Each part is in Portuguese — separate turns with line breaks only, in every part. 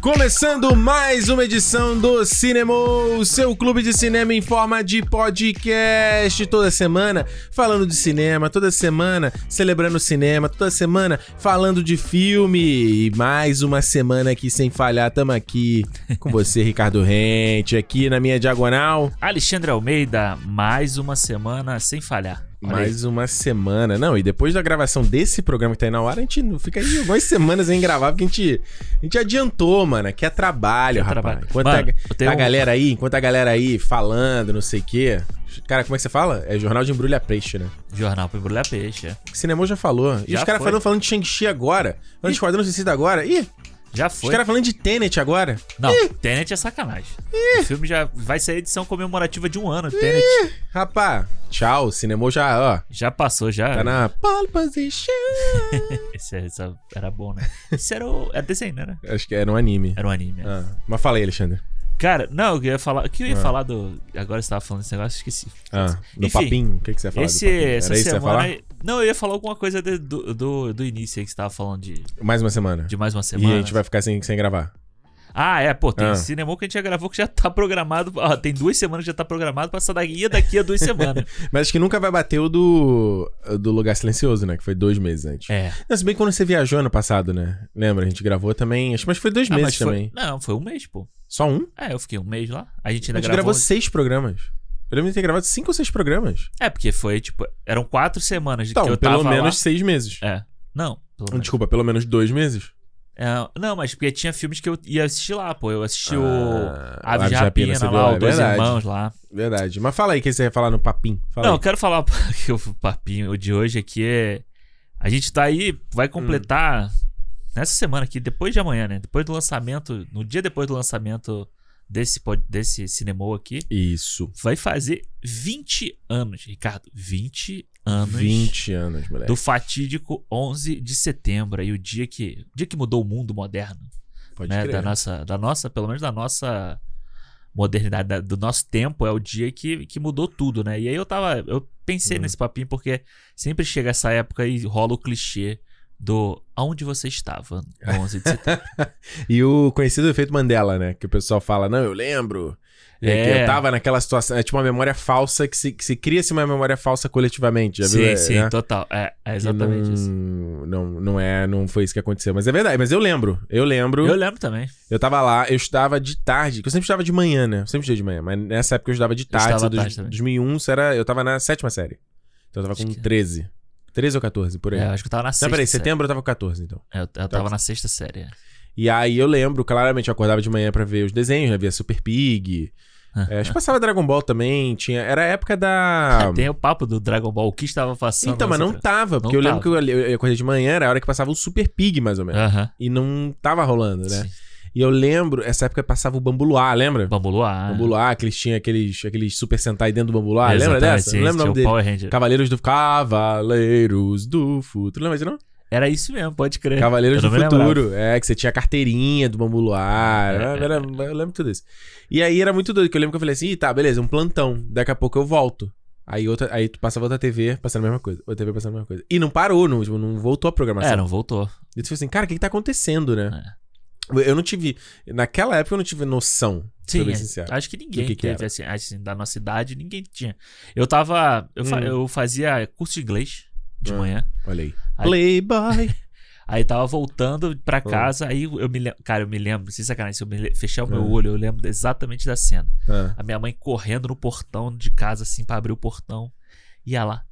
Começando mais uma edição do Cinema, o seu clube de cinema em forma de podcast toda semana, falando de cinema, toda semana celebrando o cinema, toda semana falando de filme. E mais uma semana aqui sem falhar, tamo aqui com você, Ricardo Rente, aqui na minha diagonal.
Alexandre Almeida, mais uma semana sem falhar. Olha aí.
Mais uma semana. Não, e depois da gravação desse programa que tá aí na hora, a gente não fica aí algumas semanas sem gravar, porque a gente, a gente adiantou, mano. Aqui é trabalho,
Aqui é
rapaz.
trabalho.
Enquanto
Mano,
a,
eu tenho
tá a
um-
galera aí, enquanto a galera aí falando, não sei o quê. Cara, como é que você fala? É jornal de embrulha peixe, né?
Jornal pra embrulhar peixe. é.
O cinema já falou. E
Já
os caras
foi.
falando, falando de Shang-Chi agora. Falando de Esquadrão Suicida agora. Ih,
Já
os
foi.
caras falando de Tenet agora.
Não, Tenet é sacanagem. O filme já vai ser edição comemorativa de um ano. Tenet
Rapá, tchau. Cinema já, ó.
já passou, já.
Tá na pole position.
Esse, essa era bom, né? Isso era, o, era desenho, né?
Acho que era um anime.
Era um anime. né?
Ah, mas fala aí, Alexandre.
Cara, não, eu ia falar. O que eu ia falar do. Agora você tava falando desse negócio, eu esqueci.
Ah, do
Enfim,
papinho? O que, que você ia falar? do
Esse,
papinho?
essa
Era isso que você ia falar?
semana. Não, eu ia falar alguma coisa de- do, do, do início aí que você tava falando de,
Mais uma semana.
é de mais uma
E
semana.
a gente vai ficar sem, sem gravar.
Ah, é, pô, tem
Ah.
cinema que a gente já gravou que já tá programado. Ó, tem duas semanas que já tá programado pra essa daqui daqui a duas semanas.
Mas acho que nunca vai bater o do, do Lugar Silencioso, né? Que foi dois meses antes.
É.
Não, se bem que quando você viajou ano passado, né? Lembra? A gente gravou também. Acho, mas foi dois
Ah,
meses
mas foi-
também.
Não, foi um mês, pô.
Só um?
É, eu fiquei um mês lá. A gente
A
ainda
gente
gravou.
gravou seis programas. Eu lembro de ter gravado cinco ou seis programas.
É, porque foi, tipo, eram quatro semanas
Então,
que eu
pelo
tava
menos Um
lá.
seis meses.
É. Não, pelo menos.
Desculpa, pelo menos dois meses.
É, não, mas porque tinha filmes que eu ia assistir lá, pô. Eu assisti
Ah,
o Aves de Rapina,
você viu
lá,
lá,
o Dois
verdade.
Irmãos lá.
Verdade. Mas fala aí o que você ia falar no papinho. Fala
não,
aí.
eu quero falar que o papinho de hoje aqui é... A gente tá aí, vai
Hum.
completar nessa semana aqui, depois de amanhã, né? Depois do lançamento, no dia depois do lançamento desse, pod- desse cinema aqui,
Isso.
vai fazer 20 anos, Ricardo. 20 anos.
20 anos, moleque.
do fatídico 11 de setembro, aí o dia que, o dia que mudou o mundo moderno,
Pode
né,
crer.
da nossa, da nossa, pelo menos da nossa modernidade, da- do nosso tempo, é o dia que, que mudou tudo, né? E aí eu tava, eu pensei
Hum.
nesse papinho porque sempre chega essa época e rola o clichê do aonde você estava no 11 de setembro.
E o conhecido efeito Mandela, né? Que o pessoal fala, não, eu lembro. E
É.
que eu tava naquela situação. É tipo uma memória falsa que se, que se cria-se uma memória falsa coletivamente. Já viu?
sim,
É,
sim,
né?
total. É, é
Que
exatamente
não,
isso.
Não, não é, não foi isso que aconteceu. Mas é verdade, mas eu lembro. Eu lembro.
Eu
Eu,
lembro também.
tava lá, eu estudava de tarde, que eu sempre estudava de manhã, né? Eu sempre estudei de manhã, mas nessa época eu estudava de tarde.
estudava
isso é
à tarde também.
2001, isso era, eu tava na sétima série. Então eu tava
Acho
com
que-
13. 13 ou 14, por aí.
É, eu acho que eu tava na sexta.
não, peraí,
série.
setembro eu tava com 14, então.
Eu, eu tava na sexta série. é.
E aí eu lembro, claramente, eu acordava de manhã pra ver os desenhos, né? Via Super Pig.
Ah,
É, acho que passava Dragon Ball também, tinha... Era a época da...
Tem o papo do Dragon Ball, o que estava passando.
Ah, então, mas não
nessa-
tava, porque
Não
eu lembro que eu, eu acordei de manhã, era a hora que passava o Super Pig, mais ou menos.
Aham.
E não tava rolando, né?
Ah. Sim.
E eu lembro, essa época passava o Bambu Luar, lembra?
Bambu Luar.
Bambu Luar, que eles tinham aqueles, aqueles Super Sentai dentro do Bambu Luar, lembra
Exatamente,
dessa?
sim,
não lembro o nome
tinha
dele.
Power Ranger.
Cavaleiros do... Cavaleiros do Futuro. Lembra disso, não?
Era isso mesmo, pode crer.
Cavaleiros
Eu
do
não me lembrava.
Futuro. É, que você tinha a carteirinha do Bambu Luar.
É.
era- era- eu lembro tudo isso. E aí era muito doido, que eu lembro que eu falei assim, Ih, tá, beleza, um plantão. Daqui a pouco eu volto. Aí, outra, aí tu passava outra TV passando a mesma coisa. Outra TV passando a mesma coisa. E não parou, não, tipo, não voltou a programação.
É, não É. voltou.
E tu falou assim, cara, o que, que tá acontecendo, né? Eu não tive... Naquela época eu não tive noção, Sim, pra
Sim,
ser
é,
bem sincero.
acho que ninguém
Do que que
teve,
era.
assim, assim, da nossa idade, ninguém tinha. Eu tava. Eu, fa-
Hum.
eu fazia curso de inglês de
Hum.
manhã.
Olha aí.
Aí-
Playboy.
Aí tava voltando pra
Hum.
casa. Aí eu me lembro. Cara, eu me lembro, sem sacanagem, se eu me le- fechar o meu
Hum.
olho, eu lembro exatamente da cena.
Ah.
A minha mãe correndo no portão de casa, assim, pra abrir o portão. Ia lá.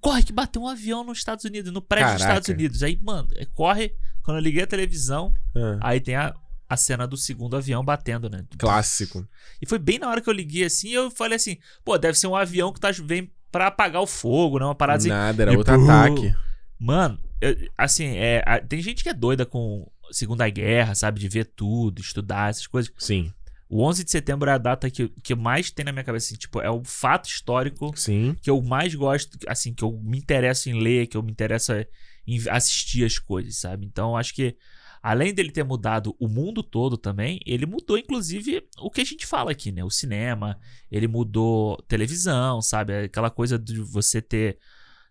Corre que bateu um avião nos Estados Unidos, no prédio dos
Caraca.
Estados Unidos. Aí, mano, corre. Quando eu liguei a televisão,
Ah.
Aí tem a, a cena do segundo avião batendo, né?
Clássico.
E foi bem na hora que eu liguei assim, eu falei assim, pô, deve ser um avião que tá vem pra apagar o fogo, né? Uma parada assim.
Nada, era
E
outro
pô.
ataque.
Mano, eu- assim, é, a- tem gente que é doida com Segunda Guerra, sabe? De ver tudo, estudar, essas coisas.
Sim.
O 11 de setembro é a data que, que mais tem na minha cabeça, assim, tipo, é o fato histórico
Sim.
que eu mais gosto, assim, que eu me interesso em ler, que eu me interesso é em assistir as coisas, sabe? Então, acho que além dele ter mudado o mundo todo também, ele mudou inclusive o que a gente fala aqui, né? O cinema, ele mudou televisão, sabe? Aquela coisa de você ter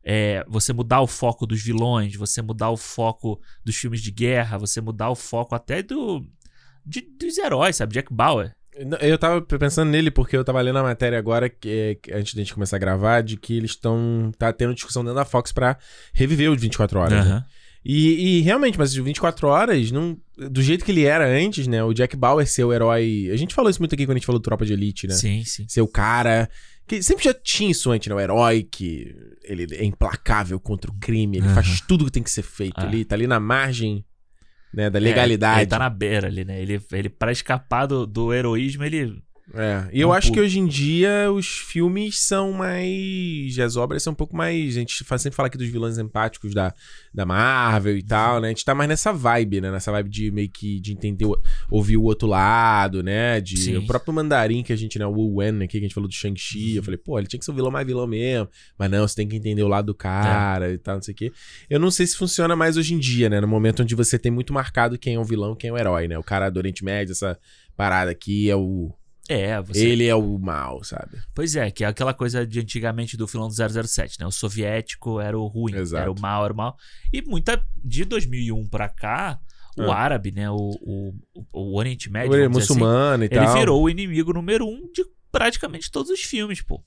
é, você mudar o foco dos vilões, você mudar o foco dos filmes de guerra, você mudar o foco até do de- dos heróis, sabe? Jack Bauer.
Não, Eu tava pensando nele porque eu tava lendo a matéria agora, que, que antes da gente começar a gravar, de que eles estão. Tá tendo discussão dentro da Fox pra reviver o de 24 horas. né?
Aham.
E, e realmente, mas o 24 horas, não, do jeito que ele era antes, né? O Jack Bauer ser o herói. A gente falou isso muito aqui quando a gente falou do Tropa de Elite, né?
Sim, sim.
Ser o cara. Que sempre já tinha isso antes, né? O herói que ele é implacável contra o crime, ele
Aham.
faz tudo que tem que ser feito.
Ah.
Ele tá ali na margem né, da
É,
legalidade.
ele tá na beira ali, né? Ele, ele pra escapar do, do heroísmo, ele.
É, e eu
Um
acho que
pouco.
hoje em dia os filmes são mais. As obras são um pouco mais. A gente faz, sempre fala aqui dos vilões empáticos da, da Marvel e tal, né? A gente tá mais nessa vibe, né? Nessa vibe de meio que de entender, o- ouvir o outro lado, né? De
Sim.
o próprio mandarim que a gente, né? O Wu Wen aqui, que a gente falou do Shang-Chi. Eu falei, pô, ele tinha que ser o vilão mais vilão mesmo. Mas não, você tem que entender o lado do cara e tal, não sei o quê. Eu não sei se funciona mais hoje em dia, né? No momento onde você tem muito marcado quem é o vilão, quem é o herói, né? O cara do Oriente Médio, essa parada aqui é o.
É, você.
Ele é o mal, sabe?
Pois é, que é aquela coisa de antigamente do filão do 007, né? O soviético era o ruim,
Exato.
era o mal, era o mal. E muita. De 2001 pra cá, o
É.
árabe, né? O, o, o- o Oriente Médio.
Ele é
vamos dizer assim,
muçulmano e
ele
tal.
virou o inimigo número um de praticamente todos os filmes, pô.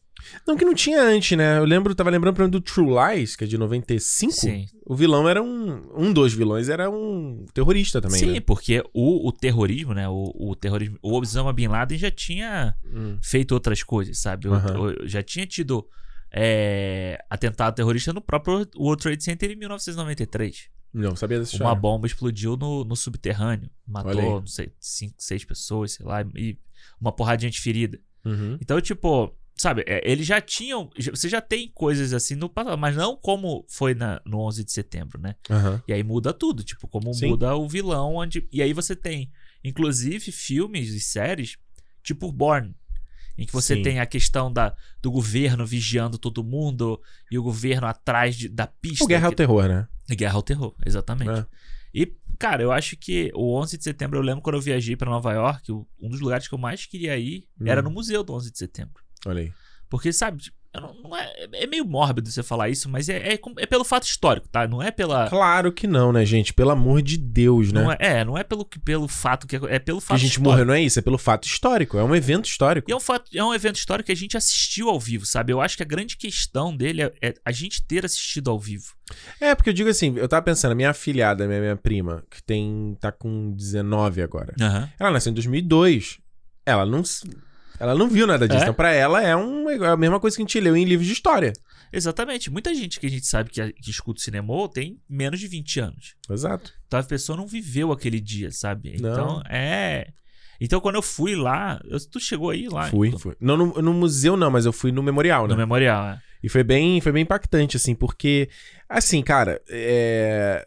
Não, que não tinha antes, né? Eu lembro, tava lembrando por exemplo, do True Lies, que é de 95.
Sim.
O vilão era um. Um dos vilões era um terrorista também.
Sim,
Né?
porque o, o terrorismo, né? O, o terrorismo. O Osama Bin Laden já tinha
Hum.
feito outras coisas, sabe? Eu-
Aham.
eu- eu já tinha tido é, atentado terrorista no próprio World Trade Center em 1993.
Não, sabia dessa
Uma
história.
bomba explodiu no, no subterrâneo.
Olha aí.
Matou, não sei, cinco, seis pessoas, sei lá, e uma porrada de gente ferida.
Uhum.
Então, tipo, sabe, é, eles já tinham. já- Você já tem coisas assim no passado, mas não como foi na- no 11 de setembro, né?
Aham.
E aí muda tudo, tipo, como
Sim.
muda o vilão onde. E aí você tem, inclusive, filmes e séries, tipo Born. Em que você
Sim.
tem a questão da, do governo vigiando todo mundo e o governo atrás de- da pista.
O Guerra ao
que-
Terror, né?
Guerra ao Terror, exatamente.
É.
E, cara, eu acho que o 11 de setembro, eu lembro quando eu viajei pra Nova York, o- um dos lugares que eu mais queria ir
Hum.
era no museu do 11 de setembro.
É, Olha aí.
Porque, sabe, tipo, eu não- não é, é meio mórbido você falar isso, mas é, é, com- é pelo fato histórico, tá? Não é pela.
Claro que não, né, gente? Pelo amor de Deus, né?
Não é, é, não é pelo, que- pelo fato que. É pelo
Que a
fato
gente
histórico.
morreu, não é isso? É pelo fato histórico. É um evento histórico.
E é um, fato, é um evento histórico que a gente assistiu ao vivo, sabe? Eu acho que a grande questão dele é, é a gente ter assistido ao vivo.
É, porque eu digo assim, eu tava pensando, a minha afilhada, minha, minha prima, que tem. tá com 19 agora. Ela nasceu em 2002. Ela não, s- ela não viu nada disso.
É?
Então, pra ela, é, um, é a mesma coisa que a gente leu em livros de história.
Exatamente. Muita gente que a gente sabe que, que escuta o cinema ou tem menos de 20 anos.
Exato.
Então a pessoa não viveu aquele dia, sabe?
Não.
Então é. Então quando eu fui lá, eu- tu chegou aí lá
fui,
então,
fui. Não, no, no museu não, mas eu fui no memorial,
no
né?
memorial. É.
E foi bem, foi bem impactante, assim, porque... Assim, cara, é...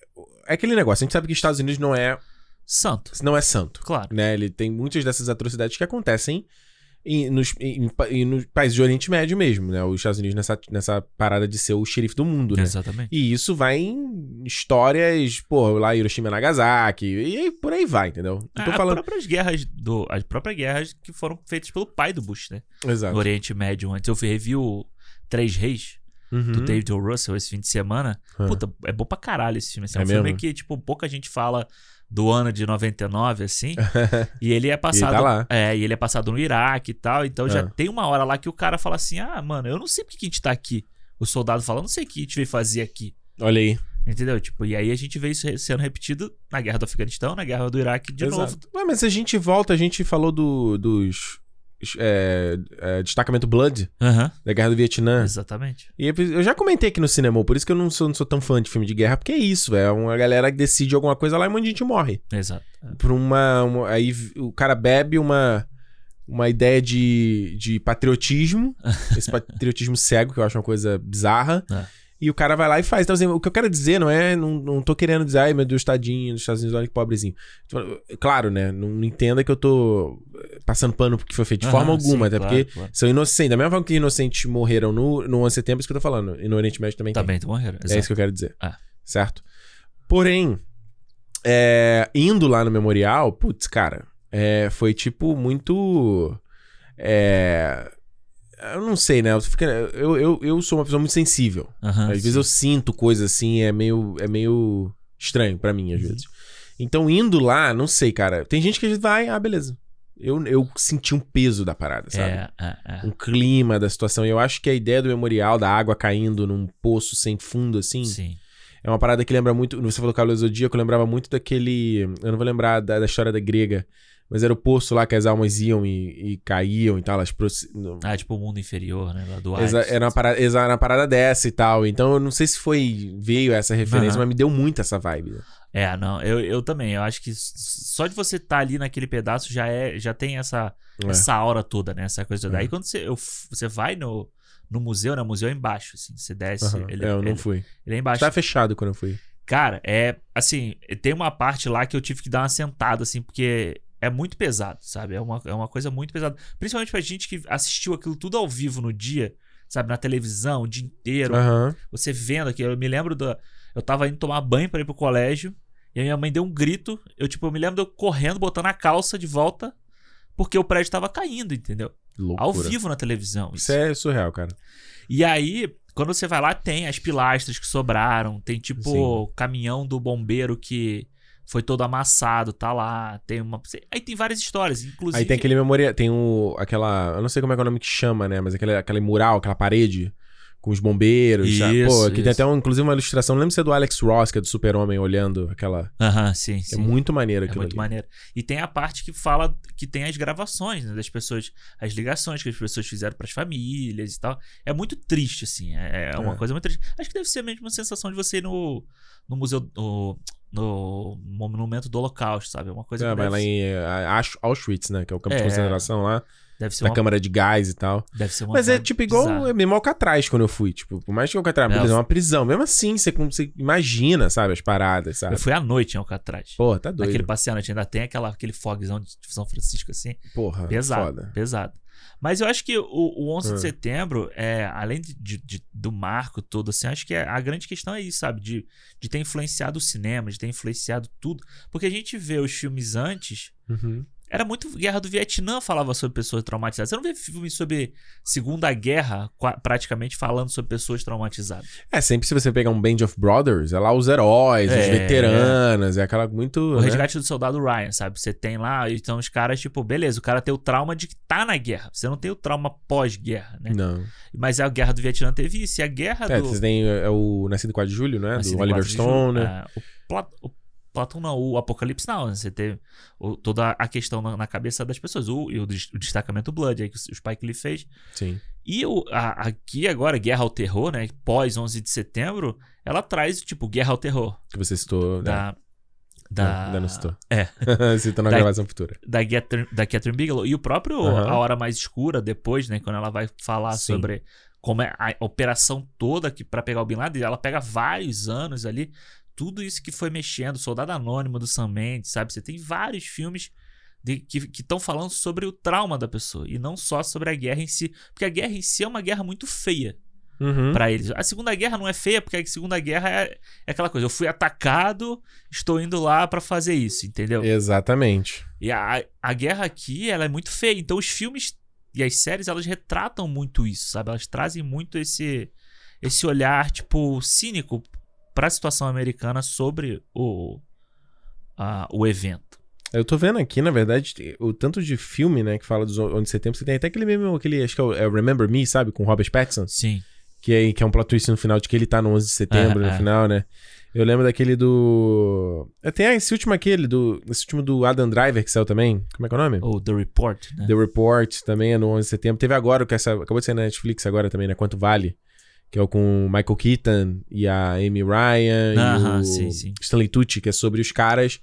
É aquele negócio. A gente sabe que os Estados Unidos não é,
Santo,
não é santo,
claro.
né? Ele tem muitas dessas atrocidades que acontecem em, nos, em, em pa- em- nos países do Oriente Médio mesmo, né? Os Estados Unidos nessa, nessa parada de ser o xerife do mundo, né?
Exatamente.
E isso vai em histórias, pô, lá em Hiroshima e Nagasaki, e aí por aí vai, entendeu? Não tô
Ah,
falando.
As próprias guerras do. As próprias guerras que foram feitas pelo pai do Bush, né? No
Exato.
Oriente Médio antes. Eu fui- revi o Três Reis,
Uhum.
do David O. Russell, esse fim de semana.
Ah.
Puta, é bom pra caralho esse filme. assim. É um
É
filme
mesmo?
que, tipo, pouca gente fala do ano de 99, assim. e ele é passado.
tá lá.
É, e ele é passado no Iraque e tal. Então já
Ah.
tem uma hora lá que o cara fala assim: ah, mano, eu não sei porque que a gente tá aqui. O soldado fala, eu não sei o que a gente veio fazer aqui.
Olha aí.
Entendeu? Tipo, e aí a gente vê isso re- sendo repetido na guerra do Afeganistão, na guerra do Iraque de
Exato.
novo.
Ué, mas a gente volta, a gente falou do, dos. é, é, destacamento Blood,
Aham,
da guerra do Vietnã.
Exatamente.
E eu- eu já comentei aqui no cinema, por isso que eu não sou, não sou tão fã de filme de guerra, porque é isso, velho. é uma galera que decide alguma coisa lá e um monte de gente morre.
Exato.
Por uma. uma- aí o cara bebe uma. Uma ideia de, de patriotismo, esse patriotismo cego, que eu acho uma coisa bizarra.
É.
E o cara vai lá e faz. Então, assim, o que eu quero dizer não é. Não, não tô querendo dizer, ai meu Deus, tadinho, dos Estados Unidos, olha que pobrezinho. Tô- Claro, né? Não, não entenda que eu tô eh, passando pano porque foi feito de forma
Aham, sim,
alguma, até
claro,
porque
claro.
são inocentes. Da mesma forma que inocentes morreram no, no 11 de setembro, isso que eu tô falando. E no Oriente Médio também. tem.
Também um tu morreram.
É
Exato.
isso que eu quero dizer.
Ah.
Certo? Porém, é, indo lá no memorial, putz, cara, é, foi tipo muito. é, eu não sei, né? Eu, fico- eu, eu, eu sou uma pessoa muito sensível.
Aham,
às vezes eu sinto coisas assim, é meio, é meio estranho pra mim, às
Uhum.
vezes. Então, indo lá, não sei, cara. Tem gente que vai, ah, beleza. Eu, eu senti um peso da parada, sabe?
É, é, é.
Um clima da situação. E eu acho que a ideia do memorial, da água caindo num poço sem fundo, assim,
Sim.
é uma parada que lembra muito. Você falou Cavaleiro do Zodíaco, eu lembrava muito daquele. Eu não vou lembrar da, da história da grega, mas era o poço lá que as almas iam e, e caíam e tal. Elas proce- não-
Ah, tipo o mundo inferior, né? Lá do
Exa-
Hades.
era, uma parada, exa- era uma parada dessa e tal. Então eu não sei se foi. Veio essa referência,
Aham.
mas me deu muito essa vibe. né?
É, não, eu, eu também. Eu acho que s- só de você estar ali naquele pedaço já é, já tem essa,
É.
essa aura toda, né? Essa coisa. Daí
É.
quando você, eu f- você vai no, no museu, né? O museu é embaixo, assim. Você desce,
Aham.
ele,
É, eu não Tá
ele-
fui.
ele é embaixo.
Tava fechado quando eu fui.
Cara, é assim, tem uma parte lá que eu tive que dar uma sentada, assim, porque é muito pesado, sabe? É uma, é uma coisa muito pesada. Principalmente pra gente que assistiu aquilo tudo ao vivo no dia, sabe? Na televisão, o dia inteiro.
Aham.
Você vendo aquilo. Eu me lembro da. Eu tava indo tomar banho pra ir pro colégio. E a minha mãe deu um grito. Eu, tipo, eu me lembro de eu correndo, botando a calça de volta, porque o prédio tava caindo, entendeu?
Loucura.
Ao vivo na televisão.
Isso é surreal, cara.
E aí, quando você vai lá, tem as pilastras que sobraram, tem tipo
Sim.
o caminhão do bombeiro que foi todo amassado, tá lá, tem uma, aí tem várias histórias, inclusive.
Aí tem aquele memorial, tem o, aquela, eu não sei como é que é o nome que chama, né? Mas aquele, aquele mural, aquela parede com os bombeiros.
Isso,
sabe? Pô, que
isso.
tem até, um, inclusive, uma ilustração. Lembra se é do Alex Ross, que é do Super-Homem, olhando aquela...
Aham, sim,
É
sim.
muito maneiro
É
aquilo
muito
ali.
maneiro. E tem a parte que fala que tem as gravações, né, das pessoas, as ligações que as pessoas fizeram pras famílias e tal. É muito triste, assim. É, é uma
É.
coisa muito triste. Acho que deve ser mesmo uma sensação de você ir no, no museu, no, no monumento do Holocausto, sabe? É uma coisa
É,
que
vai
deve,
lá em eh, Ausch- Auschwitz, né? Que é o campo
É.
de concentração lá,
deve ser
da
uma,
câmara de gás e tal.
deve ser uma
Mas é
vibe
tipo igual
bizarra.
é mesmo Alcatraz quando eu fui. Tipo, por mais que Alcatraz,
É,
beleza,
eu-
é uma prisão. Mesmo assim, você, com- você imagina, sabe, as paradas, sabe?
Eu fui à noite em Alcatraz.
Porra, tá doido.
Naquele passeio à noite, ainda tem aquela, aquele fogzão de São Francisco assim.
Porra,
Pesado,
É foda.
pesado. Mas eu acho que o, o 11
Ah.
de setembro, é, além de, de- de- do marco todo, assim, acho que é- a grande questão é isso, sabe? De, de ter influenciado o cinema, de ter influenciado tudo. Porque a gente vê os filmes antes.
Uhum.
Era muito Guerra do Vietnã falava sobre pessoas traumatizadas. Você não vê filmes sobre Segunda Guerra qua- praticamente falando sobre pessoas traumatizadas.
É, sempre se você pegar um Band of Brothers, é lá os heróis, os
É.
veteranos, é aquela muito.
O
né?
resgate do soldado Ryan, sabe? Você tem lá, então os caras, tipo, beleza, o cara tem o trauma de que tá na guerra. Você não tem o trauma pós-guerra, né?
Não.
Mas a guerra do Vietnã teve isso. E a guerra
É,
do.
você tem é, o Nascido em 4 de Julho, né?
Nascido em
do Oliver
4 de
Stone,
Julho,
né?
é, o, Pla- o Platão não, o Apocalipse não. né? Você teve o- toda a questão na, na cabeça das pessoas. O, e o, des- o destacamento Blood aí que o Spike Lee fez.
Sim.
E o, a- aqui agora, Guerra ao Terror, né? Pós 11 de setembro, ela traz, tipo, Guerra ao Terror.
Que você citou. né?
Da.
Não,
Da,
ainda não citou.
É.
citou na
Da-
gravação futura.
da Catherine, da Catherine Bigelow. E o próprio
Aham.
A Hora Mais Escura, depois, né? Quando ela vai falar
Sim.
sobre como é a operação toda que para pegar o Bin Laden, ela pega vários anos ali. Tudo isso que foi mexendo, Soldado Anônimo do Sam Mendes, sabe? Você tem vários filmes de- que estão falando sobre o trauma da pessoa e não só sobre a guerra em si. Porque a guerra em si é uma guerra muito feia
Uhum.
pra eles. A Segunda Guerra não é feia, porque a Segunda Guerra é, é aquela coisa: eu fui atacado, estou indo lá pra fazer isso, entendeu?
Exatamente.
E a, a guerra aqui, ela é muito feia. Então os filmes e as séries, elas retratam muito isso, sabe? Elas trazem muito esse esse olhar tipo cínico pra situação americana sobre o a- o evento.
Eu tô vendo aqui, na verdade, o tanto de filme, né, que fala dos 11 de setembro. Você tem até aquele mesmo, aquele, acho que é o é o Remember Me, sabe? Com o Robert Pattinson.
Sim.
Que é, que é um plot twist no final de que ele tá no 11 de setembro,
É,
no
é.
final, né? Eu lembro daquele do. é, Tem esse último aquele, do, esse último do Adam Driver que saiu também. Como é que é o nome?
Ou The Report, né?
The Report também é no 11 de setembro. Teve agora, o que essa, acabou de sair na Netflix agora também, né? Quanto Vale? Que é o com o Michael Keaton e a Amy Ryan e
Aham,
o
sim, sim.
Stanley Tucci, que é sobre os caras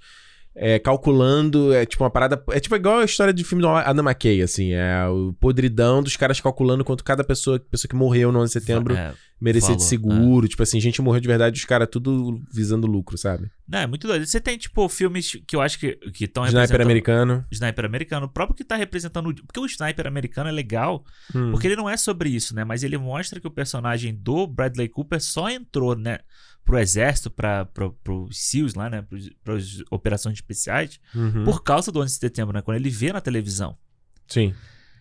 é, calculando, é tipo uma parada... É tipo igual a história do filme do Adam McKay, assim. É o podridão dos caras calculando quanto cada pessoa, pessoa que morreu no 11 de setembro
É,
merecia de
valor,
seguro. Tipo assim, gente morreu de verdade, os caras tudo visando lucro, sabe?
não, é muito doido. Você tem tipo filmes que eu acho que que estão
Sniper
representando
americano.
Sniper americano, o próprio que tá representando, o- porque o sniper americano é legal,
Hum.
Porque ele não é sobre isso, né? Mas ele mostra que o personagem do Bradley Cooper só entrou, né? Pro exército, pra, pro, pros SEALs lá, né? pros- Pras operações especiais,
Uhum.
por causa do 11 de setembro, né? Quando ele vê na televisão.
Sim.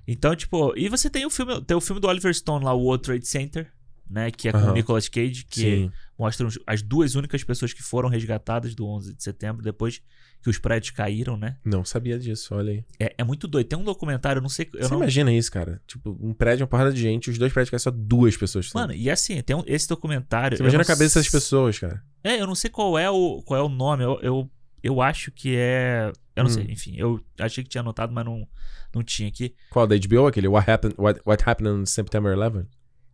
Então, tipo, e você tem o filme, tem o filme do Oliver Stone lá, o World Trade Center, né? Que é com
Aham.
o Nicolas Cage, que
Sim.
mostram os- as duas únicas pessoas que foram resgatadas do 11 de setembro depois que os prédios caíram, né?
Não sabia disso, olha aí.
É, é muito doido. Tem um documentário, eu não sei. Eu
Você
não...
imagina isso, cara? Tipo, um prédio, uma porrada de gente, os dois prédios caem só duas pessoas. sabe?
Mano, e assim, tem um- esse documentário.
Você
eu
imagina a
não
cabeça dessas
s-
pessoas, cara.
É, eu não sei qual é o, qual é o nome. Eu, eu, eu acho que é. Eu não
Hum.
sei, enfim. Eu achei que tinha anotado, mas não, não tinha aqui.
Qual? Da HBO? Aquele What Happened, What, What Happened on September 11?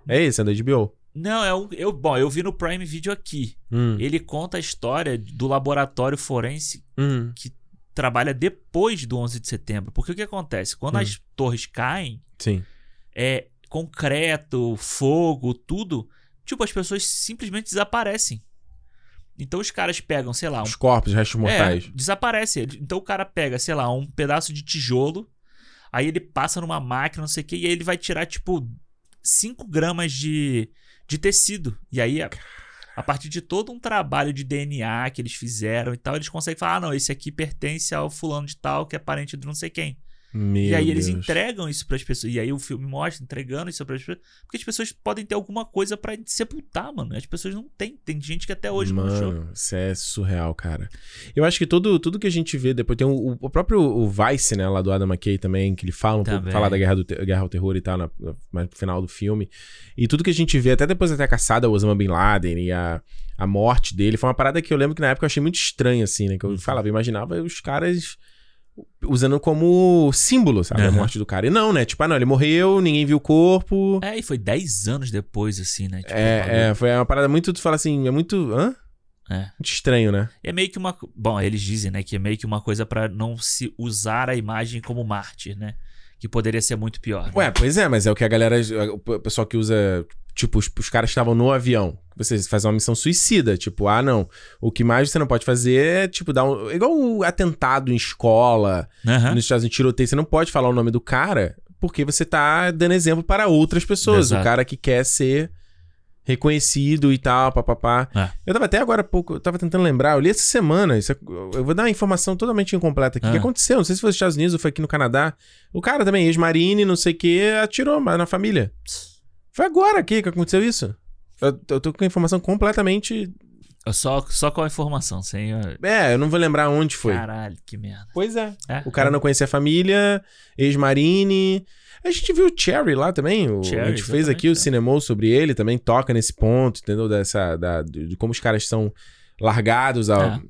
É esse, é da HBO.
Não, é um. Eu, bom, eu vi no Prime Video aqui.
Hum.
Ele conta a história do laboratório forense
Hum.
que trabalha depois do 11 de setembro. Porque o que acontece? Quando
Hum.
as torres caem,
Sim.
é concreto, fogo, tudo. Tipo, as pessoas simplesmente desaparecem. Então os caras pegam, sei lá, um
Os corpos, restos mortais.
É, desaparece. Ele- Então o cara pega, sei lá, um pedaço de tijolo, aí ele passa numa máquina, não sei o que, e aí ele vai tirar, tipo, 5 gramas de, de tecido. E aí, a, a partir de todo um trabalho de DNA que eles fizeram e tal, eles conseguem falar: ah, não, esse aqui pertence ao fulano de tal, que é parente de não sei quem.
Meu
E aí eles
Deus.
entregam isso pras pessoas. E aí o filme mostra entregando isso pras pessoas. Porque as pessoas podem ter alguma coisa pra sepultar, mano. As pessoas não têm. Tem gente que até hoje não achou.
Mano, isso é surreal, cara. Eu acho que tudo, tudo que a gente vê depois. Tem o, o próprio o Vice, né, lá do Adam McKay também, que ele fala um pouco,
Também.
fala da guerra, do, Te- guerra ao terror e tal, na, na- mais pro final do filme. E tudo que a gente vê, até depois até a caçada ao Osama Bin Laden e a, a morte dele, foi uma parada que eu lembro que na época eu achei muito estranha, assim, né? Que eu
Uhum.
falava, eu imaginava os caras usando como símbolo, sabe? A
Aham.
morte do cara. E não, né? Tipo, ah, não, ele morreu, ninguém viu o corpo.
É, e foi 10 anos depois, assim, né? Tipo,
É, é, foi uma parada muito. Tu fala assim, é muito. Hã?
É.
Muito estranho, né?
É meio que uma. co- Bom, eles dizem, né? Que é meio que uma coisa pra não se usar a imagem como mártir, né? Que poderia ser muito pior. né?
Ué, pois é, mas é o que a galera. O pessoal que usa. Tipo, os, os caras que estavam no avião. Você faz uma missão suicida. Tipo, ah, não. O que mais você não pode fazer é, tipo, dar um. Igual o atentado em escola,
Aham.
nos Estados Unidos, tiroteio. Você não pode falar o nome do cara porque você tá dando exemplo para outras pessoas. O
Exato.
cara que quer ser reconhecido e tal, papapá.
É.
Eu tava até agora há pouco. Eu tava tentando lembrar. Eu li essa semana. isso é- eu vou dar uma informação totalmente incompleta aqui. O que
Ah.
aconteceu? Não sei se foi nos Estados Unidos ou foi aqui no Canadá. O cara também, ex-marine, não sei o que, atirou ma- na família. Foi agora aqui que aconteceu isso. Eu, eu tô com a informação completamente.
Eu Só, só com a informação, sem. a-
É, eu não vou lembrar onde foi.
Caralho, que merda.
Pois é.
É,
O cara não conhecia a família, ex-marine. A gente viu o Cherry lá também. o- a
Cherry,
gente fez aqui
exatamente,
o
é.
Cinemol sobre ele, também toca nesse ponto, entendeu? Dessa, da, de como os caras são largados ao,
É.
né,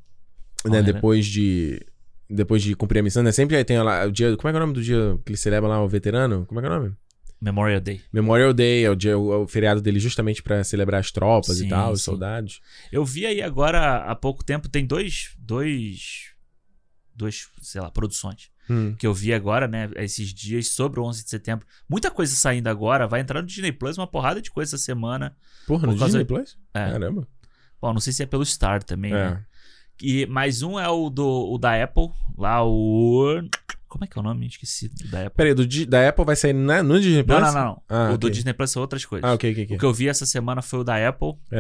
Olha, né?
depois de. Depois de cumprir a missão, né? Sempre aí tem lá o dia. Como é que é o nome do dia que ele celebra lá o veterano? Como é que é o nome?
um Memorial Day.
Memorial Day, é o, dia, o, o feriado dele justamente pra celebrar as tropas e
Sim,
tal, os
sim.
soldados.
Eu vi aí agora, há pouco tempo, tem dois. Dois. Dois, sei lá, produções.
Hum.
que eu vi agora, né, esses dias sobre o 11 de setembro. Muita coisa saindo agora, vai entrar no Disney Plus uma porrada de coisa essa semana.
Porra,
Por
no
causa-
Disney Plus?
É.
Caramba.
Bom, não sei se é pelo Star também, né?
É.
E mais um é o do o da Apple, lá o Como é que é o nome? Esqueci do da Apple.
Peraí, do Di- da Apple vai sair na- no Disney Plus?
Não, não, não, não.
Ah,
o do
ok.
Disney Plus são outras coisas.
Ah, ok, ok, ok.
O que eu vi essa semana foi o da Apple.
É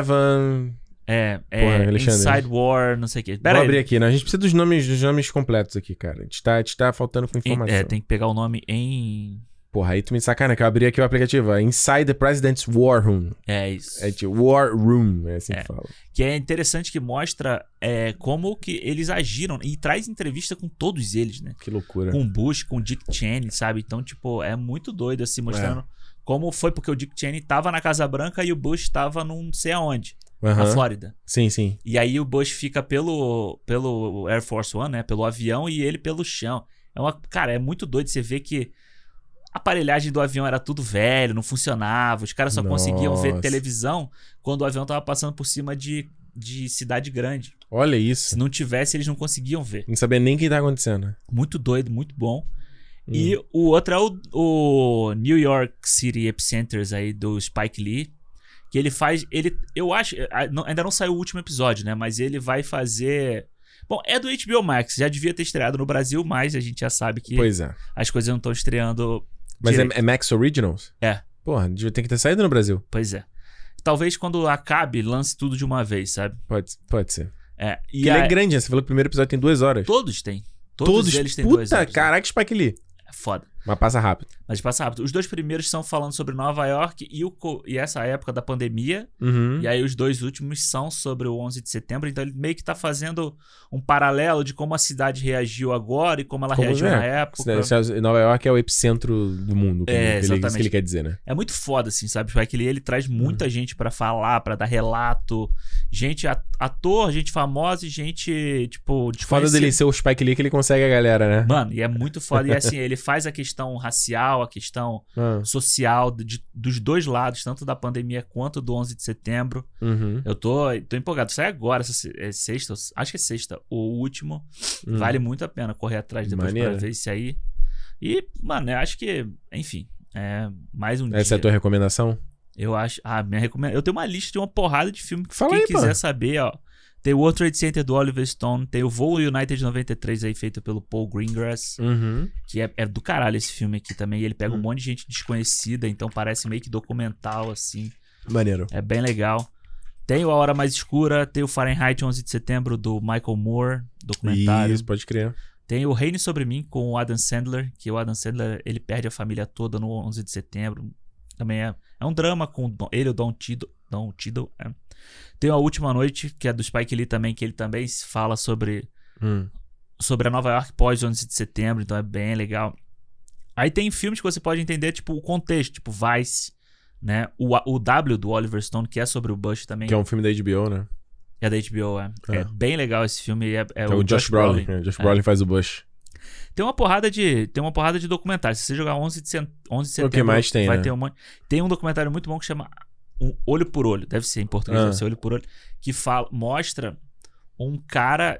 9-11.
É,
Porra,
é
Alexandre.
Inside War, não sei o quê.
Vou
Pera
abrir
aí.
aqui, né? A gente precisa dos nomes, dos nomes completos aqui, cara. A gente tá, a gente tá faltando com
Em-
informação.
É, tem que pegar o nome em.
Porra, aí tu me sacana que eu abri aqui o aplicativo. ó. Inside the President's War Room.
É isso.
É de War Room, é assim que
É.
fala.
Que é interessante que mostra é, como que eles agiram e traz entrevista com todos eles, né?
Que loucura.
Com Bush, com Dick Cheney, sabe? Então, tipo, é muito doido assim, mostrando
É.
como foi porque o Dick Cheney tava na Casa Branca e o Bush tava não sei aonde, na
Aham.
Flórida.
Sim, sim.
E aí o Bush fica pelo, pelo Air Force One, né? Pelo avião e ele pelo chão. É uma, cara, é muito doido você ver que a aparelhagem do avião era tudo velho, não funcionava. Os caras só conseguiam ver
Nossa.
televisão quando o avião tava passando por cima de, de cidade grande.
Olha
Se
isso.
não tivesse, eles não conseguiam ver.
Não sabia nem o que tá acontecendo. né?
Muito doido, muito bom.
Hum.
E o outro é o, o New York City Epicenters aí do Spike Lee. Que ele faz. Ele, eu acho. a- não- Ainda não saiu o último episódio, né? Mas ele vai fazer. Bom, é do HBO Max. Já devia ter estreado no Brasil, mas a gente já sabe que
Pois é.
as coisas não estão estreando.
Mas é,
direito.
é Max Originals?
É.
Porra, devia ter que ter saído no Brasil.
Pois é. Talvez quando acabe, lance tudo de uma vez, sabe?
Pode, pode ser.
É. E
Porque ele
a-
é grande, né? Você falou que o primeiro episódio tem duas horas.
todos têm. Todos, eles têm
Puta,
dois anos, né?
caraca, Spike Lee.
É foda.
Mas passa rápido.
Mas passa rápido. Os dois primeiros são falando sobre Nova York e, o, co- e essa época da pandemia.
Uhum.
E aí os dois últimos são sobre o 11 de setembro. Então ele meio que tá fazendo um paralelo de como a cidade reagiu agora e como ela
Como
reagiu
é.
na
Isso,
época.
né? Isso é- Nova York é o epicentro do mundo. como
É,
ele- isso que ele
exatamente.
quer dizer, né?
É muito foda, assim, sabe? Tipo, é que ele, ele traz
Uhum.
muita gente pra falar, pra dar relato. Gente, a- ator, gente famosa e gente, tipo,
Foda
desconhecida.
dele ser o Spike Lee que ele consegue a galera, né?
Mano, e é muito foda. E assim, ele faz a questão racial, a questão
Ah,
social de- de- dos dois lados, tanto da pandemia quanto do 11 de setembro.
uhum,
Eu tô, tô empolgado. Sai agora, essa se- é sexta, acho que é sexta, o último.
uhum.
Vale muito a pena correr atrás depois
Maneiro.
pra ver isso aí. E, mano, eu acho que, enfim, é mais um
Essa é
dia.
a tua recomendação?
Eu acho. Ah, minha recomendação. Eu tenho uma lista de uma porrada de filme que
Fala
quem
aí, pô.
quiser saber, ó. Tem o World Trade Center do Oliver Stone, tem o Voo United 93 aí, feito pelo Paul Greengrass,
Uhum.
que é, é do caralho esse filme aqui também. E ele pega
Hum.
um monte de gente desconhecida, então parece meio que documental, assim.
Maneiro.
É bem legal. Tem o A Hora Mais Escura, tem o Fahrenheit 11 de Setembro do Michael Moore, documentário.
Isso, pode crer.
Tem o Reino Sobre Mim com o Adam Sandler, que o Adam Sandler, ele perde a família toda no 11 de setembro. Também é, é um drama com o Don- ele, o Don Tido. Don Tido é. Tem A Última Noite, que é do Spike Lee também, que ele também se fala sobre,
Hum.
sobre a Nova York pós 11 de setembro, então é bem legal. Aí tem filmes que você pode entender, tipo, o contexto, tipo Vice, né? O, A- o W do Oliver Stone, que é sobre o Bush também,
Que é um filme da HBO, né?
é da HBO, é.
É.
É, bem legal esse filme, é, é
que é o, Josh, Brolin. né? Josh Brolin faz o Bush.
Tem uma porrada de, tem uma porrada de documentários. Se você jogar 11 de, cen- 11 de
É o
setembro,
que mais tem,
vai
né?
ter um monte. Tem um documentário muito bom que chama Um Olho por Olho, deve ser em português,
Ah.
deve ser Olho por Olho, que fala, mostra um cara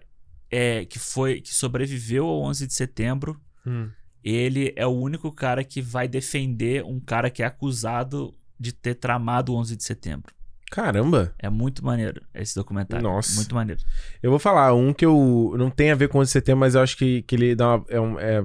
é, que foi que sobreviveu ao 11 de setembro. Hum. Ele é o único cara que vai defender um cara que é acusado de ter tramado o 11 de setembro.
Caramba.
É muito maneiro esse documentário.
Nossa.
Muito maneiro.
Eu vou falar um que eu não tem a ver com o setembro, mas eu acho que, que ele dá uma, é, um- é,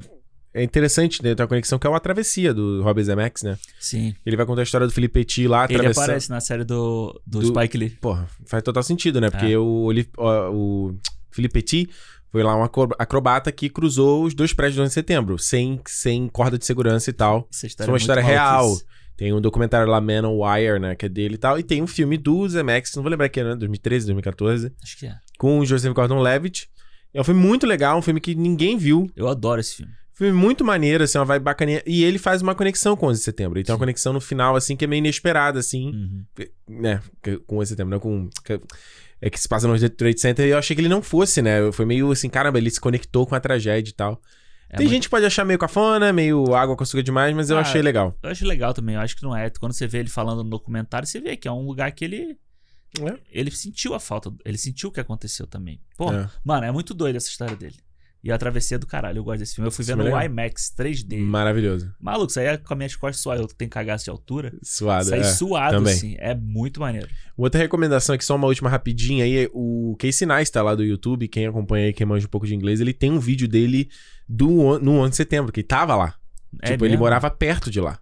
é interessante, né? Tem uma conexão que é uma travessia do Robert Zemeckis, né?
Sim.
Ele vai contar a história do Felipe Petit lá,
Ele
atravessando...
aparece na série do, do,
Do-
Spike Lee.
Porra, faz total sentido, né? Porque
É.
o, Oli- ó, o Felipe Petit foi lá um acro- acrobata que cruzou os dois prédios do 11 de setembro, sem, sem corda de segurança e tal. Isso
Essa história
é uma
é muito
história real.
maluquice.
Tem um documentário lá, Man on Wire, né? Que é dele e tal. E tem um filme do Zemeckis, não vou lembrar que era, né? 2013, 2014,
Acho que é.
com o Joseph Gordon-Levitt. É um filme muito legal, um filme que ninguém viu.
Eu adoro esse filme.
Filme muito maneiro, assim, uma vibe bacaninha. E ele faz uma conexão com o 11 de setembro. Ele tem uma
Sim.
conexão no final, assim, que é meio inesperada, assim
Uhum.
né, que- com esse tema, não com... que- é que se passa no World Trade Center e eu achei que ele não fosse, né? Eu- Foi meio assim, caramba, ele se conectou com a tragédia e tal.
É
Tem
muito-
gente que pode achar meio cafona, meio água com açúcar demais, mas eu
Ah,
achei legal.
Eu acho legal também, eu acho que não é. Quando você vê ele falando no documentário, você vê que é um lugar que ele.
É.
Ele sentiu a falta, ele sentiu o que aconteceu também. Pô,
É.
mano, é muito doido essa história dele. E a travessia é do caralho, eu gosto desse filme. Eu fui
Esse
vendo
filme é
o
legal.
IMAX 3D.
Maravilhoso.
Maluco, isso aí é com as minhas costas suadas, eu que tenho cagaço de altura.
Suado.
Saí
é.
suado,
também.
assim. É muito maneiro.
Outra recomendação aqui, só uma última rapidinha aí. é O Casey Neistat lá do YouTube, quem acompanha aí, quem manja um pouco de inglês, ele tem um vídeo dele do, on- no 11 de setembro, que ele tava lá.
É
tipo, ele
mesmo?
morava perto de lá.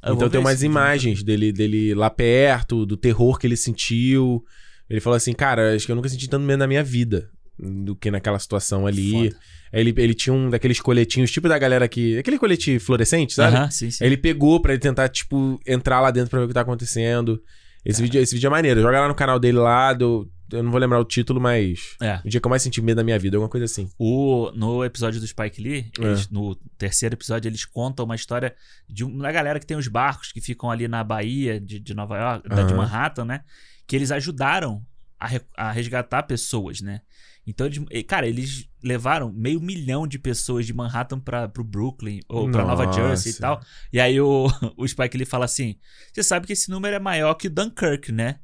Eu vou
então tem
ver
umas
esse vídeo.
imagens dele, dele lá perto, do terror que ele sentiu. Ele falou assim, cara, acho que eu nunca senti tanto medo na minha vida do que naquela situação ali.
Foda.
Aí Ele, ele tinha um daqueles coletinhos, tipo da galera que. Aquele colete fluorescente, sabe?
Aham, sim, sim.
Aí Ele pegou pra ele tentar, tipo, entrar lá dentro pra ver o que tá acontecendo.
Tá.
Esse, vídeo, esse vídeo é maneiro. Joga lá no canal dele lá, do, eu não vou lembrar o título, mas.
É.
O dia que eu mais senti medo na minha vida, alguma coisa assim.
O, no episódio do Spike Lee,
É.
eles- no terceiro episódio, eles contam uma história de uma galera que tem os barcos que ficam ali na Bahia, de, de Nova York, da- de
Aham.
Manhattan, né? Que eles ajudaram a, re- a resgatar pessoas, né? Então, eles, e, cara, eles levaram meio milhão de pessoas de Manhattan pra, pro Brooklyn ou pra Nova
Nossa.
Jersey e tal. E aí o, o Spike Lee fala assim: Você sabe que esse número é maior que o Dunkirk, né?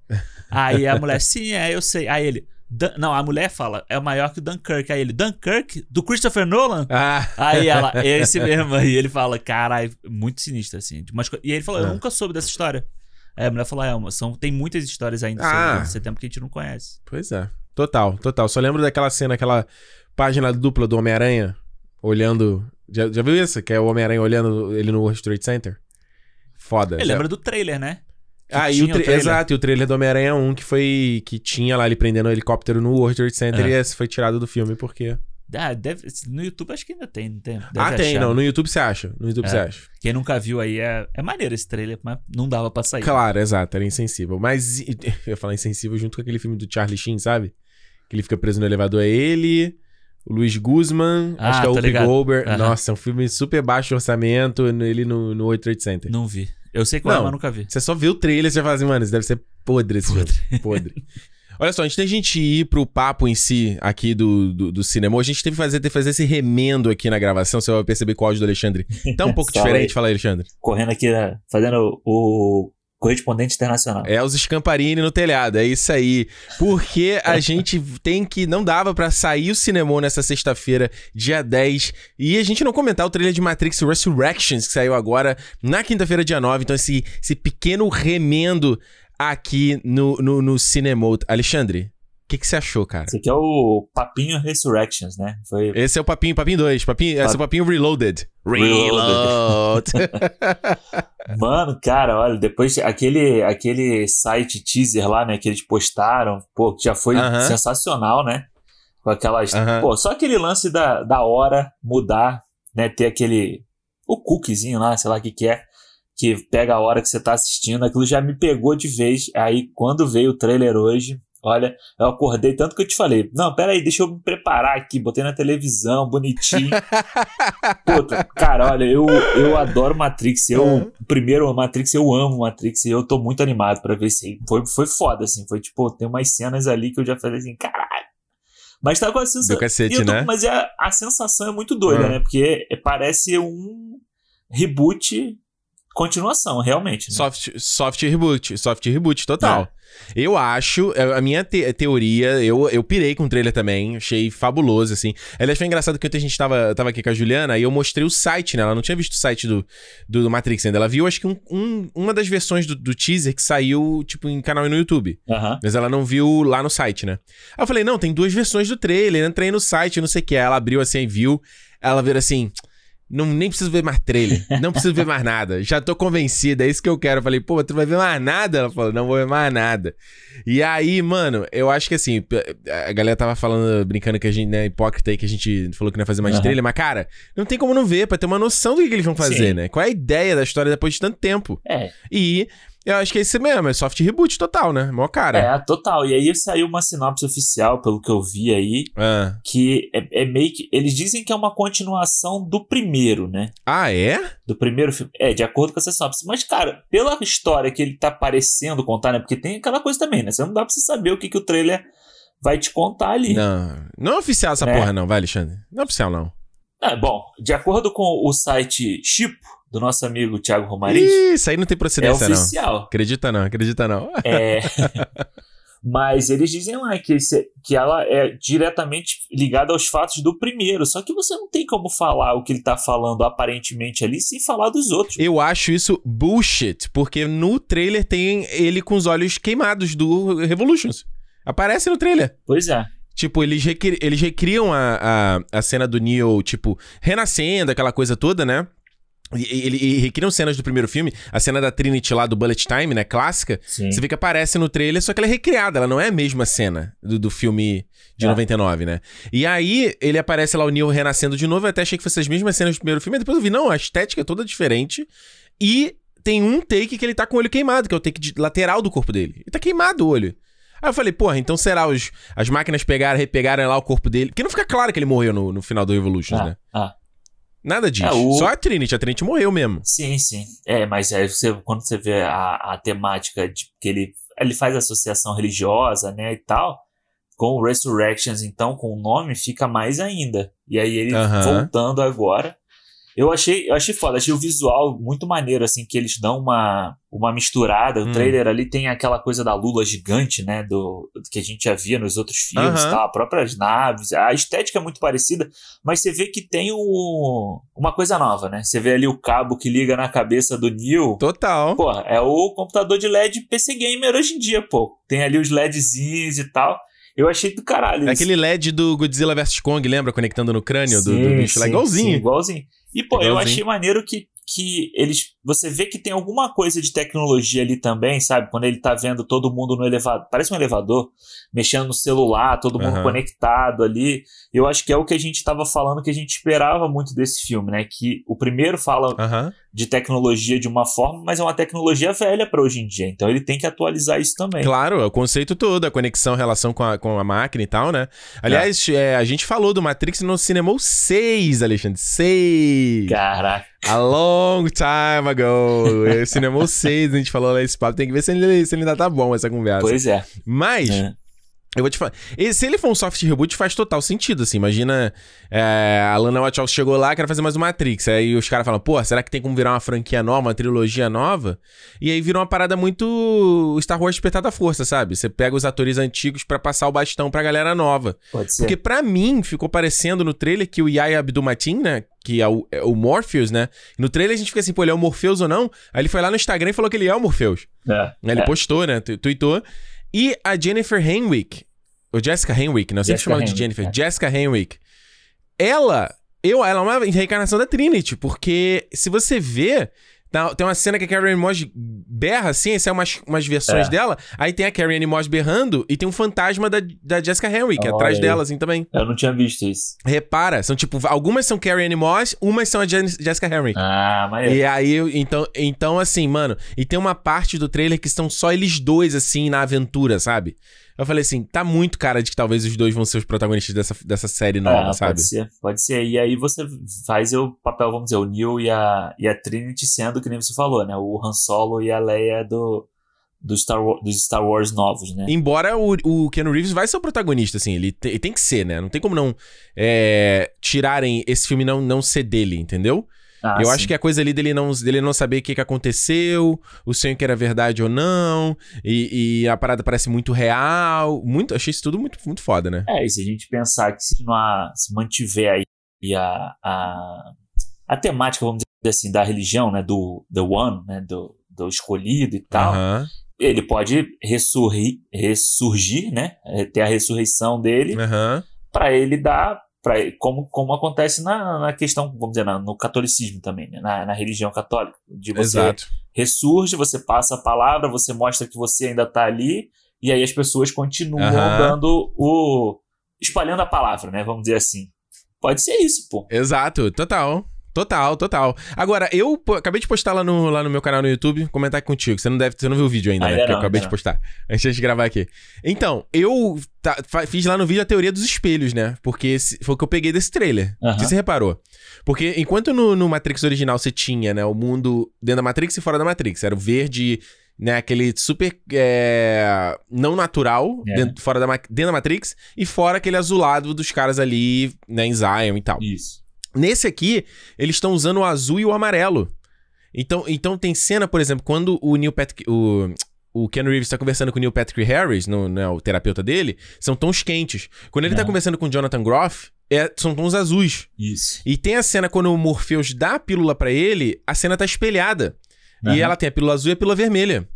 Aí a mulher, sim, é, eu sei. Aí ele. Dan- não, a mulher fala, é maior que o Dunkirk. Aí ele, Dunkirk? Do Christopher Nolan?
Ah!
Aí ela, esse mesmo. Aí ele fala, caralho, muito sinistro, assim. de umas co- E aí ele falou,
É.
eu nunca soube dessa história. Aí a mulher falou, é, uma- são, tem muitas histórias ainda sobre
Ah.
o 11 de setembro que a gente não conhece.
Pois é. Total, total. Só lembro daquela cena, aquela página dupla do Homem-Aranha olhando. Já, já viu isso? Que é o Homem-Aranha olhando ele no World Trade Center? Foda.
Ele
É, Já-
lembra do trailer, né? Que
ah, e
tinha
o tra-
trailer.
Exato, e o trailer do Homem-Aranha 1 que foi. que tinha lá ele prendendo o helicóptero no World Trade Center
É.
e esse foi tirado do filme porque.
Ah, deve- no YouTube acho que ainda tem, não tem? Deve
ah, tem,
achar.
não. No YouTube você acha. No YouTube
É.
você acha.
Quem nunca viu aí é, é maneiro esse trailer, mas não dava pra sair.
Claro, exato, era insensível. Mas e- eu ia falar insensível junto com aquele filme do Charlie Sheen, sabe? Que ele fica preso no elevador, é ele, o Luiz Guzman,
Ah,
acho que é o
tô
Whoopi
ligado.
Goldberg.
Aham.
Nossa, é um filme super baixo orçamento, no- ele no, no 8 Trade Center.
Não vi. Eu sei qual é,
Não.
mas nunca vi.
Você só vê o trailer e você fala assim, mano, isso deve ser podre esse filme. Podre. Olha só, antes da gente ir pro papo em si aqui do, do, do cinema, a gente teve que fazer, teve que fazer esse remendo aqui na gravação, você vai perceber que o áudio do Alexandre tá um pouco
Fala aí.
diferente. Fala aí, Alexandre.
Correndo aqui, né, fazendo o, o correspondente internacional.
É os Scamparini no telhado, é isso aí. Porque a gente tem que. Não dava pra sair o cinema nessa sexta-feira, dia 10. E a gente não comentar o trailer de Matrix Resurrections, que saiu agora na quinta-feira, dia 9. Então, esse, esse pequeno remendo aqui no, no, no cinema. Alexandre, o que, que você achou, cara?
Esse aqui é o Papinho Resurrections, né? Foi
Esse é o papinho, papinho 2, papinho, esse é o papinho Reloaded.
Reloaded. Mano, cara, olha, depois aquele, aquele site teaser lá, né, que eles postaram, pô, que já foi
Aham.
sensacional, né? Com aquelas.
Aham.
Pô, só aquele lance da, da hora mudar, né? Ter aquele. O cookiezinho lá, sei lá o que, que é, que pega a hora que você tá assistindo, aquilo já me pegou de vez. Aí quando veio o trailer hoje, olha, eu acordei tanto que eu te falei: não, peraí, deixa eu me preparar aqui, botei na televisão, bonitinho. Puta, cara, olha, eu, eu adoro Matrix.
Uhum.
Eu, primeiro, Matrix, eu amo Matrix e eu tô muito animado pra ver se foi, foi foda, assim. Foi tipo, tem umas cenas ali que eu já falei assim, caralho. Mas tá com a sensação.
Do cacete,
e eu tô-
né?
Mas é- a sensação é muito doida,
Uhum.
né? Porque é- parece um reboot continuação, realmente. Né?
Soft, soft reboot, soft reboot total. Eu acho, é, a minha te- teoria, eu, eu pirei com o trailer também, achei fabuloso, assim. Aliás, foi engraçado que ontem a gente tava, tava aqui com a Juliana e eu mostrei o site, né? Ela não tinha visto o site do, do, do Matrix ainda. Ela viu, acho que um- um- uma das versões do, do teaser que saiu, tipo, em canal no YouTube.
Aham.
Mas ela não viu lá no site, né? Aí eu falei, não, tem duas versões do trailer. Eu Entrei no site, não sei o que. é. Ela abriu assim e viu. Ela virou assim. Não, nem preciso ver mais trailer. Não preciso ver mais nada. Já tô convencida, é isso que eu quero. Eu falei, pô, mas tu não vai ver mais nada? Ela falou, não vou ver mais nada. E aí, mano, eu acho que assim, p- a galera tava falando, brincando que a gente, né, hipócrita aí, que a gente falou que não ia fazer mais
Aham.
trailer, mas, cara, não tem como não ver, pra ter uma noção do que, que eles vão fazer,
Sim.
né? Qual é a ideia da história depois de tanto tempo?
É,
E eu acho que é isso mesmo, é soft reboot total, né? Mó cara.
é, total. E aí saiu uma sinopse oficial, pelo que eu vi aí,
Ah,
que é, é meio que. Eles dizem que é uma continuação do primeiro, né?
Ah, é?
do primeiro filme. É, de acordo com essa sinopse. Mas, cara, pela história que ele tá parecendo contar, né? Porque tem aquela coisa também, né? Você não dá pra você saber o que, que o trailer vai te contar ali.
Não. Não é oficial essa
É.
porra, não, vai, Alexandre? Não é oficial, não.
Ah, bom, de acordo com o site Chipo, do nosso amigo Thiago Romariz,
Ih, isso aí não tem
é
procedência, não.
oficial.
Acredita não, acredita não.
É. Mas eles dizem lá que, esse- que ela é diretamente ligada aos fatos do primeiro. Só que você não tem como falar o que ele tá falando aparentemente ali sem falar dos outros.
Eu acho isso bullshit, porque no trailer tem ele com os olhos queimados do Revolutions. Aparece no trailer.
Pois é.
Tipo, eles, recri- eles recriam a, a, a cena do Neo, tipo, renascendo, aquela coisa toda, né? E, e- ele- e recriam cenas do primeiro filme, a cena da Trinity lá do Bullet Time, né? Clássica.
Sim.
Você vê que aparece no trailer, só que ela é recriada, ela não é a mesma cena do, do filme de
É.
99, né? E aí ele aparece lá, o Neo renascendo de novo, eu até achei que fosse as mesmas cenas do primeiro filme, mas depois eu vi, não, a estética é toda diferente. E tem um take que ele tá com o olho queimado, que é o take de- lateral do corpo dele. Ele tá queimado o olho. Aí eu falei, porra, então será os, as máquinas pegaram, repegaram lá o corpo dele? Porque não fica claro que ele morreu no, no final do Revolutions,
Ah,
né?
ah.
Nada disso.
É, o-
Só a Trinity, a Trinity morreu mesmo.
Sim, sim. É, mas aí você, quando você vê a, a temática de que ele, ele faz associação religiosa, né, e tal, com o Resurrections, então, com o nome, fica mais ainda. E aí ele
Aham.
voltando agora. Eu achei, eu achei foda, achei o visual muito maneiro, assim, que eles dão uma, uma misturada. O
Hum.
trailer ali tem aquela coisa da Lula gigante, né? Do, do que a gente já via nos outros filmes
Aham.
e tal, próprias naves. A estética é muito parecida, mas você vê que tem o, uma coisa nova, né? Você vê ali o cabo que liga na cabeça do Neil.
Total.
Porra, é o computador de LED PC Gamer hoje em dia, pô. Tem ali os LEDzinhos e tal. Eu achei do caralho.
É
isso.
Aquele LED do Godzilla vs Kong, lembra? Conectando no crânio do, do
Sim,
bicho é lá.
sim,
Igualzinho.
sim, igualzinho. E, pô, eu
Igualzinho.
achei maneiro que, que eles. Você vê que tem alguma coisa de tecnologia ali também, sabe? Quando ele tá vendo todo mundo no elevador. Parece um elevador, mexendo no celular, todo mundo
Aham.
conectado ali. Eu acho que é o que a gente tava falando que a gente esperava muito desse filme, né? Que o primeiro fala
Aham.
de tecnologia de uma forma, mas é uma tecnologia velha pra hoje em dia. Então ele tem que atualizar isso também.
Claro, é o conceito todo, a conexão, relação com a, com a máquina e tal, né? Aliás, é, a gente falou do Matrix no Cinema 6, Alexandre. 6.
Caraca.
A long time ago. É, Cinema 6, a gente falou lá esse papo. Tem que ver se ele, se ele ainda tá bom essa conversa.
Pois é.
Mas,
né?
eu vou te falar. e se ele for um soft reboot, faz total sentido, assim. Imagina é, a Lana Wachowski chegou lá, quer fazer mais um Matrix. Aí os caras falam, pô, será que tem como virar uma franquia nova, uma trilogia nova? E aí virou uma parada muito Star Wars Despertar da Força, sabe? Você pega os atores antigos pra passar o bastão pra galera nova.
Pode ser.
Porque pra mim ficou parecendo no trailer que o Yaya Abdul-Mateen, né? Que é o, é o Morpheus, né? No trailer a gente fica assim, pô, ele é o Morpheus ou não? Aí ele foi lá no Instagram e falou que ele é o Morpheus.
É.
Ele
É.
postou, né? Tu- Tweetou. E a Jennifer Henwick, ou Jessica Henwick, não sei se
Jessica
chama de
Henwick,
Jennifer,
é.
Jessica Henwick. Ela, eu, ela é uma reencarnação da Trinity, porque se você vê, tá- tem uma cena que a Karen Moss berra, assim, são umas, umas versões
É.
dela, aí tem a Karen Moss berrando e tem um fantasma da, da Jessica Henwick
Olha
atrás
aí.
dela, assim, também.
Eu não tinha visto isso.
Repara, são tipo, algumas são Karen Moss, umas são a Jen- Jessica Henwick.
Ah, mas.
E aí, eu- então, então, assim, mano, e tem uma parte do trailer que estão só eles dois, assim, na aventura, sabe? Eu falei assim, tá muito cara de que talvez os dois vão ser os protagonistas dessa, dessa série nova,
Ah,
sabe?
Pode ser, pode ser. E aí você faz o papel, vamos dizer, o Neil e a, e a Trinity sendo, que nem você falou, né? O Han Solo e a Leia do, do Star, Wa- dos Star Wars novos, né?
Embora o, o Keanu Reeves vai ser o protagonista, assim, ele, te- ele tem que ser, né? Não tem como não é, tirarem esse filme e não, não ser dele, entendeu?
Ah,
Eu
sim.
acho que a coisa ali dele não, dele não saber o que, que aconteceu, o sonho que era verdade ou não, e, e a parada parece muito real. Muito, achei isso tudo muito, muito foda, né?
É, e se a gente pensar que se, não a- se mantiver aí e a, a, a temática, vamos dizer assim, da religião, né? Do The One, né? Do, do escolhido e tal.
Aham,
Ele pode ressurri, ressurgir, né? é, Ter a ressurreição dele.
aham.
para ele dar para como como acontece na, na questão vamos dizer na- no catolicismo também né? na, na religião católica de você
Exato.
ressurge você passa a palavra você mostra que você ainda tá ali e aí as pessoas continuam
Aham.
dando o espalhando a palavra né vamos dizer assim pode ser isso pô
Exato, total. Total, total. Agora, eu pô, acabei de postar lá no, lá no meu canal no YouTube, comentar aqui contigo. Você não deve, você não viu o vídeo ainda, né?
Ainda
Porque eu
não,
acabei de
ainda
postar. Antes de gravar aqui. Então, eu tá- fa- fiz lá no vídeo a teoria dos espelhos, né? Porque esse- foi o que eu peguei desse trailer.
Aham.
Você se reparou. Porque enquanto no, no Matrix original você tinha, né, o mundo dentro da Matrix e fora da Matrix. Era o verde, né, aquele super é, não natural
É.
dentro, fora da, ma- dentro da Matrix e fora aquele azulado dos caras ali, né, em Zion e tal.
isso
Nesse aqui, eles estão usando o azul e o amarelo. Então, então tem cena, por exemplo, quando o Neil Patrick. O, o Ken Reeves tá conversando com o Neil Patrick Harris, no, né, o terapeuta dele, são tons quentes. Quando ele tá
Aham.
conversando com o Jonathan Groff, é- são tons azuis.
isso
E tem a cena quando o Morpheus dá a pílula pra ele, a cena tá espelhada. E
Aham.
ela tem a pílula azul e a pílula vermelha.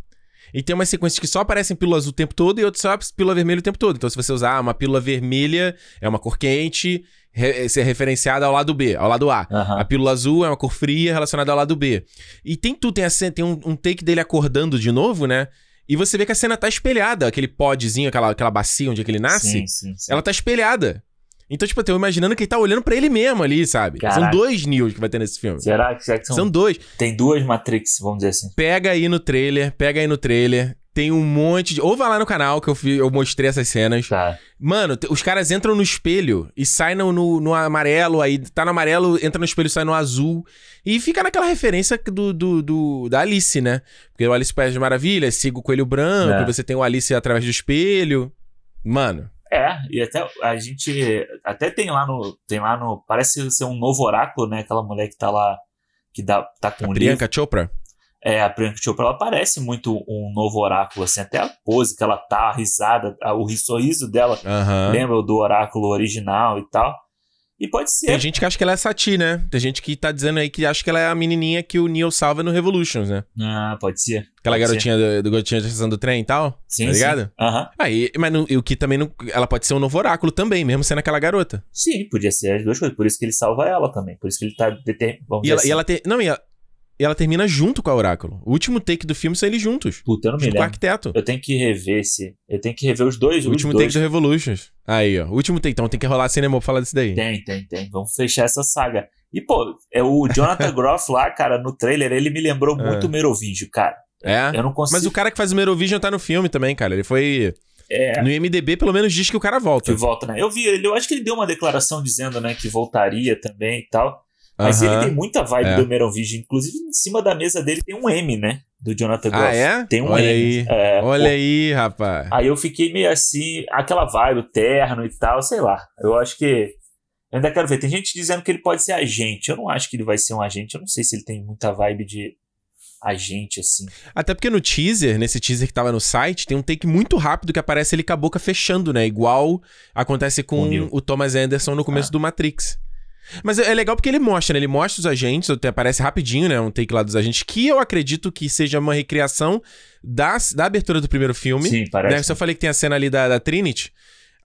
E tem umas sequências que só aparecem pílula azul o tempo todo e outras só pílula vermelha o tempo todo. Então, se você usar uma pílula vermelha, é uma cor quente, re eh, ser referenciada ao lado B, ao lado A.
Aham.
A pílula azul é uma cor fria relacionada ao lado B. E tem tudo, tem, a cena, tem um, um take dele acordando de novo, né? E você vê que a cena tá espelhada, aquele podzinho, aquela, aquela bacia onde é que ele nasce.
sim, sim, sim.
Ela tá espelhada. Então, tipo, eu tô imaginando que ele tá olhando pra ele mesmo ali, sabe? São
Caraca.
dois News que vai ter nesse filme.
será que, será que são,
São dois.
tem duas Matrix vamos dizer assim
Pega aí no trailer, pega aí no trailer. Tem um monte de. Ou vai lá no canal que eu, fi- eu mostrei essas cenas.
tá
Mano, te- os caras entram no espelho e saem no, no, no amarelo, aí tá no amarelo, entra no espelho, sai no azul. E fica naquela referência que do, do, do- da Alice, né? Porque o Alice País de Maravilha, siga o Coelho Branco,
É.
e você tem o Alice através do espelho. Mano,
É, e até a gente até tem lá no tem lá no parece ser um novo oráculo, né? Aquela mulher que tá lá que dá tá com
a
um livro.
Priyanka Chopra.
É, a Priyanka Chopra, ela parece muito um novo oráculo assim, até a pose que ela tá, a risada, a- o ri- sorriso dela
Aham.
lembra o do oráculo original e tal. E pode ser.
Tem gente que acha que ela é Sati, né? Tem gente que tá dizendo aí que acha que ela é a menininha que o Neo salva no Revolutions, né?
Ah, pode ser.
Aquela
Pode
garotinha do, do garotinha da estação do trem e tal.
Sim,
tá ligado?
sim. Aham.
Aí, mas não- e o que também não. Ela pode ser um novo oráculo também, mesmo sendo aquela garota.
Sim, podia ser as duas coisas. Por isso que ele salva ela também. Por isso que ele tá determinado.
E ela, e ela tem. Não, e ela, E ela termina junto com a Oráculo. O último take do filme são eles juntos.
Puta, eu não me
Junto com o
lembro.
arquiteto.
Eu tenho que rever esse. Eu tenho que rever os dois.
um O último
os
take
dois.
do Revolutions. Aí, ó. O último take. Então tem que rolar cinema pra falar disso daí.
Tem, tem, tem. Vamos fechar essa saga. E, pô, é o Jonathan Groff lá, cara, no trailer, ele me lembrou muito o Merovingio, cara.
É?
Eu não consigo.
Mas o cara que faz o Merovision tá no filme também, cara. Ele foi.
É,
No IMDB, pelo menos, diz que o cara volta.
que volta, né? Eu vi ele, eu acho que ele deu uma declaração dizendo, né, que voltaria também e tal. Mas
Aham.
ele tem muita vibe
É.
do Merovingio. Inclusive, em cima da mesa dele tem um M, né? Do Jonathan Groff.
Ah, é?
Tem um
Olha
M.
aí.
É,
Olha
pô,
aí, rapaz.
Aí eu fiquei meio assim, aquela vibe, o terno e tal, sei lá. Eu acho que. Eu ainda quero ver. Tem gente dizendo que ele pode ser agente. Eu não acho que ele vai ser um agente. Eu não sei se ele tem muita vibe de agente, assim.
Até porque no teaser, nesse teaser que tava no site, tem um take muito rápido que aparece ele com a boca fechando, né? Igual acontece
Com
com
o Neo.
o Thomas Anderson no começo
Ah.
do Matrix. Mas é é legal porque ele mostra, né? Ele mostra os agentes, até aparece rapidinho, né? Um take lá dos agentes, que eu acredito que seja uma recriação da, da abertura do primeiro filme.
Sim,
Né?
parece.
Se eu falei que tem a cena ali da, da Trinity,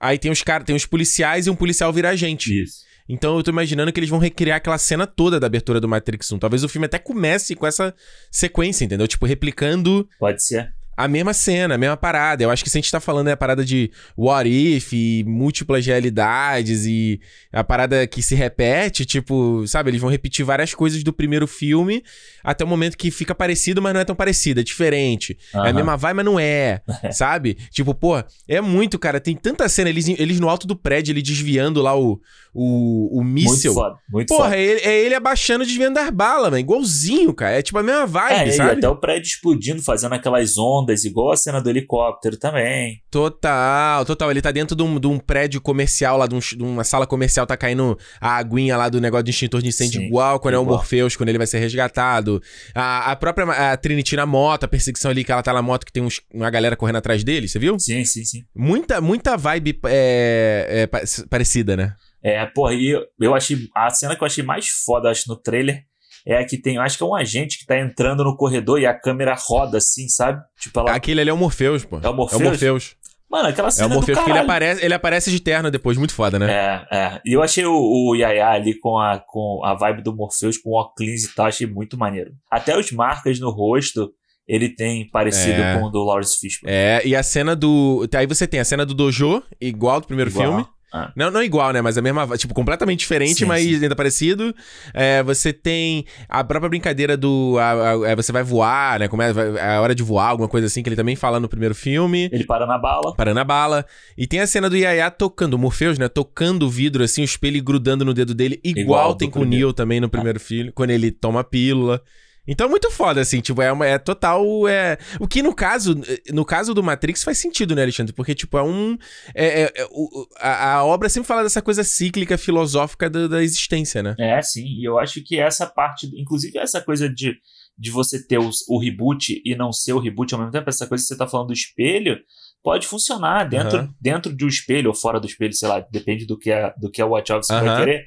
aí tem os caras, tem os policiais e um policial vira agente.
Isso.
Então eu tô imaginando que eles vão recriar aquela cena toda da abertura do Matrix 1. Talvez o filme até comece com essa sequência, entendeu? Tipo, replicando
Pode ser.
a mesma cena, a mesma parada. Eu acho que se a gente tá falando é a parada de what if e múltiplas realidades e a parada que se repete, tipo, sabe, eles vão repetir várias coisas do primeiro filme até o momento que fica parecido, mas não é tão parecido, é diferente. É a
Aham.
mesma vai, mas não é. sabe? Tipo, pô, é muito, cara. Tem tanta cena, eles, eles no alto do prédio, ele desviando lá o, o, o
Muito
míssil.
foda. Muito
Porra,
foda.
é ele, é ele abaixando e desviando das balas, mano. Igualzinho, cara. É tipo a mesma
É,
vibe,
e
sabe?
até o prédio explodindo, fazendo aquelas ondas, igual a cena do helicóptero também.
Total, total. Ele tá dentro de um, de um prédio comercial lá, de, um ch- de uma sala comercial, tá caindo a aguinha lá do negócio do extintor de incêndio,
Sim,
igual quando é o
igual.
Morpheus, quando ele vai ser resgatado. A, a própria ma- a Trinity na moto, a perseguição ali que ela tá na moto, que tem uns- uma galera correndo atrás dele, você viu?
Sim, sim, sim.
Muita, muita vibe é, é, pa- parecida, né?
É, porra, e eu- eu achei. A cena que eu achei mais foda, acho, no trailer é a que tem. Acho que é um agente que tá entrando no corredor e a câmera roda assim, sabe? Tipo, ela.
Aquele ali é o Morpheus, pô.
É o Morpheus?
É o Morpheus,
Mano, aquela
É o
cena do
Morpheus, porque ele
caralho.
aparece, ele aparece de terno depois, muito foda, né?
É, é. E eu achei o, o Yaya ali com a, com a vibe do Morpheus, com o óculos e tal, achei muito maneiro. Até os marcas no rosto, ele tem parecido
É.
com o do Lawrence Fishburne.
É, e a cena do. Aí você tem a cena do Dojo, igual do primeiro
Igual.
filme.
Ah.
Não, não igual, né? Mas a mesma. Tipo, completamente diferente,
Sim,
mas
sim.
ainda parecido. É, você tem a própria brincadeira do. a- a- é, você vai voar, né? Como é vai- a hora de voar, alguma coisa assim, que ele também fala no primeiro filme.
Ele para na bala.
Parando a bala. E tem a cena do Yaya tocando, o Morpheus, né? Tocando o vidro, assim, o espelho e grudando no dedo dele. Igual,
Igual do
tem com o
primeiro. Ah.
Neil também no primeiro filme, quando ele toma a pílula. Então é muito foda, assim, tipo, é, uma- é total. É... O que no caso, no caso do Matrix faz sentido, né, Alexandre? Porque, tipo, é um. é- é- é- o- o- a, a obra sempre fala dessa coisa cíclica, filosófica da, da existência, né?
É, sim. E eu acho que essa parte, inclusive essa coisa de, de você ter os- o, reboot e não ser o reboot ao mesmo tempo, essa coisa que você tá falando do espelho, pode funcionar dentro,
Aham.
dentro de um espelho ou fora do espelho, sei lá, depende do que é, do que é o Wachowski vai
Aham.
querer.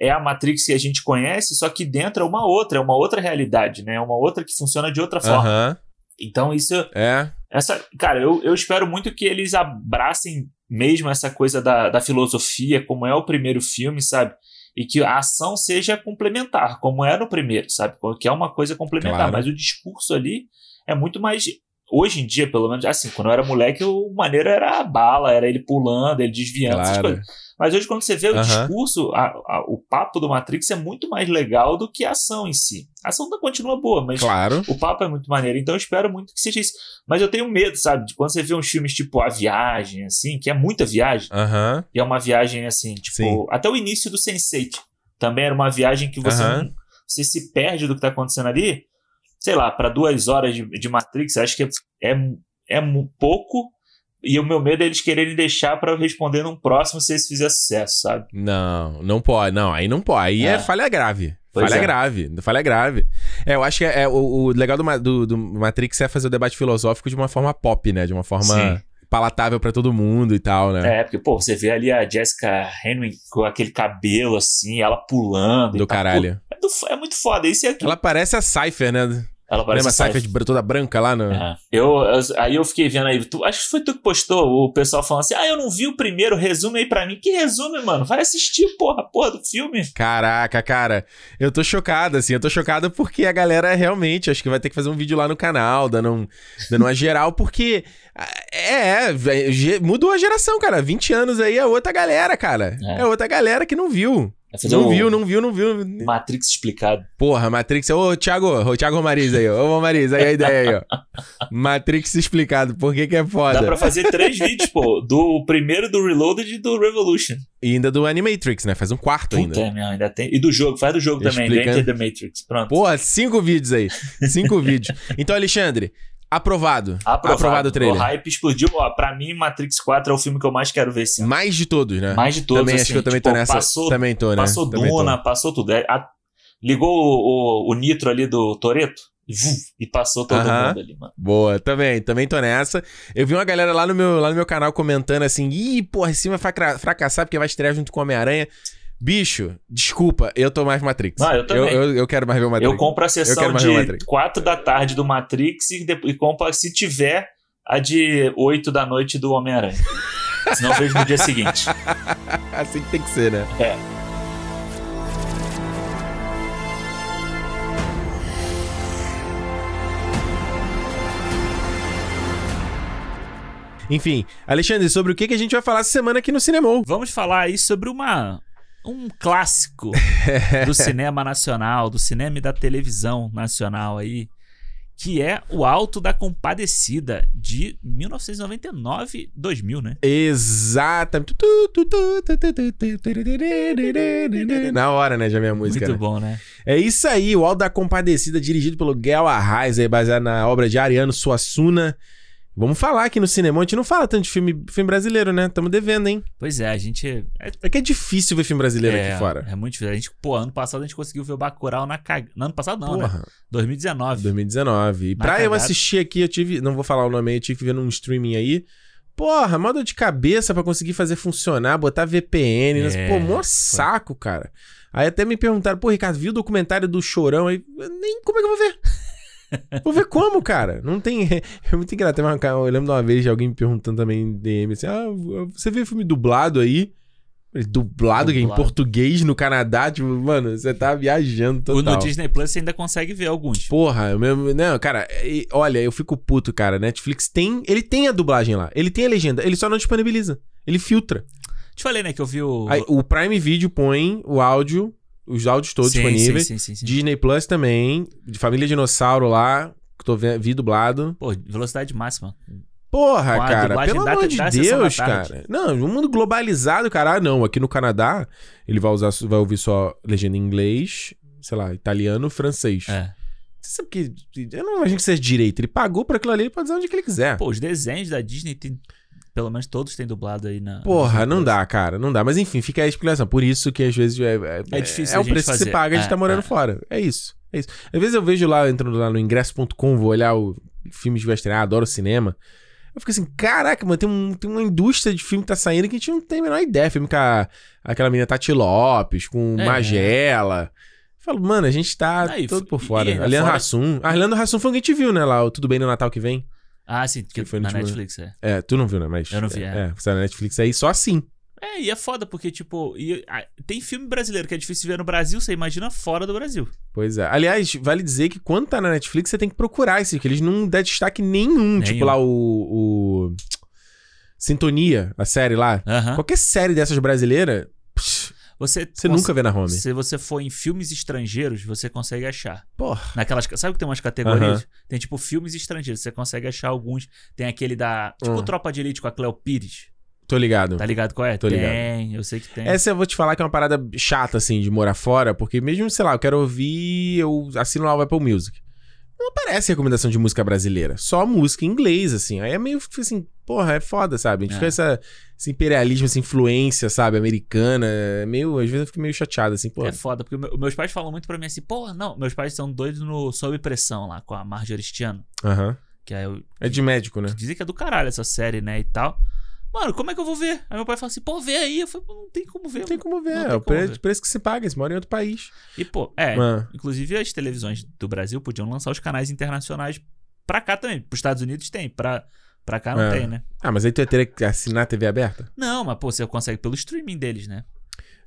É a Matrix que a gente conhece, só que dentro é uma outra, é uma outra realidade, né? É uma outra que funciona de outra forma.
Aham.
Então isso
É.
essa, cara, eu, eu espero muito que eles abracem mesmo essa coisa da, da filosofia, como é o primeiro filme, sabe? E que a ação seja complementar, como é no primeiro, sabe? Que é uma coisa complementar,
Claro.
mas o discurso ali é muito mais. Hoje em dia, pelo menos, assim, quando eu era moleque, o maneiro era a bala, era ele pulando, ele desviando, essas coisas.
Claro.
Mas hoje, quando você vê o
Aham.
discurso, a- a- o papo do Matrix é muito mais legal do que a ação em si. A ação ainda continua boa, mas
Claro.
o papo é muito maneiro, então eu espero muito que seja isso. Mas eu tenho medo, sabe? De quando você vê uns filmes tipo A Viagem, assim, que é muita viagem,
Aham.
e é uma viagem assim, tipo.
Sim.
Até o início do Sense8 também era uma viagem que você,
Aham.
não- você se perde do que tá acontecendo ali. Sei lá, para duas horas de, de Matrix, acho que é, é, é mu- pouco. E o meu medo é eles quererem deixar pra eu responder num próximo se esse fizer sucesso, sabe?
Não, não pode, não, aí não pode. Aí é,
É.
falha grave.
Pois
falha
é.
grave, falha grave. É, eu acho que é, é o, o legal do, Ma- do- do Matrix é fazer o debate filosófico de uma forma pop, né? De uma forma
Sim.
palatável pra todo mundo e tal, né?
É, porque, pô, você vê ali a Jessica Henry com aquele cabelo assim, ela pulando. e
do
tal. Pô,
caralho.
É, do- é muito foda. Isso é aquilo.
Ela parece a Cypher, né?
Ela parece
Lembra a Saika
Sypha.
de, toda branca lá no.
É. Eu, eu- aí eu fiquei vendo aí, tu- acho que foi tu que postou o pessoal falando assim: ah, eu não vi o primeiro, resume aí pra mim. Que resume, mano? Vai assistir, porra, porra do filme.
Caraca, cara, eu tô chocado, assim, eu tô chocado porque a galera realmente, acho que vai ter que fazer um vídeo lá no canal, dando, um, dando uma geral, porque ah, é, é, ge- mudou a geração, cara, 20 anos aí é outra galera, cara, é,
É.
outra galera que não viu,
Vai fazer um
não
o
viu, não viu, não viu,
Matrix explicado.
porra, Matrix, ô Thiago, ô Thiago Romariz aí, ó, ô Romariz, aí a ideia aí, ó, Matrix explicado, por que que é foda,
Dá pra fazer três vídeos, pô. Do primeiro do Reloaded e do Revolution.
e ainda do Animatrix, né, faz um quarto ainda.
Puta, é mesmo, ainda tem. E do jogo, faz do jogo também, do
Explicando.
Enter the Matrix. Pronto.
Porra, cinco vídeos aí. Cinco vídeos. Então, Alexandre, aprovado. o trailer.
O hype explodiu. Ó, pra mim, Matrix 4 é o filme que eu mais quero ver esse ano.
Mais de todos, né?
Mais de todos.
também acho
assim,
que eu também
tipo,
tô nessa.
Passou,
também tô, né?
passou
Também tô.
Duna, passou tudo. É, a- ligou o, o- o nitro ali do Toreto e passou todo
Aham.
mundo ali, mano.
Boa, também, também tô nessa. Eu vi uma galera lá no meu, lá no meu canal comentando assim: ih, porra, esse filme vai fracra- fracassar porque vai estrear junto com o Homem-Aranha. Bicho, desculpa, eu tô mais Matrix.
Não, Ah, eu também.
Eu, eu quero mais ver o Matrix.
Eu compro a
quero
sessão
mais ver o
de
Matrix.
4 da tarde do Matrix e, depois, e compro, se tiver, a de 8 da noite do Homem-Aranha. Senão eu vejo no dia seguinte.
Assim que tem que ser, né?
É.
Enfim, Alexandre, sobre o que que a gente vai falar essa semana aqui no Cinemol?
Vamos falar aí sobre uma um clássico do cinema nacional, do cinema e da televisão nacional aí, que é O Alto da Compadecida de 1999-2000, né?
Exatamente. Tu, tu, tu, tu, tu, tu, tu, tu, tu, tu, tu. Na hora, né? Já minha música.
Muito
né?
bom, né?
É isso aí, o Alto da Compadecida, dirigido pelo Gael Arraes, aí, baseado na obra de Ariano Suassuna. Vamos falar aqui no cinema. A gente não fala tanto de filme, filme brasileiro, né? Tamo devendo, hein?
Pois é, a gente é,
É que é difícil ver filme brasileiro
é,
aqui fora.
é muito difícil. A gente, pô, ano passado a gente conseguiu ver o Bacurau na cagada. Ano passado não, né?
Porra,
2019.
2019. E
Na
pra eu
cagada.
assistir aqui, eu tive. Não vou falar o nome aí, eu tive que ver num streaming aí. Porra, modo de cabeça pra conseguir fazer funcionar, botar VPN. né?
É,
Pô, mó
foi.
saco, cara. Aí até me perguntaram, pô, Ricardo, viu o documentário do Chorão? Aí, eu nem como é que eu vou ver? vou ver como, cara? Não tem. É muito engraçado. Tem uma- Eu lembro de uma vez de alguém me perguntando também em DM assim: ah, você vê filme dublado aí? Eu falei, Dublado, que é em
Dublado.
português no Canadá? Tipo, mano, você tá viajando
O
total.
no Disney Plus você ainda consegue ver alguns.
Porra, eu mesmo. Não, cara, e- olha, eu fico puto, cara. Netflix tem. Ele tem a dublagem lá. Ele tem a legenda. Ele só não disponibiliza. Ele filtra.
Te falei, né, que eu vi o
Aí, o Prime Video põe o áudio, os áudios todos
Sim,
disponíveis.
Sim, sim, sim, sim.
Disney Plus também. De Família Dinossauro lá. Que tô vendo, vi dublado.
Pô, velocidade máxima.
Porra,
Com a
cara,
dublagem
pelo
da-
amor
da
de
sessão da
Deus,
tarde.
cara. Não, um mundo globalizado, cara. Ah, não. Aqui no Canadá, ele vai usar, vai ouvir só legenda em inglês, sei lá, italiano, francês.
É.
Você sabe que. Eu não imagino que seja direito. Ele pagou pra aquilo ali, ele pode dizer onde que ele quiser.
Pô, os desenhos da Disney tem. Pelo menos todos têm dublado aí na.
Porra,
na-
não dá, cara, não dá. Mas enfim, fica aí a explicação. Por isso que às vezes é,
É difícil
É
a
o
gente
preço que você
fazer.
paga de
É,
estar morando
é.
fora. É isso. É isso. Às vezes eu vejo lá, entrando lá no ingresso.com, vou olhar o filme de vestrar, adoro cinema. Eu fico assim, caraca, mano, tem, um- tem uma indústria de filme que tá saindo que a gente não tem a menor ideia. Filme com a- aquela menina Tati Lopes, com
É.
Magela. Eu falo, mano, a gente tá
Não, e
todo
f-
por
e-
fora.
e ainda
Leandro
fora-
Hassum. Ah, Leandro Hassum foi o que a gente viu, né, lá, o Tudo Bem no Natal que vem.
Ah, sim, porque
Que foi no
na
último-
Netflix, é.
É, tu não viu, né? Mas.
Eu não vi,
É,
é.
é você tá na Netflix aí só assim.
É, e é foda, porque, tipo, e- ah, tem filme brasileiro que é difícil ver no Brasil, você imagina fora do Brasil.
Pois é. Aliás, vale dizer que quando tá na Netflix, você tem que procurar esse, que eles não dão destaque nenhum.
Nenhum.
Tipo lá o, o- Sintonia, a série lá.
Aham.
Qualquer série dessas brasileiras, psh,
Você,
você
cons-
nunca vê na home.
Se você for em filmes estrangeiros, você consegue achar.
Porra.
Naquelas. Sabe que tem umas categorias? Tem, tipo, filmes estrangeiros, você consegue achar alguns. Tem aquele da. Tipo,
Hum.
Tropa de Elite com a Cleo Pires.
Tô ligado.
Tá ligado qual é?
Tô ligado.
Tem, eu sei que tem.
Essa eu vou te falar que é uma parada chata, assim, de morar fora, porque mesmo, sei lá, eu quero ouvir, eu assino lá o Apple Music. Não aparece recomendação de música brasileira, só música em inglês, assim. Aí é meio assim, porra, é foda, sabe? A gente
É.
fica essa, esse imperialismo, essa influência, sabe, americana. É meio, às vezes eu fico meio chateado, assim, pô.
É foda, porque me- meus pais falam muito pra mim assim, porra, não, meus pais são doidos no Sob Pressão lá, com a Marjorie Stiano,
Aham.
que é, o-
É de médico, né?
dizem que é do caralho essa série, né, e tal. Mano, como é que eu vou ver? Aí meu pai fala assim, pô, vê aí. Eu falei, pô, não tem como ver.
Não tem
mano.
como ver.
Não
é
tem
o
como
pre-
ver.
preço que se paga, eles moram em outro país. Ah.
E, pô, é.
Mano,
Inclusive, as televisões do Brasil podiam lançar os canais internacionais pra cá também. Pros Estados Unidos tem, pra, pra cá não
É.
tem, né?
Ah, mas aí tu ia ter que assinar a TV aberta?
Não, mas, pô, você consegue pelo streaming deles, né?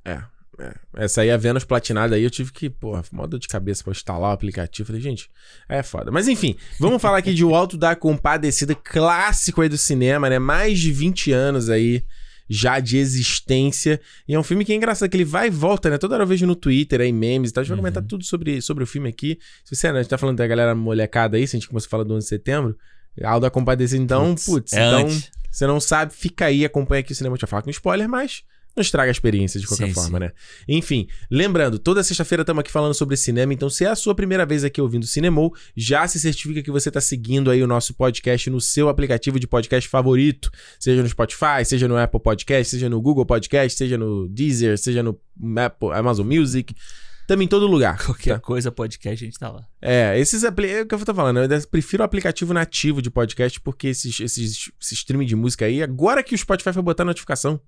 É. é. Essa aí, a Vênus platinada aí, eu tive que, porra, mó dor de cabeça pra eu instalar o aplicativo. Falei, gente, é foda. Mas enfim, vamos falar aqui de O Alto da Compadecida, clássico aí do cinema, né? Mais de 20 anos aí já de existência. E é um filme que é engraçado, que ele vai e volta, né? Toda hora eu vejo no Twitter, aí memes e tal. A gente vai
Uhum.
comentar tudo sobre, sobre o filme aqui. Se você, né, a gente tá falando da galera molecada aí, se a gente começou a falar do 11 de setembro. Alto da Compadecida, então, putz,
é
então...
antes.
Você não sabe, fica aí, acompanha aqui o Cinema Te Falar com spoiler, mas não estraga a experiência de qualquer
Sim,
forma, né? Enfim, lembrando, toda sexta-feira estamos aqui falando sobre cinema, então se é a sua primeira vez aqui ouvindo o Cinemou, já se certifica que você está seguindo aí o nosso podcast no seu aplicativo de podcast favorito, seja no Spotify, seja no Apple Podcast, seja no Google Podcast, seja no Deezer, seja no Apple- Amazon Music, estamos em todo lugar.
Qualquer coisa, podcast, a gente tá lá.
É, esses apli- é o que eu tô falando, eu ainda prefiro o aplicativo nativo de podcast, porque esses, esses, esse streaming de música aí, agora que o Spotify foi botar notificação.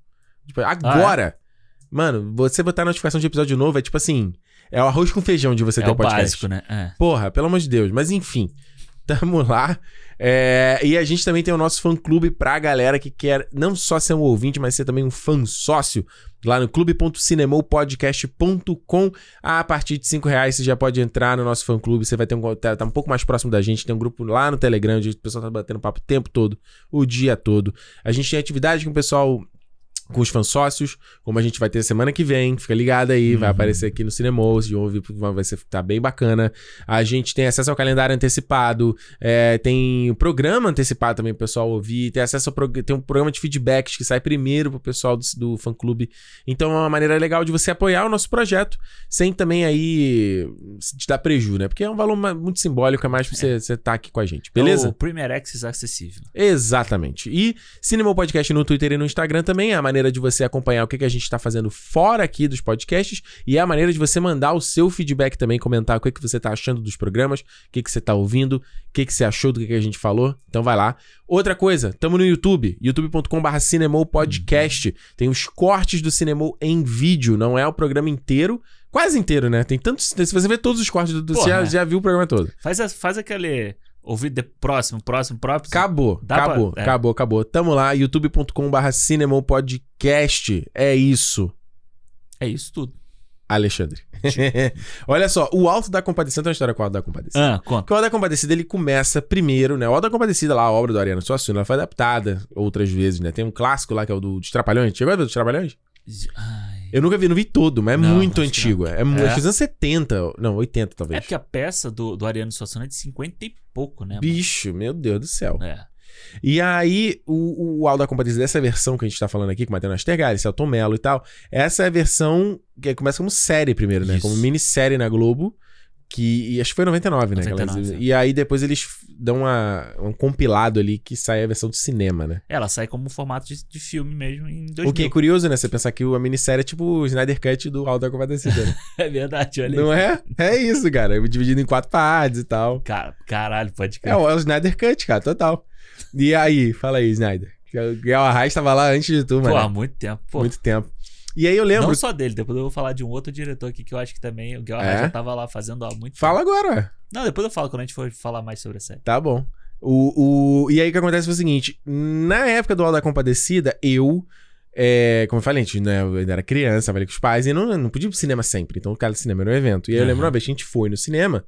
Tipo,
Ah, é?
agora! Mano, você botar notificação de episódio novo é tipo assim. É o arroz com feijão de você
é
ter
o
um podcast.
básico, né? É.
Porra, pelo amor de Deus. Mas enfim, tamo lá. É, e a gente também tem o nosso fã clube pra galera que quer não só ser um ouvinte, mas ser também um fã sócio. Lá no clube.cinemopodcast.com. Ah, A partir de 5 reais você já pode entrar no nosso fã clube. Você vai ter um, tá, tá um pouco mais próximo da gente. Tem um grupo lá no Telegram, onde o pessoal tá batendo papo o tempo todo, o dia todo. A gente tem atividade com o pessoal com os fãs sócios, como a gente vai ter semana que vem, fica ligado aí, vai
Uhum.
aparecer aqui no Cinemol, se ouve, vai ser, tá bem bacana. A gente tem acesso ao calendário antecipado, é, tem o programa antecipado também pro pessoal ouvir, tem acesso ao prog- tem um programa de feedbacks que sai primeiro pro pessoal do, do fã clube. Então é uma maneira legal de você apoiar o nosso projeto, sem também aí se te dar preju, né? Porque é um valor ma- muito simbólico, é mais pra você estar tá aqui com a gente, beleza?
É O Premier Access acessível.
Exatamente. E Cinema Podcast no Twitter e no Instagram também é a maneira de você acompanhar o que, que a gente está fazendo fora aqui dos podcasts e é a maneira de você mandar o seu feedback também, comentar o que, que você está achando dos programas, o que, que você está ouvindo, o que, que você achou do que, que a gente falou. Então vai lá. Outra coisa, estamos no YouTube, youtube.com.br cinemopodcast. Tem os cortes do Cinemol em vídeo, não é o programa inteiro, quase inteiro, né? Tem tantos. Se você vê todos os cortes, do, do- você
Porra,
já,
é.
já viu o programa todo.
Faz, a- faz aquele. Ouvir de próximo, próximo, próximo.
Acabou,
Dá pra-
acabou,
é.
acabou, acabou. Tamo lá, youtube.com.br cinemopodcast. É isso,
É isso tudo.
Alexandre. Olha só, o Alto da Compadecida, tem uma história com o Alto da Compadecida.
Ah, conta.
Porque o Alto da Compadecida, ele começa primeiro, né? O Alto da Compadecida lá, a obra do Ariano Suassuna, ela foi adaptada outras vezes, né? Tem um clássico lá que é o do, dos Trapalhões. Chegou a ver dos Trapalhões?
Ai.
Eu nunca vi, não vi todo, mas é
Não,
muito
acho que
antigo. É, mu-
É?
acho que dos anos 70, não, 80
É
talvez.
porque a peça do, do Ariano Suassuna é de 50 e pouco, né? mano?
Bicho, meu Deus do céu.
É.
E aí, o, o Alda Compadecida, dessa versão que a gente tá falando aqui, com Matheus Nastergalli, Celton Mello e tal, essa é a versão que começa como série primeiro, né?
Isso.
Como minissérie na Globo, que e acho que foi em 99, né? que elas-
99, é.
E aí depois eles f- dão uma- um compilado ali que sai a versão de cinema, né?
Ela sai como um formato de, de filme mesmo em
O que é
2000.
curioso, né? Você pensar que a minissérie é tipo o Snyder Cut do Alda Compadecida, né?
É verdade, olha aí.
Não é? É isso, cara. Dividido em quatro partes e tal.
Cara, caralho, pode
É,
crer.
o é o Snyder Cut, cara, total. E aí, fala aí, Snyder. é O Gael Arraes tava lá antes de tu,
Pô,
mano.
há muito tempo. Pô,
muito tempo. E aí eu lembro.
Não só dele, depois eu vou falar de um outro diretor aqui que eu acho que também o Guilherme
É?
já tava lá fazendo há muito
Fala agora, ué.
tempo. Não, depois eu falo quando a gente for falar mais sobre a série.
Tá bom. O, o... E aí o que acontece foi o seguinte: na época do Alto da Compadecida, eu. é, como eu falei, a gente, né, eu ainda era criança, tava ali com os pais, e não, não podia ir pro cinema sempre. Então, o cara do cinema era um evento. E aí eu lembro
Aham.
uma vez que a gente foi no cinema,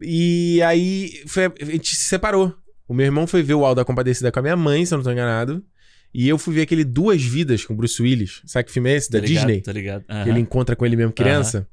e aí foi- a gente se separou. O meu irmão foi ver o Alto da Compadecida com a minha mãe, se eu não tô enganado. E eu fui ver aquele Duas Vidas com o Bruce Willis. Sabe que filme é esse? Da
Tá ligado?
Disney?
Tá ligado?
que
Aham.
ele encontra com ele mesmo criança.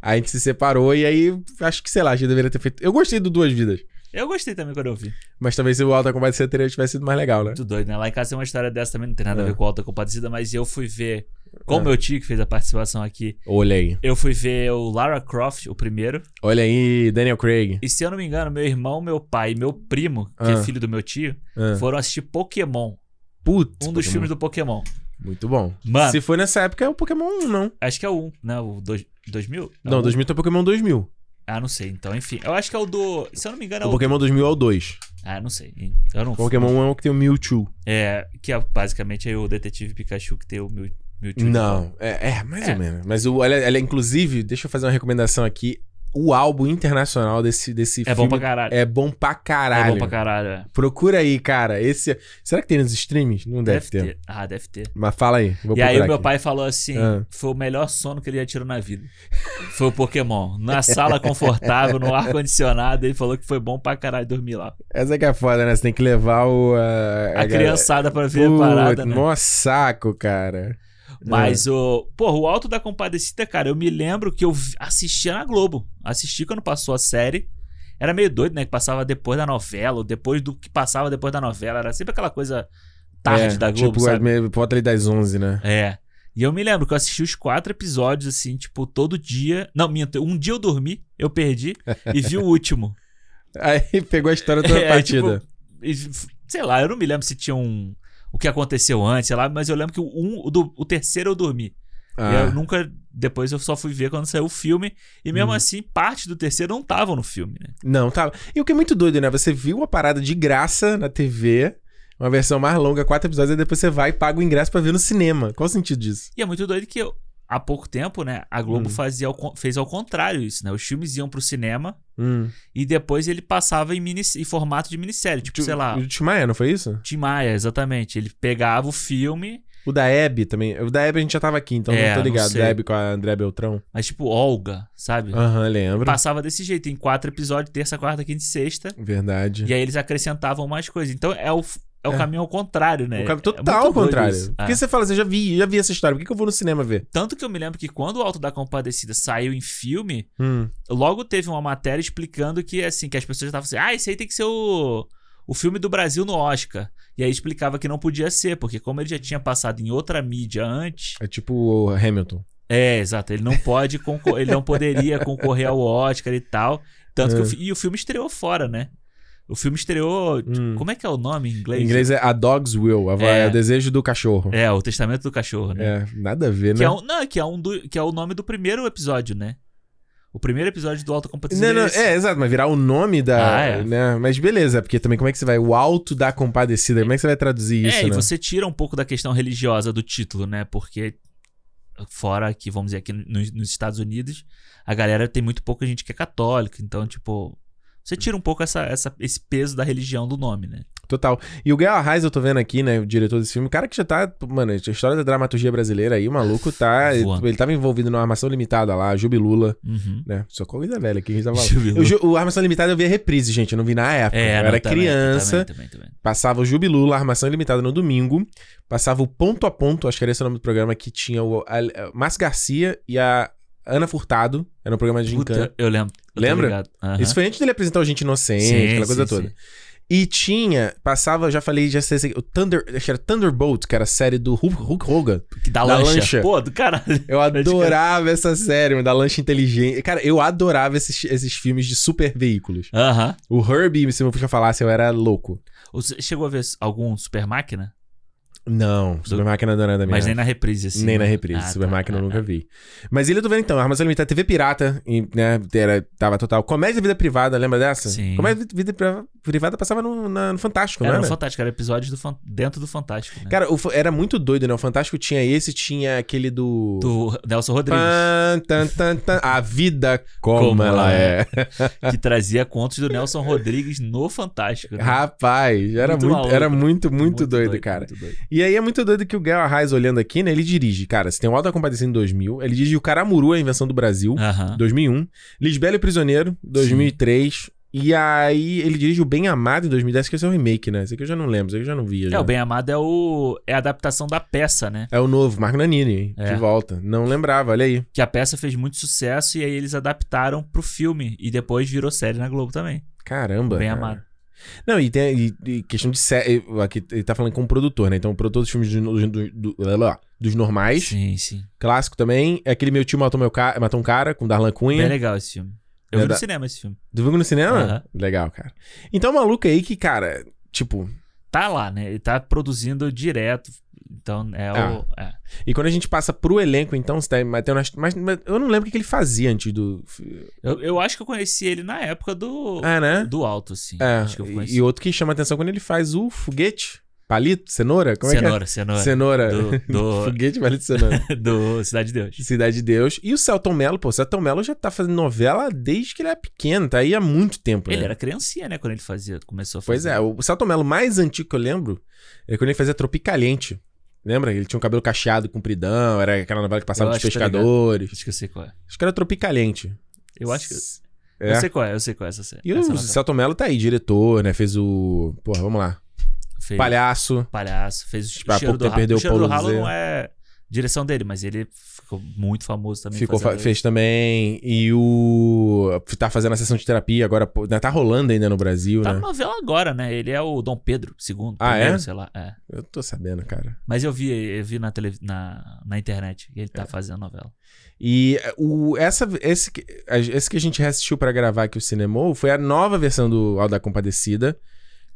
Aí a gente se separou e aí acho que, sei lá, a gente deveria ter feito. Eu gostei do Duas Vidas,
Eu gostei também quando eu vi.
mas talvez se o Alta Combate Seteria tivesse sido mais legal, né?
Muito doido, né? Lá em casa tem uma história dessa também, não tem nada
É.
a ver com Alta Compadecida, mas eu fui ver com
É.
o meu tio, que fez a participação aqui,
Olha aí.
eu fui ver o Lara Croft, o primeiro.
Olha aí, Daniel Craig.
E se eu não me engano, meu irmão, meu pai e meu primo, que
Ah.
é filho do meu tio,
Ah.
foram assistir Pokémon.
Putz.
Um dos
Pokémon.
filmes do Pokémon.
Muito bom.
Mano.
Se foi nessa época, é o Pokémon 1, não.
Acho que é o 1, né? O dois- 2000?
Não,
o- um,
2000 é o Pokémon 2000.
Então, Ah, não sei. Então, enfim. Eu acho que é o do. Se eu não me engano, é
O
o
Pokémon 2000 é o 2.
Ah, não sei. Eu não
Pokémon é um que tem o Mewtwo.
É, que é, basicamente é o detetive Pikachu que tem o Mew- Mewtwo. de volta.
Não, é, é, mais
É.
ou menos. Mas o, ela, ela, inclusive, deixa eu fazer uma recomendação aqui. O álbum internacional desse, desse
É bom
filme
pra caralho.
é bom pra caralho.
É bom pra caralho. é.
Procura aí, cara. Esse. Será que tem nos streams? Não deve, ter.
Ah, deve ter.
Mas fala aí. Vou
e aí
procurar
o meu
aqui.
pai falou assim:
Ah.
foi o melhor sono que ele já tirou na vida. Foi o Pokémon. Na sala confortável, no ar-condicionado, ele falou que foi bom pra caralho dormir lá.
Essa que é foda, né? Você tem que levar o. A,
A
É, galera-
criançada pra ver a
Puta,
parada, né?
Mó saco, cara. É.
Mas o. Porra, o Alto da Compadecida, cara, eu me lembro que eu vi- assistia na Globo. Assisti quando passou a série. Era meio doido, né? Que passava depois da novela, ou depois do que passava depois da novela. Era sempre aquela coisa tarde
É,
da Globo,
Tipo,
sabe?
meio- volta ali das 11, né?
É. E eu me lembro que eu assisti os quatro episódios, assim, tipo, todo dia. Não, minto, um dia eu dormi, eu perdi e vi o último.
Aí pegou a história toda
É,
partida.
tipo, e f- sei lá, eu não me lembro se tinha um. O que aconteceu antes, sei lá, mas eu lembro que o, um, o, do- o terceiro eu dormi.
Ah,
E eu nunca. Depois eu só fui ver quando saiu o filme. E mesmo
Uhum.
assim, parte do terceiro não tava no filme, né?
Não, tá. E o que é muito doido, né? Você viu a parada de graça na TV, uma versão mais longa, quatro episódios, e depois você vai e paga o ingresso pra ver no cinema. Qual o sentido disso?
E é muito doido que eu- há pouco tempo, né? A Globo
Uhum.
fazia ao con- fez ao contrário isso, né? Os filmes iam pro cinema e depois ele passava em, mini, em formato de minissérie. Tipo, sei lá.
O Tim Maia, não foi isso?
Tim Maia, exatamente. Ele pegava o filme,
O da Hebe também. O da Hebe a gente já tava aqui, então
É,
não tô
não
ligado. O
sei.
da Hebe com a André Beltrão.
mas tipo Olga, sabe?
Aham, lembro.
Passava desse jeito, em quatro episódios, terça, quarta, quinta e sexta.
Verdade.
E aí eles acrescentavam mais coisas. Então é o, é o
É.
caminho ao contrário, né?
O cara-
É
total
muito
ao
doido
contrário.
isso.
Porque
É.
você fala assim, já vi, já vi essa história. Por que, que eu vou no cinema ver?
Tanto que eu me lembro que quando o Alto da Compadecida saiu em filme,
Hum.
logo teve uma matéria explicando que, assim, que as pessoas estavam assim, ah, esse aí tem que ser o, o filme do Brasil no Oscar. E aí explicava que não podia ser, porque como ele já tinha passado em outra mídia antes,
É tipo o Hamilton.
É, exato. Ele não pode concor- ele não poderia concorrer ao Oscar e tal. Tanto que
É.
o fi- e o filme estreou fora, né? O filme estreou.
Hum.
Como é que é o nome em inglês?
Em inglês é a dog's will, a-
É.
é o desejo do cachorro.
É, o Testamento do Cachorro, né?
É, nada a ver,
Que
né?
é um, não, que é um do- que é o nome do primeiro episódio, né? O primeiro episódio do Alto Compatibilidade.
Não, não, é, exato, mas virar o nome da.
Ah, é.
né? Mas beleza, porque também como é que você vai. O alto da compadecida, como é que você vai traduzir isso,
e
né?
você tira um pouco da questão religiosa do título, né? Porque fora aqui, vamos dizer, aqui nos, nos Estados Unidos, a galera tem muito pouca gente que é católica, então, tipo, você tira um pouco essa, essa- esse peso da religião do nome, né?
Total. E o Gael Arraes, eu tô vendo aqui, né? O diretor desse filme, o cara que já tá. Mano, a história da dramaturgia brasileira aí, o maluco tá. Ele,
Voando.
ele tava envolvido numa armação limitada lá, Jubilula,
Uhum.
né? Só coisa velha que a gente tava falando.
Jubileu.
Eu ju- o Armação Limitada eu via reprise, gente. Eu não vi na época.
É,
eu
não,
era
também,
criança.
Também, também, também.
Passava o Jubilula, Armação Ilimitada no domingo. Passava o Ponto a Ponto, acho que era esse o nome do programa, que tinha o a- a- Márcio Garcia e a Ana Furtado. Era um programa de gincana.
Puta, eu lembro. eu tô
Lembra?
ligado. Aham.
Isso foi antes dele apresentar o Gente Inocente,
Sim,
aquela coisa
sim,
toda.
sim.
E tinha, passava, já falei, já sei, sei, o Thunder, acho que era Thunderbolt, que era a série do Hulk, Hulk Hogan.
Que da,
Da
lancha.
lancha.
Pô, do caralho.
Eu adorava essa série, mano, da Lanche Inteligente. Cara, eu adorava esses, esses filmes de super veículos.
Aham.
O Herbie, se eu puxa falasse, eu era louco.
Você Chegou a ver algum Super Máquina?
Não, Super Máquina Dourada mesmo.
Mas nem na reprise, assim.
Nem na
né?
reprise,
Ah,
Super
tá,
Máquina eu
ah,
nunca
ah.
vi. Mas ele eu tô vendo então, Armação Limitada, TV Pirata, e, né, era, tava total. Comédia Vida Privada, lembra dessa?
Sim.
Comédia Vida Pri- Privada passava no, na- no Fantástico,
Era
né?
no Fantástico, era episódio do Fan- dentro do Fantástico, né?
Cara, o fa- era muito doido, né? O Fantástico tinha esse, tinha aquele do...
Do Nelson Rodrigues,
Pan, tan, tan, tan. a vida como,
Como
ela
ela
é.
que trazia contos do Nelson Rodrigues no Fantástico. né?
Rapaz, era
Muito
muito,
maluco. né?
era muito, Ah, muito, doido, cara.
muito doido.
E aí é muito doido que o Gael Arraes olhando aqui, né? Ele dirige, cara. Você tem o Alto da Compadecida em 2000, ele dirige o Caramuru, a invenção do Brasil.
Aham.
2001. Lisbela e o Prisioneiro, 2003. E aí ele dirige o Bem Amado em 2010, que esse é o remake, né? Esse aqui eu já não lembro, esse aqui eu já não via.
É,
já.
o Bem Amado é, o... é a adaptação da peça, né?
É o novo, Marco Nanini,
É.
de volta. Não lembrava, olha aí.
Que a peça fez muito sucesso e aí eles adaptaram pro filme. E depois virou série na Globo também.
Caramba.
Bem
cara.
Amado.
Não, e tem e- e questão de série. Aqui ele tá falando com o produtor, né? Então, o produtor dos filmes do- do- do- do- dos normais,
Sim, sim.
clássico também. É aquele Meu Tio Matou, meu Ca- Matou um Cara, com Darlan Cunha.
Bem legal esse filme. Eu
É
vi
da-
no cinema esse filme.
Do Vigo no cinema?
Aham.
é um Legal, cara. Então, o maluco aí que, cara, tipo,
tá lá, né? Ele tá produzindo direto. Então, é o.
Ah.
é.
E quando a gente passa pro elenco, então, você tá, mas, tem umas- mas- mas eu não lembro o que que ele fazia antes do.
Eu, eu acho que eu conheci ele na época do.
É, né?
Do alto, assim.
É,
acho que eu conheci.
e outro que chama atenção quando ele faz o foguete, palito, cenoura? Como é
cenoura,
que é?
cenoura.
Cenoura.
Do,
foguete, palito, cenoura.
do, do Cidade de Deus.
Cidade de Deus. E o Celton Mello, pô, o Celton Mello já tá fazendo novela desde que ele é pequeno, tá aí há muito tempo, né?
Ele era criancinha, né? Quando ele fazia, começou a fazer.
Pois é, o Celton Mello mais antigo que eu lembro é quando ele fazia Tropicaliente. Lembra? Ele tinha um cabelo cacheado, compridão, era aquela novela que passava
Eu
dos
acho que tá
pescadores.
Acho que eu sei qual é.
Acho que era Tropicaliente.
Eu acho que.
É.
Eu sei qual é, eu sei qual é essa cena.
E o Celton Mello tá aí, diretor, né? Fez o. Porra, vamos lá.
Fez
Palhaço.
palhaço, fez o
Tipo, há pouco
cheiro do
tempo
ralo.
perdeu
O
o
cheiro do
Paulo
ralo
Zé.
não é direção dele, mas ele ficou muito famoso também.
Ficou, fa-
fazendo
fez também. E o. Tá fazendo a sessão de terapia agora. pô, né, Tá rolando ainda no Brasil,
Tá
né?
na novela agora, né? Ele é o Dom Pedro II,
Ah,
primeiro,
é?
sei lá. É.
Eu tô sabendo, cara.
Mas eu vi, eu vi na, tele, na, na internet que ele
É.
tá fazendo novela.
E é, o, essa, esse, que- a- esse que a gente reassistiu pra gravar aqui o Cinemou foi a nova versão do Alda Compadecida.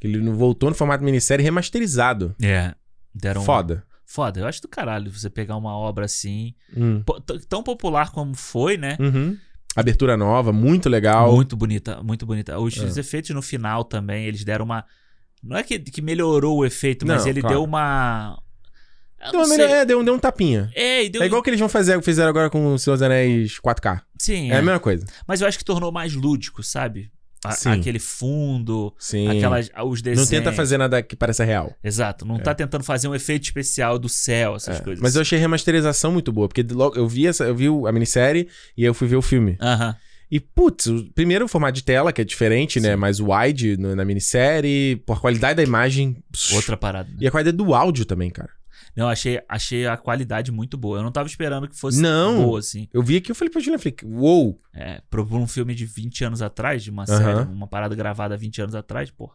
Que ele não- voltou no formato minissérie remasterizado.
É. Deram
Foda.
Foda, eu acho do caralho você pegar uma obra assim,
Hum.
po- t- tão popular como foi, né?
Uhum. Abertura nova, muito legal. É.
Muito bonita, muito bonita. Os, os efeitos no final também, eles deram uma. Não é que, que melhorou o efeito, mas
Não,
ele
claro.
deu uma.
Deu,
Eu não
uma
sei.
melhor- é, deu, deu um tapinha.
É, e deu.
É igual que eles vão fazer, fizeram agora com o Senhor dos Anéis 4K.
Sim,
É,
é.
a mesma coisa.
mas eu acho que tornou mais lúdico, sabe? A-
Sim.
Aquele fundo,
Sim.
aquelas, os
Não
desenhos.
tenta fazer nada que pareça real.
Exato, não tá tentando fazer um efeito especial do céu,
É,
essas coisas.
Mas eu achei a remasterização muito boa, porque logo eu vi essa, eu vi o- a minissérie e eu fui ver o filme.
Aham.
E, putz, o, primeiro o formato de tela, que é diferente, né? Mais wide no- na minissérie, por a qualidade da imagem.
Outra parada. né?
E a qualidade do áudio também, cara.
Não, achei, achei a qualidade muito boa. Eu não tava esperando que fosse
Não.
boa, assim.
Eu vi aqui, eu falei pra Juliana, falei, uou!
É, pro- por um filme de 20 anos atrás, de uma
Aham.
série, uma parada gravada há 20 anos atrás, porra.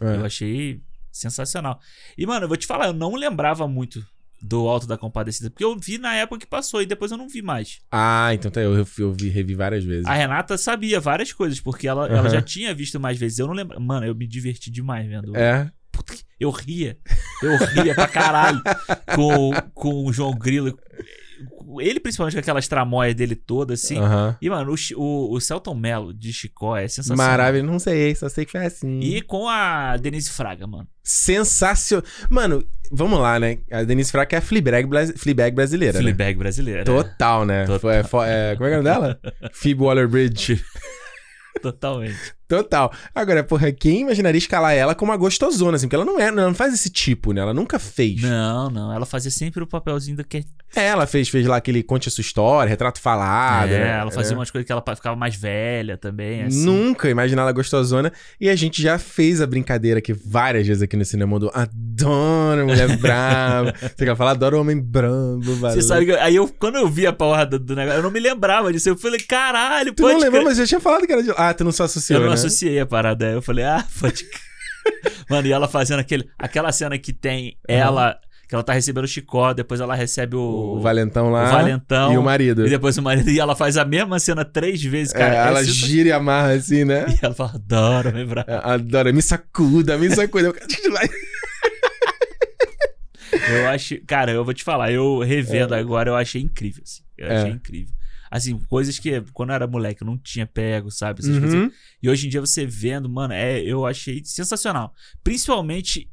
É.
Eu achei sensacional. E, mano, eu vou te falar, eu não lembrava muito do Alto da Compadecida, porque eu vi na época que passou e depois eu não vi mais.
Ah, então tá, eu, eu, eu vi, revi várias vezes.
A Renata sabia várias coisas, porque ela, ela
é. Aham.
já tinha visto mais vezes. Eu não lembro. Mano, eu me diverti demais vendo.
É.
Puta que- Eu ria. Eu ria pra caralho com, com o João Grilo. Ele, principalmente, com aquelas tramóias dele toda, assim.
Aham.
E, mano, o, Chi- o, o Celton Mello de Chicó é sensacional.
Maravilha, não sei, só sei que foi assim.
E com a Denise Fraga, mano.
Sensacional. Mano, vamos lá, né? A Denise Fraga é a Fleabag, bras- Fleabag brasileira. né?
Fleabag brasileira. né?
Total, né?
Total.
Foi- foi- é, como é que é o nome dela? Phoebe Waller-Bridge.
Totalmente.
Total. Agora, porra, quem imaginaria escalar ela como uma gostosona, assim? Porque ela não é, ela não faz esse tipo, né? Ela nunca fez.
Não, não. Ela fazia sempre o papelzinho do que.
É, Ela fez, fez lá aquele Conte a Sua História, Retrato Falado.
é,
né?
ela fazia umas coisas que ela pa- ficava mais velha também. Assim.
Nunca imaginar ela gostosona. E a gente já fez a brincadeira aqui várias vezes aqui no cinema do adoro mulher brava. Você quer falar, adoro homem bravo, valeu.
Você sabe que eu- aí eu, quando eu vi a porra do, do negócio, eu não me lembrava disso. Eu falei, caralho,
Tu
pode
não
crer.
lembrou, mas eu já tinha falado que era de... Ah, tu não só associou,
Eu não
né?
associei a parada. Aí eu falei, ah, pode crer. Mano, e ela fazendo aquele, aquela cena que tem ela, que ela tá recebendo o chicó, depois ela recebe o,
O Valentão lá.
o Valentão.
E o marido.
E depois o marido, e ela faz a mesma cena três vezes, cara.
Né? É,
É
ela
sensa-
gira e amarra assim, né?
E ela fala, adoro lembrar.
É, Adora, me sacuda, me sacuda.
Eu acho. Cara, eu vou te falar, eu revendo agora, eu achei incrível, assim. Eu
É.
achei incrível. Assim, coisas que quando eu era moleque eu não tinha pego, sabe? Essas coisas.
Uhum.
E hoje em dia você vendo, mano, é, eu achei sensacional. Principalmente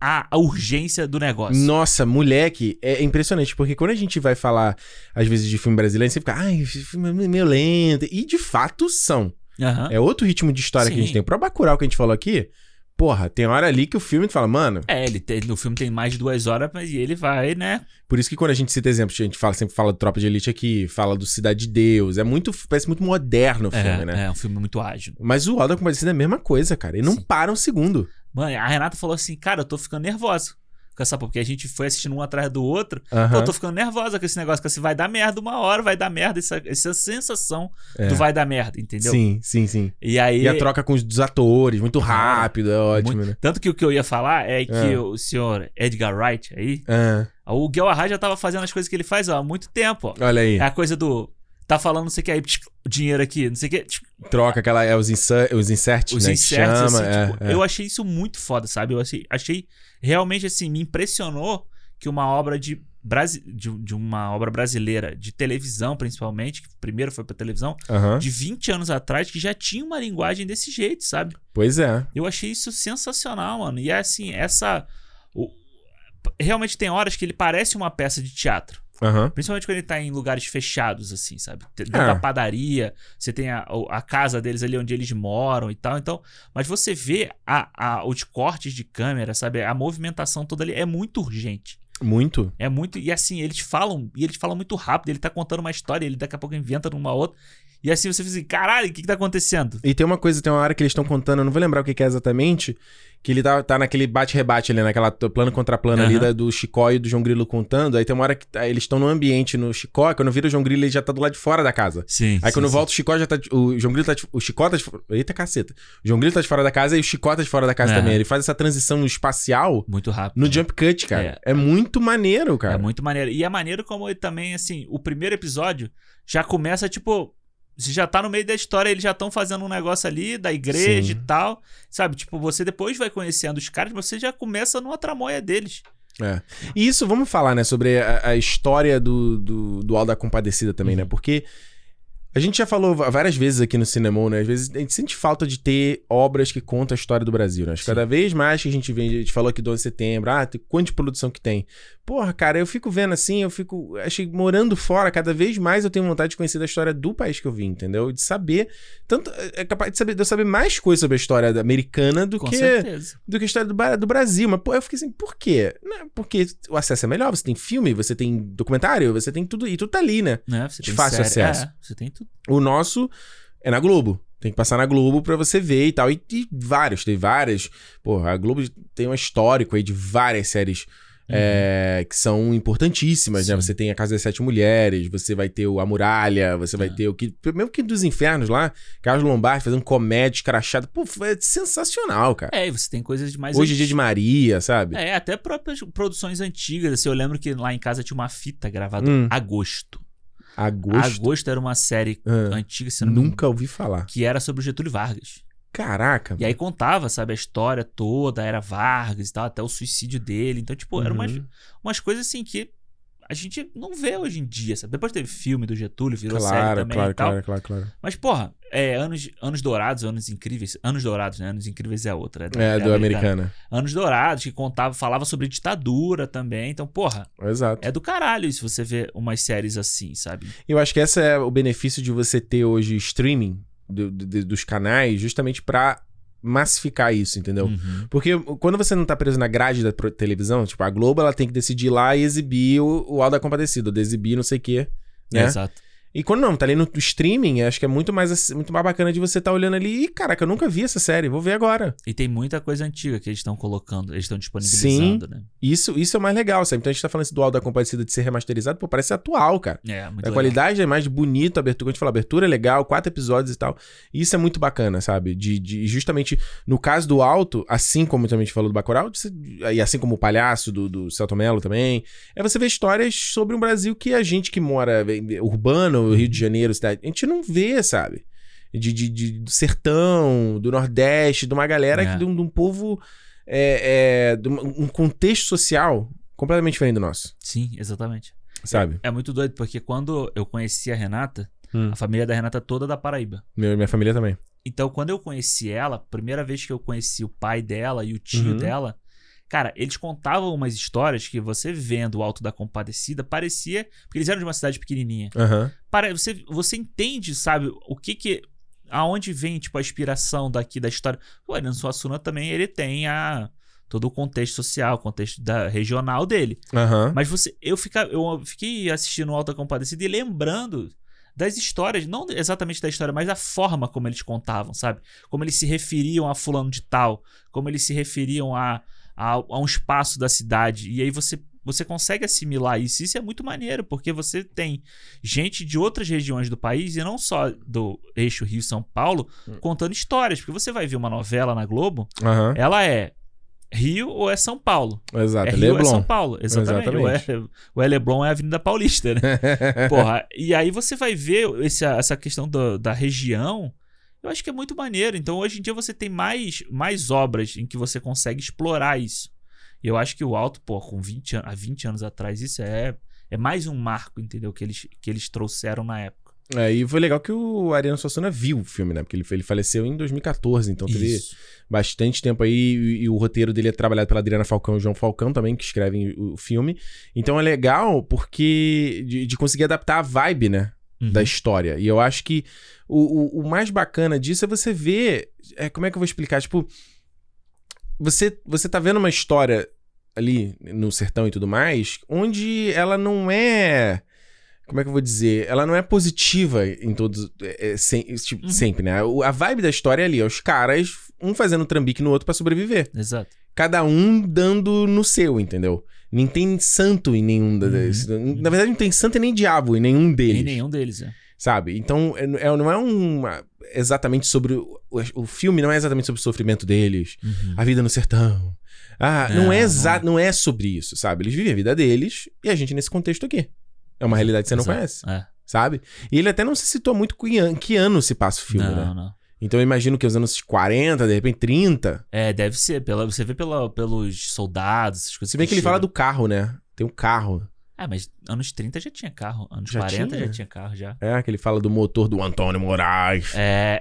a, a urgência do negócio.
Nossa, moleque, é impressionante, porque quando a gente vai falar, às vezes, de filme brasileiro, você fica, ai, esse filme é meio lento. E de fato são.
Aham.
É outro ritmo de história que a gente
Sim.
tem. Pro Bacurau que a gente falou aqui, porra, tem hora ali que o filme tu fala, mano.
É, ele tem, no filme tem mais de duas horas, mas ele vai, né?
Por isso que quando a gente cita exemplos, a gente fala, sempre fala do Tropa de Elite aqui, fala do Cidade de Deus. É muito, parece muito moderno o
É,
filme, né?
é um filme muito ágil.
Mas o Alda Compadecida é a mesma coisa, cara. E não
Sim.
para um segundo.
Mano, a Renata falou assim, cara, eu tô ficando nervosa. Com essa porra, porque a gente foi assistindo um atrás do outro.
Aham.
Pô, eu tô ficando nervosa com esse negócio, que assim, vai dar merda uma hora, vai dar merda, essa, essa sensação
É.
do vai dar merda, entendeu?
Sim, sim, sim.
E aí.
E, a troca com os dos atores, muito rápido, é ótimo,
muito-
né?
Tanto que o que eu ia falar é que
É.
o senhor Edgar Wright aí,
Ah,
o Guel Arra já tava fazendo as coisas que ele faz ó, há muito tempo, ó.
olha aí.
É a coisa do. Tá falando não sei o que aí. dinheiro aqui, não sei o que. Tipo,
Troca aquela, é, os, inser, os inserts,
os
né? que
inserts,
chama,
assim,
é,
tipo,
é.
eu achei isso muito foda, sabe? Eu achei, achei realmente assim, me impressionou que uma obra de, Brasi de, de uma obra brasileira, de televisão principalmente, que primeiro foi pra televisão,
Aham.
de 20 anos atrás, que já tinha uma linguagem desse jeito, sabe?
Pois é.
Eu achei isso sensacional, mano. E é assim, essa. o- realmente tem horas que ele parece uma peça de teatro.
Aham.
Principalmente quando ele tá em lugares fechados, assim, sabe? Te- Dentro
É.
da padaria, você tem a, o- a casa deles ali onde eles moram e tal. Então, mas você vê a, a- os cortes de câmera, sabe? A movimentação toda ali é muito urgente.
Muito.
É muito. E assim, eles falam, e eles falam muito rápido, ele tá contando uma história, ele daqui a pouco inventa numa outra. E assim você fica assim, caralho, o que, que tá acontecendo?
E tem uma coisa, tem uma hora que eles estão contando, eu não vou lembrar o que, que é exatamente, que ele tá, tá naquele bate-rebate ali, naquela t- plano contra plano ali
Aham.
da- do Chicó e do João Grilo contando. Aí tem uma hora que tá- eles estão no ambiente no Chicó, e quando vira o João Grilo, ele já tá do lado de fora da casa.
Sim.
Aí quando volta o Chicó já tá. de- O João Grilo tá. de- O Chicó tá. de fo- Eita caceta. O João Grilo tá de fora da casa e o Chicó tá de fora da casa
É.
também. Ele faz essa transição espacial
Muito rápido.
no jump cut, cara. É, muito maneiro, cara.
É muito maneiro. E é maneiro como ele também, assim, o primeiro episódio já começa, tipo. Você já tá no meio da história, eles já estão fazendo um negócio ali da
Sim.
igreja e tal. Sabe? Tipo, você depois vai conhecendo os caras, você já começa numa tramóia deles.
É. E isso, vamos falar, né, sobre a, a história do, do, do Auto da Compadecida também,
Uhum.
né? Porque a gente já falou va- várias vezes aqui no Cinemon, né? Às vezes a gente sente falta de ter obras que contam a história do Brasil, né? Acho que
Sim.
cada vez mais que a gente vê, a gente falou aqui do 11 de setembro, ah, tem quanto de produção que tem. Porra, cara, eu fico vendo assim, eu fico. Achei morando fora, cada vez mais eu tenho vontade de conhecer da história do país que eu vim, entendeu? De saber. Tanto. É capaz de, saber, de eu saber mais coisa sobre a história da- americana do
Com
que
certeza.
do que a história do, Ba- do Brasil. Mas pô, eu fiquei assim, por quê? Não, porque o acesso é melhor, você tem filme, você tem documentário, você tem tudo, e tudo tá ali, né?
Né? Você
De
tem
fácil
série-
acesso.
É, você tem tudo.
O nosso é na Globo. Tem que passar na Globo pra você ver e tal. E, e vários, tem várias. Porra, a Globo tem um histórico aí de várias séries é, que são importantíssimas, né?
Uhum. Sim.
Você tem A Casa das Sete Mulheres, você vai ter o A Muralha, você vai
É.
ter o que. Mesmo que dos infernos lá, Carlos Lombardi fazendo comédia escrachada. Pô, é sensacional, cara.
É, e você tem coisas de mais.
Hoje é dia de Maria, sabe?
É, até próprias produções antigas. Assim, eu lembro que lá em casa tinha uma fita gravada
Hum.
Agosto.
Agosto.
Agosto era uma série
Ah,
antiga, se eu não me engano,
nunca ouvi falar.
que era sobre o Getúlio Vargas.
Caraca.
E aí contava, sabe, a história toda, era Vargas e tal, até o suicídio dele. Então, tipo, eram umas,
Uhum.
umas coisas assim que a gente não vê hoje em dia, sabe? Depois teve filme do Getúlio, virou série
Claro,
também
claro,
e tal.
claro, claro, claro.
Mas, porra, é, anos, anos Dourados, Anos Incríveis. Anos Dourados, né? Anos Incríveis é outra. da-
É,
da
do
americana.
americana.
Anos Dourados, que contava, falava sobre ditadura também. Então, porra,
Exato.
é do caralho isso você ver umas séries assim, sabe?
Eu acho que esse é o benefício de você ter hoje streaming do- do- do- dos canais, justamente pra massificar isso, entendeu?
Uhum.
Porque quando você não tá preso na grade da pro- televisão, tipo, a Globo ela tem que decidir lá e exibir o, o Alda Compadecida, ou de exibir não sei o quê, né?
Exato.
E quando não, tá ali no streaming, acho que é muito mais, ass- muito mais bacana de você tá olhando ali. Ih, caraca, eu nunca vi essa série, vou ver agora.
E tem muita coisa antiga que eles estão colocando, eles estão disponibilizando, né?
Isso, isso é o mais legal, sabe? Então a gente tá falando esse dual da Compadecida de ser remasterizado, pô, parece atual, cara.
É, muito
a
legal.
qualidade da imagem bonita, a abertura, quando a gente fala abertura é legal, quatro episódios e tal. E Isso é muito bacana, sabe? De, de- justamente no caso do Alto, assim como também a gente falou do Bacurau, você- e assim como o Palhaço do, do Celto Melo também, é você ver histórias sobre um Brasil que a gente que mora em- urbano, Rio de Janeiro, cidade, a gente não vê, sabe? De, de- de- do sertão, do Nordeste, de uma galera,
É.
que- de, um, de um povo, é, é, de uma- um contexto social completamente diferente do nosso,
Sim, exatamente.
sabe?
É muito doido, porque quando eu conheci a Renata,
Hum.
a família da Renata é toda da Paraíba.
Meu- minha família também.
Então, quando eu conheci ela, primeira vez que eu conheci o pai dela e o tio
Uhum.
dela, cara, eles contavam umas histórias que você vendo o Alto da Compadecida, parecia. Porque eles eram de uma cidade pequenininha.
Aham.
Para, você, você entende, sabe, o que que. Aonde vem, tipo, a inspiração daqui da história. O Ariano Suassuna também, ele tem a. Todo o contexto social, o contexto da, regional dele.
Aham.
Mas você, eu, fica, eu fiquei assistindo o Alta Compadecida e lembrando das histórias, não exatamente da história, mas da forma como eles contavam, sabe? Como eles se referiam a fulano de tal, como eles se referiam a, a, a um espaço da cidade. E aí você, você consegue assimilar isso. Isso é muito maneiro, porque você tem gente de outras regiões do país, e não só do eixo Rio-São Paulo,
Hum.
contando histórias. Porque você vai ver uma novela na Globo,
Aham.
ela é Rio ou é São Paulo.
Exato,
é Rio ou é São
Leblon.
Paulo, exatamente. Ou, é, ou é Leblon é a Avenida Paulista, né? Porra, e aí você vai ver esse- essa questão do- da região. Eu acho que é muito maneiro. Então, hoje em dia, você tem mais, mais obras em que você consegue explorar isso. E eu acho que o Alto, pô, com 20 an- há 20 anos atrás, isso é, é mais um marco, entendeu? Que eles, que eles trouxeram na época.
É, e foi legal que o Ariano Suassuna viu o filme, né? Porque ele, ele faleceu em 2014, então teve
Isso.
bastante tempo aí. E, e o roteiro dele é trabalhado pela Adriana Falcão e o João Falcão também, que escrevem o, o filme. Então é legal porque de, de conseguir adaptar a vibe, né?
Uhum.
da história. E eu acho que o, o, o mais bacana disso é você ver. É, como é que eu vou explicar? Tipo, você, você tá vendo uma história ali no sertão e tudo mais, onde ela não é. Como é que eu vou dizer? Ela não é positiva em todos. é, é, sem- tipo,
Uhum.
Sempre, né? O- A vibe da história é ali, é os caras, um fazendo trambique no outro pra sobreviver
Uhum. Exato.
cada um dando no seu, entendeu? Nem tem santo em nenhum da-
Uhum.
das- Na verdade, não tem santo e nem diabo em nenhum deles.
E nenhum deles, é.
Sabe? Então, é, é- não é uma, exatamente sobre. O, o- o filme não é exatamente sobre o sofrimento deles,
Uhum.
a vida no sertão. Ah, não,
Não,
é
não.
exa não é sobre isso, sabe? Eles vivem a vida deles e a gente nesse contexto aqui. É uma realidade que você não
Exato.
conhece,
É.
sabe? E ele até não se citou muito com que an- que ano se passa o filme,
É.
né?
não, não.
Então eu imagino que os anos 40, de repente 30.
É, deve ser. Pela, você vê pela, pelos soldados, essas coisas.
Se bem que ele fala do carro, né? Tem um carro.
Ah, mas anos 30 já tinha carro. Anos
Já
40
tinha?
já tinha carro, já.
É, que ele fala do motor do Antônio Moraes.
É.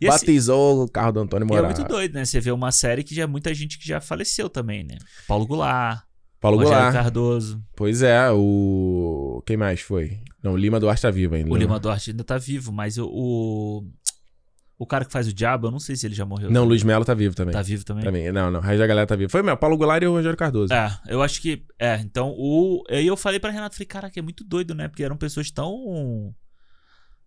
e assim,
Batizou o carro do Antônio
e é
Moraes.
muito doido, né? Você vê uma série que já muita gente que já faleceu também, né? Paulo Goulart,
Paulo
Rogério
Goulart.
Cardoso.
Pois é, o. Quem mais foi? Não, o Lima Duarte tá vivo ainda.
O
né?
Lima Duarte ainda tá vivo, mas o, o. o cara que faz o Diabo, eu não sei se ele já morreu.
Não, o Luiz Melo tá vivo também.
Tá vivo também?
Também. Não, não. O resto da galera tá vivo. Foi meu, Paulo Goulart e o Rogério Cardoso.
É, eu acho que. É, então o. Aí eu falei pra Renato, falei, caraca, é muito doido, né? Porque eram pessoas tão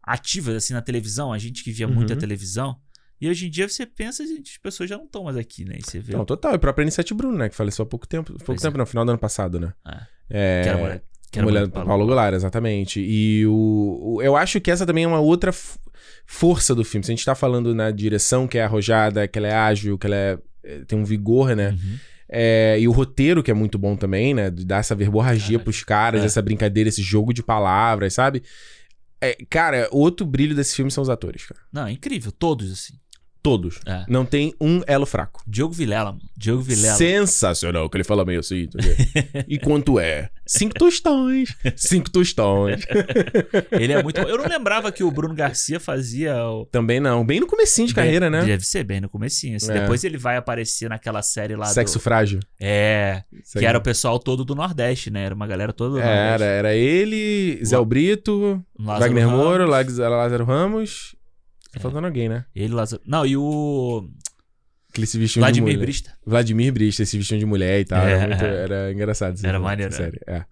ativas assim na televisão, a gente que via
Uhum.
muita televisão. E hoje em dia você pensa, gente, as pessoas já não estão mais aqui, né? E você vê.
Não, total. E o próprio N7 Bruno, né? Que faleceu há pouco tempo. Pouco
Pois
tempo,
é.
não, final do ano passado, né?
Ah.
É.
que era mulher- que era
mulher
mulher
do
do
Paulo, Goulart, exatamente. E o, o- eu acho que essa também é uma outra f- força do filme. Se a gente tá falando na direção que é arrojada, que ela é ágil, que ela é- é- tem um vigor, né?
Uhum.
É, e o roteiro, que é muito bom também, né? De dar essa verborragia
Cara,
pros caras,
é.
essa brincadeira, esse jogo de palavras, sabe? É, cara, outro brilho desse filme são os atores, cara.
Não, é incrível, todos assim.
Todos.
É.
Não tem um elo fraco.
Diogo Vilela, mano. Diogo Vilela.
Sensacional, que ele fala meio assim. tá ligado? e quanto é? Cinco tostões. Cinco tostões.
Ele é muito bom. Eu não lembrava que o Bruno Garcia fazia o.
Também não. Bem no comecinho de carreira, né?
Deve ser bem no comecinho. assim.
É.
Depois ele vai aparecer naquela série lá
Sexo
do...
frágil.
É, Que
Sexo-
era o pessoal todo do Nordeste, né? Era uma galera toda do
Era,
Nordeste.
era ele, Zé
Lá-
Brito,
Lázaro
Wagner
Ramos.
Moro, Lázaro- Lázaro Ramos. Tá faltando alguém, né?
Ele, Lázaro... Não, e o
Que ele se vestiu de
Vladimir
mulher.
Brista.
Vladimir Brista, esse vestido de mulher e tal. Era,
É.
muito- era engraçado. esse
Era
filme,
maneiro, né?
Sério, é.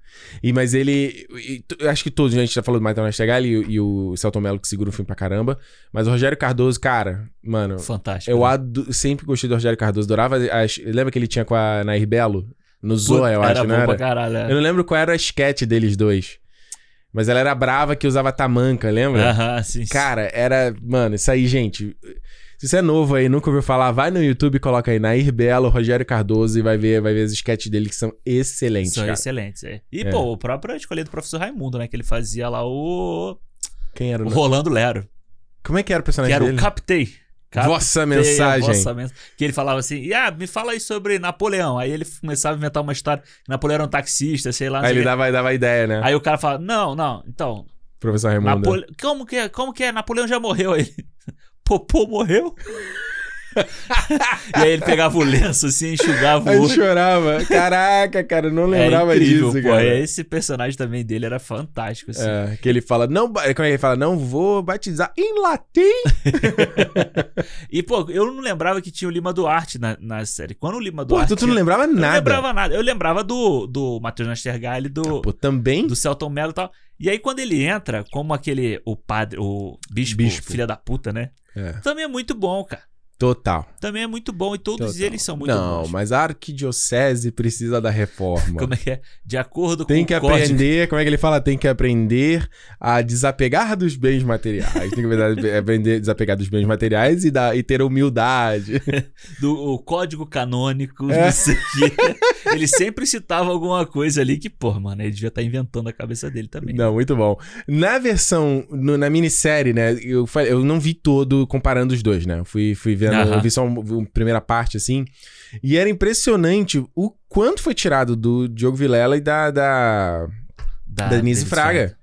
E, mas ele... e tu- eu acho que todos, né? a gente já falou do Maitão Nastegal e, o- e o Celton Mello, que segura o filme pra caramba. Mas o Rogério Cardoso, cara... Mano...
Fantástico.
Eu
né?
ado- sempre gostei do Rogério Cardoso. Adorava... as- lembra que ele tinha com a Nair Belo? No Zoa, eu
era
acho,
bom
não era?
pra caralho.
Eu
é.
não lembro qual era a sketch deles dois. Mas ela era brava que usava tamanca, lembra?
Aham, sim. sim.
Cara, era. Mano, isso aí, gente. Se você é novo aí, nunca ouviu falar, vai no YouTube, e coloca aí Nair Belo, Rogério Cardoso e vai ver, vai ver as sketches dele que são excelentes,
São
cara.
excelentes, é. E,
É.
pô, o próprio escolhido do professor Raimundo, né? Que ele fazia lá o,
Quem era o
o
nome?
Rolando Lero.
Como é que era o
Que
personagem
era o
dele?
Captei. Captei
Vossa
a
mensagem.
vossa mens- Que ele falava assim, ah, me fala aí sobre Napoleão. Aí ele começava a inventar uma história. que Napoleão era um taxista, sei lá. não
Aí ele
sei o quê.
dava, dava ideia, né?
Aí o cara fala, não, não, então,
Professor Raimundo.
Napole- Como, que é? Como que é? Napoleão já morreu aí. Popô morreu? e aí ele pegava o lenço assim, enxugava
Aí
o
ele
outro.
chorava. Caraca, cara, eu não lembrava
é incrível,
disso,
pô.
cara.
Esse personagem também dele era fantástico, assim.
É, que ele fala, não, ba- como é que ele fala? Não vou batizar em latim.
E, pô, eu não lembrava que tinha o Lima Duarte na, na série. Quando o Lima
Pô,
Duarte...
tu, tu não lembrava
Eu não
nada.
lembrava nada. Eu lembrava do, do Matheus Nastergalli, do,
Pô, também?
do Celton Mello e tal. E aí quando ele entra, como aquele... O padre... O bispo,
Bispo.
filha da puta, né?
É.
Também é muito bom, cara.
Total.
Também é muito bom e todos
Total.
eles são muito
Não,
bons.
mas a arquidiocese precisa da reforma.
Como é que é? De acordo
Tem
com
que
o código
aprender, como é que ele fala? Tem que aprender a desapegar dos bens materiais. Tem que aprender- aprender a desapegar dos bens materiais e, dar, e ter humildade.
do o código canônico,
É.
não sei o quê. Ele sempre citava alguma coisa ali que, pô, mano, ele devia estar inventando a cabeça dele também.
Não, muito bom. Na versão, no- na minissérie, né? Eu, fa- eu não vi todo comparando os dois, né? Eu fui, fui vendo,
Aham.
eu vi só um- uma primeira parte, assim. E era impressionante o quanto foi tirado do Diogo Vilela e da- da
Da,
da Denise
Denise
Fraga.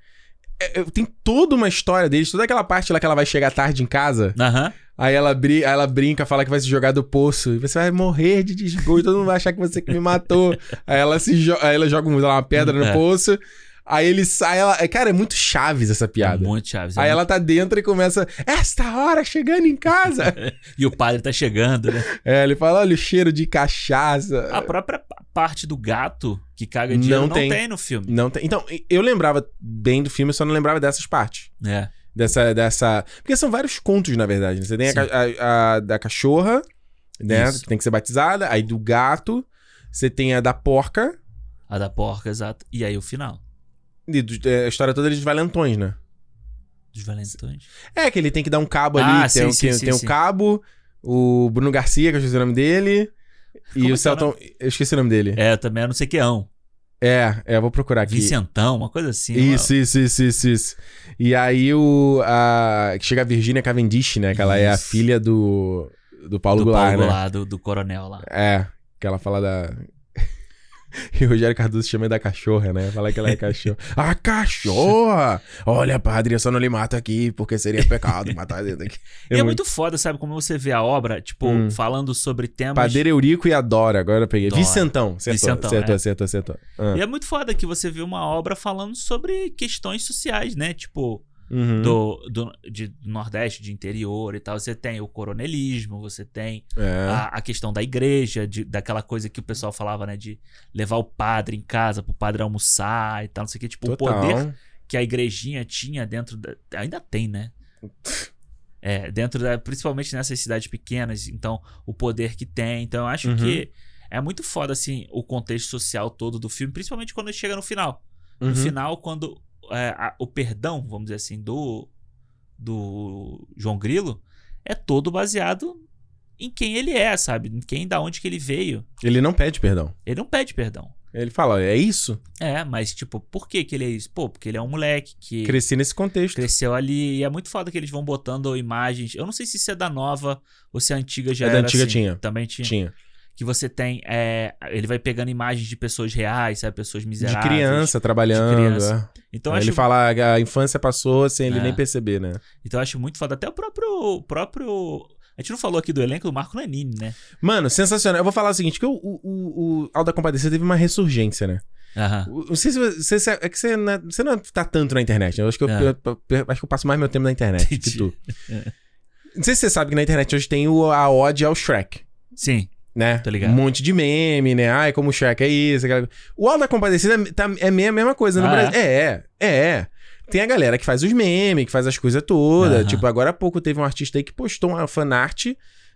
É, é, tem toda uma história deles, toda aquela parte lá que ela vai chegar tarde em casa,
Fraga. Aham.
aí ela, bri aí ela brinca, fala que vai se jogar do poço, e você vai morrer de desgosto, todo mundo vai achar que você que me matou. aí ela se jo- aí ela joga um- sei lá, uma pedra no
É.
poço, aí ele sai, ela... é, cara, é muito chaves essa piada.
Um monte de chaves.
Aí ela tá dentro e começa, esta hora chegando em casa.
E o padre tá chegando, né?
é, ele fala, olha o cheiro de cachaça.
A própria pa- parte do gato que caga dinheiro
Não
não,
tem.
tem. no filme.
Não tem... Então, eu lembrava bem do filme, eu só não lembrava dessas partes.
É.
Dessa, dessa. Porque são vários contos, na verdade. né? Você tem a,
Sim.
ca- a- a da cachorra, né?
Isso.
Que tem que ser batizada. Aí do gato. Você tem a da porca.
A da porca, exato. E aí o final.
E do- é, a história toda dos valentões, né?
Dos valentões.
É, que ele tem que dar um cabo ali.
Ah,
tem
sim,
o-
sim,
tem,
sim,
tem
sim.
o cabo, o Bruno Garcia, que eu esqueci o nome dele. e
Como é
o
que é o
Celton. Eu esqueci o nome dele.
É, também era não sei que é um.
É, é, eu vou procurar aqui.
Vicentão, uma coisa assim.
Isso, isso, isso, isso, isso. E aí o. A... Chega a Virginia Cavendish, né? Que ela é a
Isso.
filha do. Do Paulo
do
Goulart,
Paulo
né?
Goulart, do, do coronel lá.
É, que ela fala da. E o Rogério Cardoso chama da cachorra, né? Fala que ela é cachorra. A cachorra! Olha, padre, eu só não lhe mato aqui, porque seria pecado matar ele aqui.
E é, muito foda, sabe? Como você vê a obra, tipo,
Hum.
falando sobre temas.
Padeiro Eurico e Adora, agora eu peguei.
Dora.
Vicentão, acertou,
Vicentão,
acertou,
é.
acertou, acertou. Ah.
E é muito foda que você vê uma obra falando sobre questões sociais, né? Tipo,
Uhum.
do, do, de, do Nordeste, de interior e tal. Você tem o coronelismo, você tem
É.
a, a questão da igreja, de, daquela coisa que o pessoal falava, né? De levar o padre em casa pro padre almoçar e tal, não sei o que. Tipo,
Total.
o poder que a igrejinha tinha dentro da. Ainda tem, né? É, dentro da. Principalmente nessas cidades pequenas, então, o poder que tem. Então, eu acho
Uhum.
que é muito foda, assim, o contexto social todo do filme, principalmente quando chega no final.
Uhum.
No final, quando é, a- o perdão, vamos dizer assim, do, do João Grilo é todo baseado em quem ele é, sabe? Em quem, da onde que ele veio.
Ele não pede perdão.
Ele não pede perdão.
Ele fala, é isso?
É, mas tipo, por que que ele é isso? Pô, porque ele é um moleque que
Cresci nesse contexto.
cresceu ali. E é muito foda que eles vão botando imagens. Eu não sei se isso é da nova ou se a antiga já
É da
era
antiga
assim.
tinha.
Também tinha.
Tinha.
Que você tem... é, ele vai pegando imagens de pessoas reais, sabe? Pessoas
De
miseráveis.
criança, trabalhando.
criança.
é.
Então
Aí
acho
ele fala, a infância passou sem ele
É.
nem perceber, né?
Então eu acho muito foda. Até o próprio. o próprio... A gente não falou aqui do elenco do Marco Nanini, né?
Mano, sensacional. Eu vou falar o seguinte, que o, o, o, o Alda Compadecida teve uma ressurgência, né?
Aham.
O- Não sei se você... se- é que você não, você não tá tanto na internet, né? Eu acho que eu,
É.
eu- eu- acho que eu passo mais meu tempo na internet que
Entendi.
tu. Não sei se você sabe que na internet hoje tem o, a ode ao Shrek,
Sim.
né?
Tô Tá ligado.
Um monte de meme, né? Ai, como o Shrek é isso, aquela... O Alda Compadecida é, tá- é meio a mesma coisa no
Ah,
Brasil. É, é, é. Tem a galera que faz os memes, que faz as coisas todas.
Aham.
Tipo, agora há pouco teve um artista aí que postou uma fanart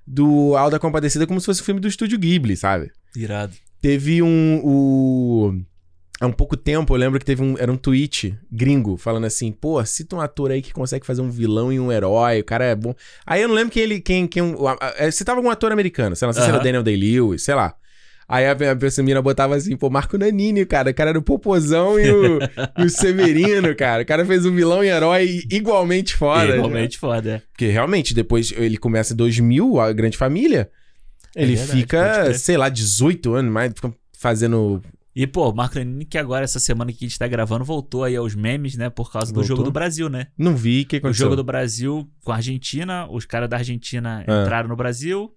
do Alda Compadecida como se fosse um filme do Estúdio Ghibli, sabe?
Irado.
Teve um. O... Há um pouco tempo, eu lembro que teve um. Era um tweet gringo falando assim, pô, cita um ator aí que consegue fazer um vilão e um herói, o cara é bom. Aí eu não lembro quem ele. Quem, quem, o- a- a- é, citava algum ator americano, sei lá, não sei se era
Aham.
o Daniel Day-Lewis, sei lá. Aí a, a pessoa mina botava assim, pô, Marco Nanini, cara. O cara era o Popozão e o, e o Severino, cara. O cara fez um vilão e herói igualmente foda. né?
Igualmente foda. é.
Porque realmente, depois ele começa em 2000, a Grande Família.
É
Ele
verdade, pode
fica,
crer.
sei lá, 18 anos, mas fica fazendo.
E, pô, o Marco Nanini, que agora, essa semana que a gente tá gravando, voltou aí aos memes, né? Por causa do
Voltou?
jogo do Brasil, né?
Não vi o que
O
aconteceu.
jogo do Brasil com a Argentina, os caras da Argentina
Ah.
entraram no Brasil.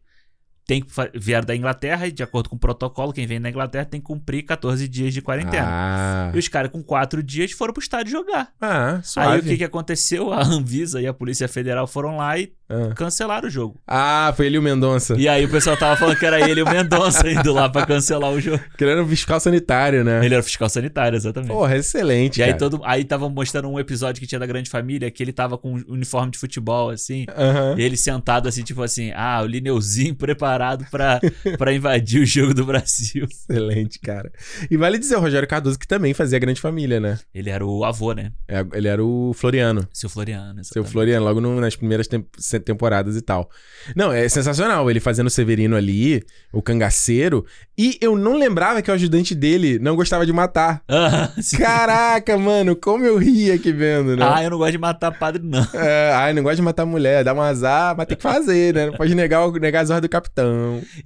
Tem que fa- vieram da Inglaterra e, de acordo com o protocolo, quem vem da Inglaterra tem que cumprir 14 dias de quarentena.
Ah,
E os caras, com 4 dias, foram pro estádio jogar.
ah
Aí
suave.
o que, que aconteceu? A Anvisa e a Polícia Federal foram lá e
Ah.
cancelaram o jogo.
Ah, foi ele e o Mendonça.
E aí o pessoal tava falando que era ele e o Mendonça indo lá pra cancelar o jogo.
Querendo fiscal sanitário, né?
Ele era o fiscal sanitário, exatamente.
Porra, excelente.
E aí,
cara.
todo, aí tava mostrando um episódio que tinha da Grande Família, que ele tava com um uniforme de futebol, assim.
Aham.
E ele sentado assim, tipo assim, ah, o Lineuzinho preparado pra, pra invadir o jogo do Brasil.
Excelente, cara. E vale dizer o Rogério Cardoso que também fazia grande família, né?
Ele era o avô, né?
É, Ele era o Floriano.
Seu Floriano.
Seu
exatamente.
Floriano, logo no- nas primeiras tem- se- temporadas e tal. Não, é sensacional. Ele fazendo o Severino ali, o cangaceiro. E eu não lembrava que o ajudante dele não gostava de matar.
Ah, sim.
Caraca, mano, como eu ria aqui vendo, né?
Ah, eu não gosto de matar padre, não.
É, ai, não gosta de matar mulher, dá um azar, mas tem que fazer, né? Não pode negar, o- negar as ordens do capitão.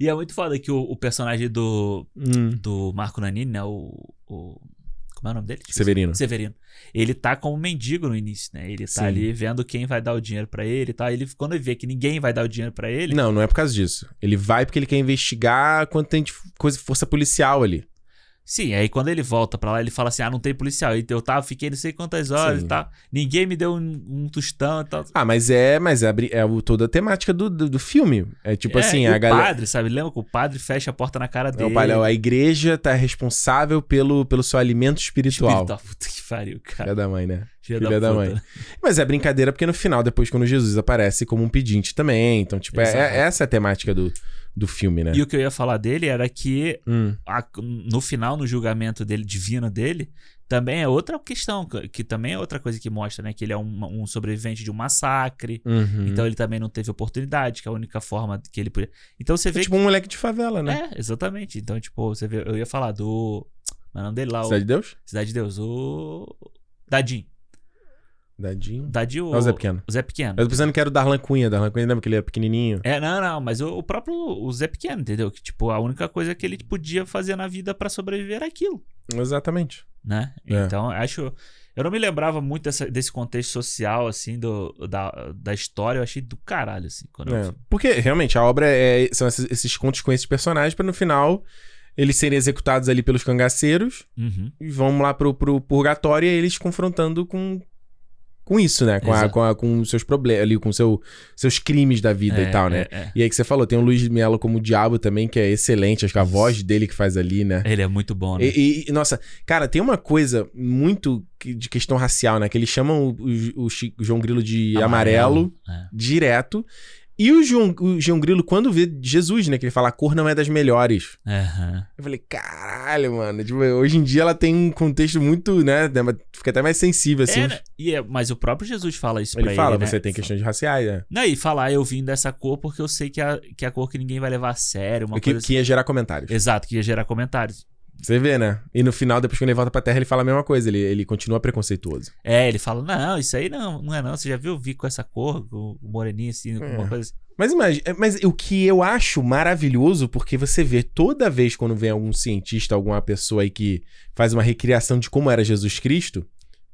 E é muito foda que o, o personagem do,
Hum.
do Marco Nanini, né? O, o- Como é o nome dele? Esqueci.
Severino.
Severino. Ele tá como mendigo no início, né? Ele tá
Sim.
ali vendo quem vai dar o dinheiro pra ele e tal. Ele, quando ele vê que ninguém vai dar o dinheiro pra ele,
Não, não é por causa disso. Ele vai porque ele quer investigar quanto tem de coisa, força policial ali.
Sim, aí quando ele volta pra lá, ele fala assim: ah, não tem policial. Então eu tava, fiquei não sei quantas horas
Sim.
e tal. Ninguém me deu um, um tostão e tal.
Ah, mas é, mas é, a bri- é o- toda a temática do, do, do filme. É tipo assim,
é,
a
o
galera.
padre, sabe? Lembra que o padre fecha a porta na cara
É,
dele.
o palha- a igreja tá responsável pelo, pelo seu alimento espiritual.
Espírito, ah, puta que pariu, cara.
Filha da mãe, né?
Filha
Filha da,
puta.
mãe. Mas é brincadeira porque no final, depois, quando Jesus aparece como um pedinte também. Então, tipo, é,
Exato.
é- essa é a temática do, do filme, né?
E o que eu ia falar dele era que
Hum.
a- no final, no julgamento dele, divino dele, também é outra questão, que, que também é outra coisa que mostra, né? Que ele é um- um sobrevivente de um massacre.
Uhum.
Então ele também não teve oportunidade, que é a única forma que ele podia. Então você vê
é tipo um moleque de favela, né?
É, exatamente. Então, tipo, você vê, eu ia falar do. Mas não dele lá,
Cidade
Cidade...
de Deus?
É, o Cidade de Deus, o. Dadinho.
Dadinho.
Dadinho.
É o Zé Pequeno.
O Zé Pequeno.
Eu tô pensando que era o Darlan Cunha. Darlan Cunha, lembra que ele era pequenininho?
É, não, não, mas o, o próprio o Zé Pequeno, entendeu? Que, tipo, a única coisa que ele podia fazer na vida pra sobreviver era aquilo,
Exatamente.
né?
É.
Então, acho. Eu não me lembrava muito dessa- desse contexto social, assim, do, da, da história. Eu achei do caralho, assim, quando eu
É,
vi.
Porque realmente a obra é- são esses, esses contos com esses personagens pra no final eles serem executados ali pelos cangaceiros
Uhum.
e vão lá pro, pro purgatório e eles confrontando com com isso, né? Com, a,
Exato.
com, a- com os seus problemas ali, com seu, seus crimes da vida
É,
e tal, né?
é, é.
E aí que você falou, tem o Luiz Melo como o diabo também, que é excelente, acho que a voz dele que faz ali, né?
Ele é muito bom, né?
E, e- e, nossa, cara, tem uma coisa muito que- de questão racial, né? Que eles chamam o, o- o Chi- o João Grilo de amarelo,
É.
direto. E o João, o João Grilo, quando vê Jesus, né? Que ele fala, a cor não é das melhores.
Aham.
Eu falei, caralho, mano. Tipo, hoje em dia ela tem um contexto muito, né? né, mas Fica até mais sensível, assim.
É, né? e é- mas o próprio Jesus fala isso pra
ele fala,
ele, né?
você tem questões raciais, né?
Não, e falar, eu vim dessa cor porque eu sei que é a, que é a cor que ninguém vai levar a sério, uma
É que,
coisa
que é? ia gerar comentários.
assim. Exato, que ia gerar comentários.
Você vê, né? E no final, depois que ele volta pra terra, ele fala a mesma coisa. Ele, ele continua preconceituoso.
É, ele fala, não, isso aí não, não é não, você já viu, eu vi com essa cor, o o moreninho assim,
É.
uma coisa assim.
Mas imagina, mas o que eu acho maravilhoso, porque você vê toda vez quando vem algum cientista, alguma pessoa aí que faz uma recriação de como era Jesus Cristo,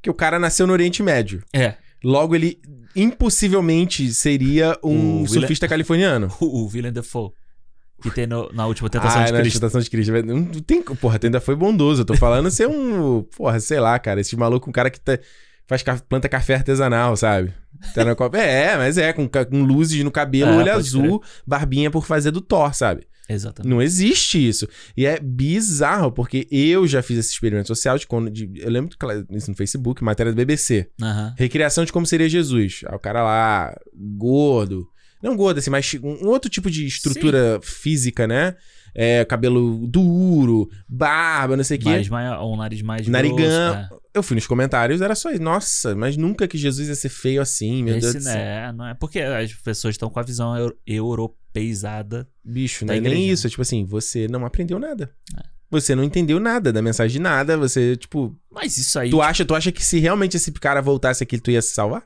que o cara nasceu no Oriente Médio.
É,
Logo, ele impossivelmente seria um
O Willem-
surfista californiano.
o, o Willem Dafoe, que tem no- na última tentação
ah,
de
não,
Cristo.
Tentação de Cristo. velho. Não tem, porra, tu ainda foi bondoso. Eu tô falando ser um. Porra, sei lá, cara. Esse maluco, um cara que tá- faz ca- planta café artesanal, sabe? Tá na Copa. É, mas é, com, ca- com luzes no cabelo,
É,
olho
pode Tá.
azul, barbinha por fazer do Thor, sabe?
Exatamente.
Não existe isso. E é bizarro, porque eu já fiz esse experimento social de quando. de- eu lembro claro, isso no Facebook, matéria do BBC.
Aham.
Recriação de como seria Jesus. Aí o cara lá, gordo. Não gordo, assim, mas um outro tipo de estrutura física, né? É, cabelo duro, barba, não sei o quê.
Mais maior, um nariz mais né?
Narigão.
grosso,
Eu fui nos comentários, era só isso. Nossa, mas nunca que Jesus ia ser feio assim,
é.
meu
Esse,
Deus do céu.
né, não é porque as pessoas estão com a visão eu- europeizada.
Bicho,
Da
né? nem
Tá igreja, É.
isso. É tipo assim, você não aprendeu nada. Você não entendeu nada da mensagem, nada. Você, tipo,
Mas isso aí,
Tu acha, tu acha que se realmente esse cara voltasse aqui, tu ia se salvar?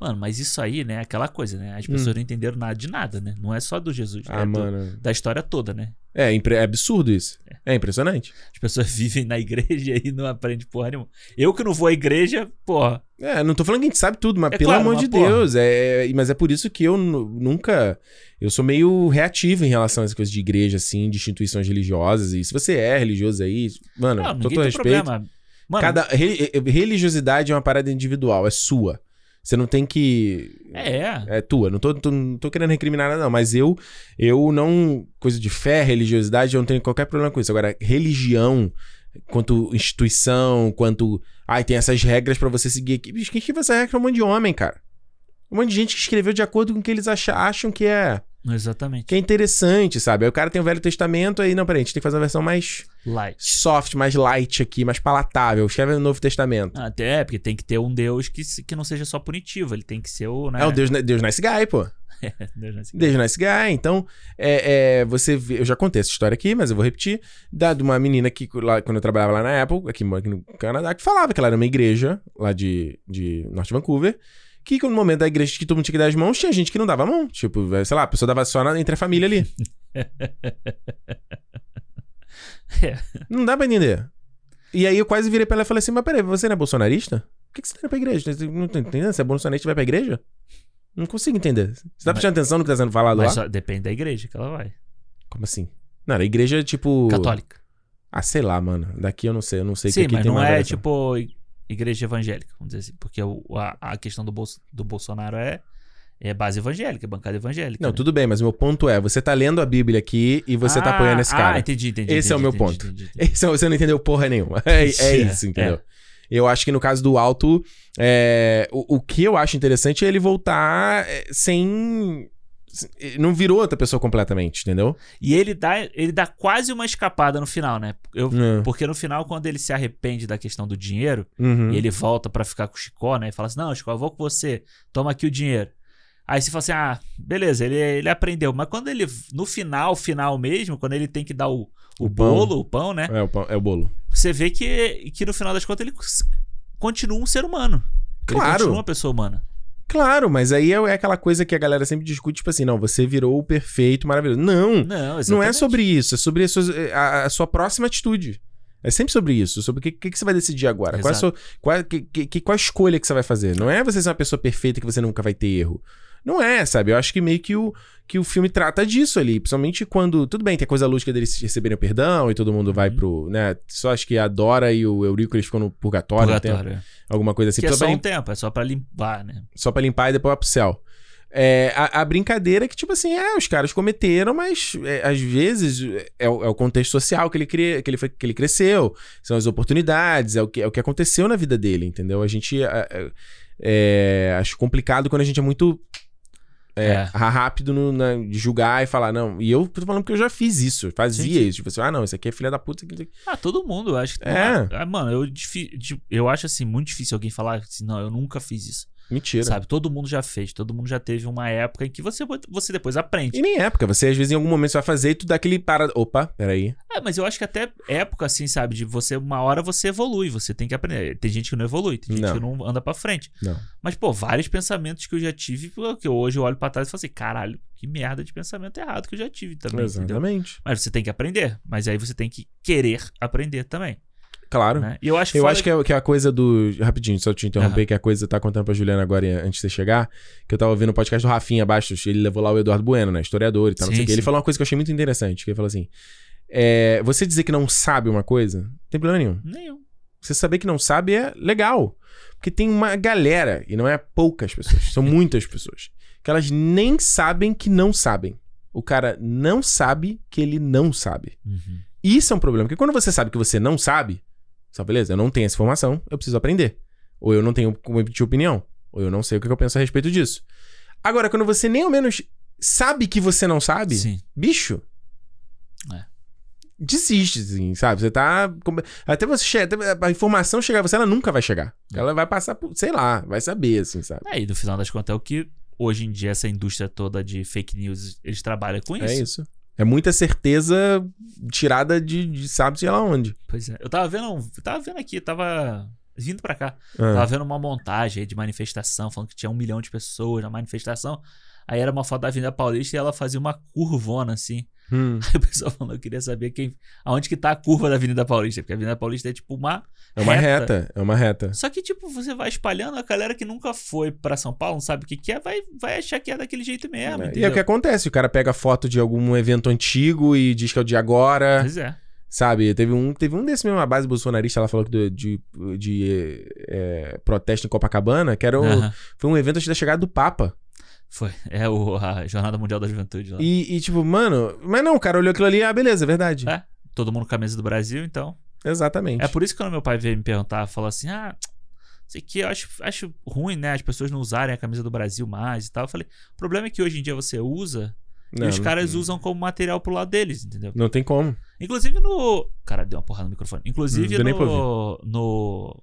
Mano, mas isso aí, né? é Aquela coisa, né? As pessoas não entenderam nada de nada, né? Não é só do Jesus. é do-
Ah, mano.
da história toda, né?
É, impre- é absurdo isso. É impressionante.
As pessoas vivem na igreja e não aprendem porra nenhuma. Eu que não vou à igreja, porra.
É, não tô falando que a gente sabe tudo, mas
É
pelo
claro,
amor
mas
de
porra.
Deus. É, é- mas é por isso que eu nu- nunca. Eu sou meio reativo em relação às coisas de igreja, assim, de instituições religiosas. E se você é religioso aí, mano,
Não, Ah, ninguém
todo
tem
respeito.
problema. Mano,
Cada re- eh, religiosidade é uma parada individual, é sua. Você não tem que.
É.
É tua, não tô, tô- não tô querendo recriminar nada, não, mas eu, eu não. Coisa de fé, religiosidade, eu não tenho qualquer problema com isso. Agora, religião, quanto instituição, quanto. Ai, tem essas regras pra você seguir aqui. Bicho, quem escreveu essa regra é um monte de homem, cara. Um monte de gente que escreveu de acordo com o que eles acha- acham que é,
Exatamente.
que é interessante, sabe? Aí o cara tem o Velho Testamento, aí, não, peraí, a gente tem que fazer uma versão mais
Light.
soft, mais light aqui, mais palatável. Escreve no Novo Testamento.
Até é, porque tem que ter um Deus que, se- que não seja só punitivo, ele tem que ser o. Né?
É o Deus, Deus Nice Guy, pô.
Deus não sei.
Desde Nice Guy, então, é, é, você vê, eu já contei essa história aqui, mas eu vou repetir, da de uma menina que, lá, quando eu trabalhava lá na Apple, aqui, aqui no Canadá, que falava que ela era uma igreja lá de, de Norte Vancouver, que no momento da igreja que todo mundo tinha que dar as mãos, tinha gente que não dava a mão, tipo, sei lá, a pessoa dava só na- entre a família ali.
É.
Não dá pra entender. E aí eu quase virei pra ela e falei assim, mas peraí, você não é bolsonarista? Por que, que você tá indo pra igreja? Não tô entendendo, você é bolsonarista e vai pra igreja? Não consigo entender. Você tá
Mas-
prestando atenção no que tá sendo falado lá?
Mas só depende da igreja que ela vai.
Como assim? Não, era igreja tipo.
Católica.
Ah, sei lá, mano. Daqui eu não sei, eu não sei o
Sim,
que
mas
tem
não
mais
é
relação.
tipo i- igreja evangélica, vamos dizer assim. Porque o- a, a questão do, Bolso- do Bolsonaro é, é base evangélica, é bancada evangélica.
Não,
né?
tudo bem, mas meu ponto é: você tá lendo a Bíblia aqui e você tá
Ah,
apoiando esse
Ah,
cara.
entendi, entendi.
Esse é o
entendi,
meu
entendi,
ponto.
entendi, entendi.
Esse, você não entendeu porra nenhuma. É, é isso,
É,
entendeu? Eu acho que no caso do alto, é, o, o que eu acho interessante é ele voltar é, sem. se- Não virou outra pessoa completamente, entendeu?
E ele dá, ele dá quase uma escapada no final, né? Eu-
É.
porque no final, quando ele se arrepende da questão do dinheiro,
Uhum.
e ele volta pra ficar com o Chicó, né? E fala assim: Não, Chicó, eu vou com você, toma aqui o dinheiro. Aí você fala assim: Ah, beleza, ele, ele aprendeu. Mas quando ele, no final, final mesmo, quando ele tem que dar o, o,
O pão.
bolo, o pão, né?
É, o, pão- é o bolo.
Você vê que, que no final das contas ele cons- continua um ser humano. Ele
Claro.
continua uma pessoa humana.
Claro, mas aí é é aquela coisa que a galera sempre discute, tipo assim, não, você virou o perfeito, maravilhoso. Não!
Não,
Não é
exatamente.
sobre isso, é sobre a sua, a- a sua próxima atitude. É sempre sobre isso, sobre o que, que, que você vai decidir agora. Qual, é a sua, qual, que, que- que- qual é a escolha que você vai fazer? Não é você ser uma pessoa perfeita que você nunca vai ter erro. Não é, sabe? Eu acho que meio que o, que o filme trata disso ali. Principalmente quando. Tudo bem, tem a coisa lúdica deles receberem o perdão e todo mundo vai
Uhum.
pro. né? Só acho que a Dora e o Eurico eles ficam no purgatório, um tempo,
Purgatório.
alguma coisa assim.
Que é
Só
só
pra-
um tempo, é só pra limpar, né?
só pra limpar e depois vai pro céu. É, a, a brincadeira é que, tipo assim, é, os caras cometeram, mas é, às vezes é, o é o contexto social que ele, cre... que, ele foi- que ele cresceu, são as oportunidades, é o, que, é o que aconteceu na vida dele, entendeu? A gente é, é, é, acho complicado quando a gente é muito é,
É.
rápido no, na- de julgar e falar, não, e eu tô falando porque eu já fiz isso, fazia
Sim, sim.
isso, tipo assim, ah, não, isso aqui é filha da puta. isso aqui-
Ah, todo mundo, eu acho que.
É.
Ah, mano, eu, difi- de- eu acho assim, muito difícil alguém falar assim, não, eu nunca fiz isso.
Mentira.
Sabe? Todo mundo já fez, todo mundo já teve uma época em que você, você depois aprende.
E nem época, você às vezes em algum momento você vai fazer e tu dá aquele para. Opa, peraí.
É, mas eu acho que até época, assim, sabe, de você, uma hora você evolui, você tem que aprender. Tem gente que não evolui, tem gente
Não.
que não anda pra frente.
Não.
Mas, pô, vários pensamentos que eu já tive, pô, que eu hoje eu olho pra trás e falo assim, caralho, que merda de pensamento errado que eu já tive também, entendeu?
Exatamente.
Mas você tem que aprender, mas aí você tem que querer aprender também,
Claro.
né? E eu acho que
Eu
fora-
acho que é, que é a coisa do. Rapidinho, só te interromper, que a coisa tá contando pra Juliana agora e- antes de você chegar. Que eu tava ouvindo o podcast do Rafinha Bastos, ele levou lá o Eduardo Bueno, né? Historiador e tal, não
Sim,
sei o quê. Ele
sim.
falou uma coisa que eu achei muito interessante, que ele falou assim: é, você dizer que não sabe uma coisa, não tem problema nenhum.
Nenhum.
Você saber que não sabe é legal. Porque tem uma galera, e não é poucas pessoas, são muitas pessoas, que elas nem sabem que não sabem. O cara não sabe que ele não sabe.
Uhum.
Isso é um problema, porque quando você sabe que você não sabe, só beleza, eu não tenho essa informação, eu preciso aprender. Ou eu não tenho como emitir opinião, ou eu não sei o que eu penso a respeito disso. Agora, quando você nem ao menos sabe que você não sabe,
Sim.
bicho.
É.
Desiste, assim, sabe? Você tá. come- Até você chegar. até A informação chegar a você, ela nunca vai chegar.
É.
Ela vai passar por. Sei lá, vai saber, assim, sabe?
É, e no final das contas é o que hoje em dia essa indústria toda de fake news, eles trabalham com
É isso. É muita certeza tirada de, de sabe-se lá onde.
Pois é. Eu tava vendo, um- eu tava vendo aqui, tava vindo pra cá.
Ah.
Tava vendo uma montagem aí de manifestação, falando que tinha um milhão de pessoas na manifestação. Aí era uma foto da Avenida Paulista e ela fazia uma curvona assim.
Hum.
Aí o pessoal falou, eu queria saber quem, aonde que tá a curva da Avenida Paulista, porque a Avenida Paulista é tipo uma
É uma reta. É uma reta.
Só que tipo, você vai espalhando a galera que nunca foi pra São Paulo, não sabe o que que é, vai vai achar que é daquele jeito mesmo,
É, e é
entendeu?
o que acontece, o cara pega foto de algum evento antigo e diz que é o de agora.
Pois é.
Sabe, teve um, teve um desse mesmo, a base bolsonarista, ela falou que do- de, de eh, eh, protesto em Copacabana, que era o-
Aham.
foi um evento antes da chegada do Papa.
Foi. É o, a Jornada Mundial da Juventude lá.
E, e, tipo, mano, mas não, o cara olhou aquilo ali, ah, beleza, é verdade.
É. Todo mundo com a camisa do Brasil, então.
Exatamente.
É por isso que quando meu pai veio me perguntar, falou assim: ah, sei que eu acho, acho ruim, né? As pessoas não usarem a camisa do Brasil mais e tal. Eu falei: o problema é que hoje em dia você usa
não,
e os caras
não,
usam como material pro lado deles, entendeu?
Não tem como.
Inclusive no. Cara, deu uma porrada no microfone.
Hum,
Inclusive
deu nem pra
no. No.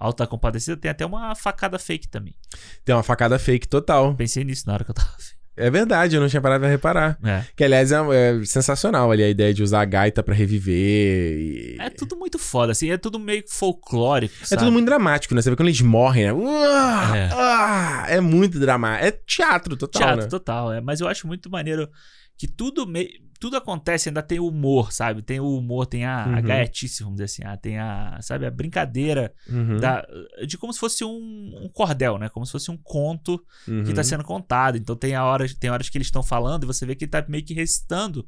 Alta Compadecida tem até uma facada fake também.
Tem uma facada fake total.
Pensei nisso na hora que eu tava vendo.
É verdade, eu não tinha parado pra reparar.
É.
Que, aliás, é, é sensacional ali a ideia de usar a gaita pra reviver. e-
É tudo muito foda, assim. É tudo meio folclórico.
É tudo muito dramático, né? Você vê quando eles morrem, né? Uá,
É.
ah, é muito dramático. É teatro total,
Teatro
né?
total, é. Mas eu acho muito maneiro que tudo, me- tudo acontece, ainda tem humor, sabe? Tem o humor, tem a, a
Uhum.
gaiatice, vamos dizer assim. A, tem a, sabe, a brincadeira
Uhum,
da, de como se fosse um, um cordel, né? Como se fosse um conto
uhum.
que tá sendo contado. Então tem, a horas, tem horas que eles estão falando e você vê que ele tá meio que recitando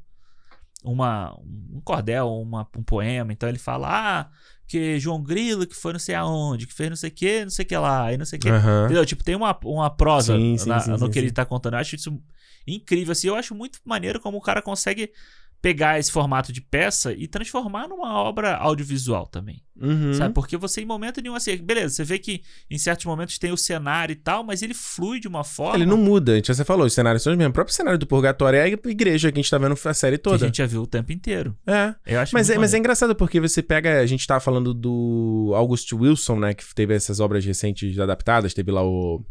uma, um cordel, uma, um poema. Então ele fala, ah, que João Grilo que foi não sei aonde, que fez não sei o que, não sei o que lá, e não sei o que.
Aham.
Entendeu? Tipo, tem uma, uma prosa
Sim, sim,
na-
sim,
no
sim,
que
sim.
ele tá contando. Eu acho isso incrível. Assim, eu acho muito maneiro como o cara consegue pegar esse formato de peça e transformar numa obra audiovisual também.
Uhum.
Sabe? Porque você, em momento nenhum, assim, beleza, você vê que em certos momentos tem o cenário e tal, mas ele flui de uma forma.
Ele não muda, gente. Você falou, os cenários são os mesmos. O próprio cenário do Purgatório é a igreja que a gente tá vendo a série
que a
toda.
gente já viu o tempo inteiro.
É.
Eu acho
Mas é,
muito
mas é
maneiro.
engraçado porque você pega. A gente tava falando do August Wilson, né? Que teve essas obras recentes adaptadas. Teve lá o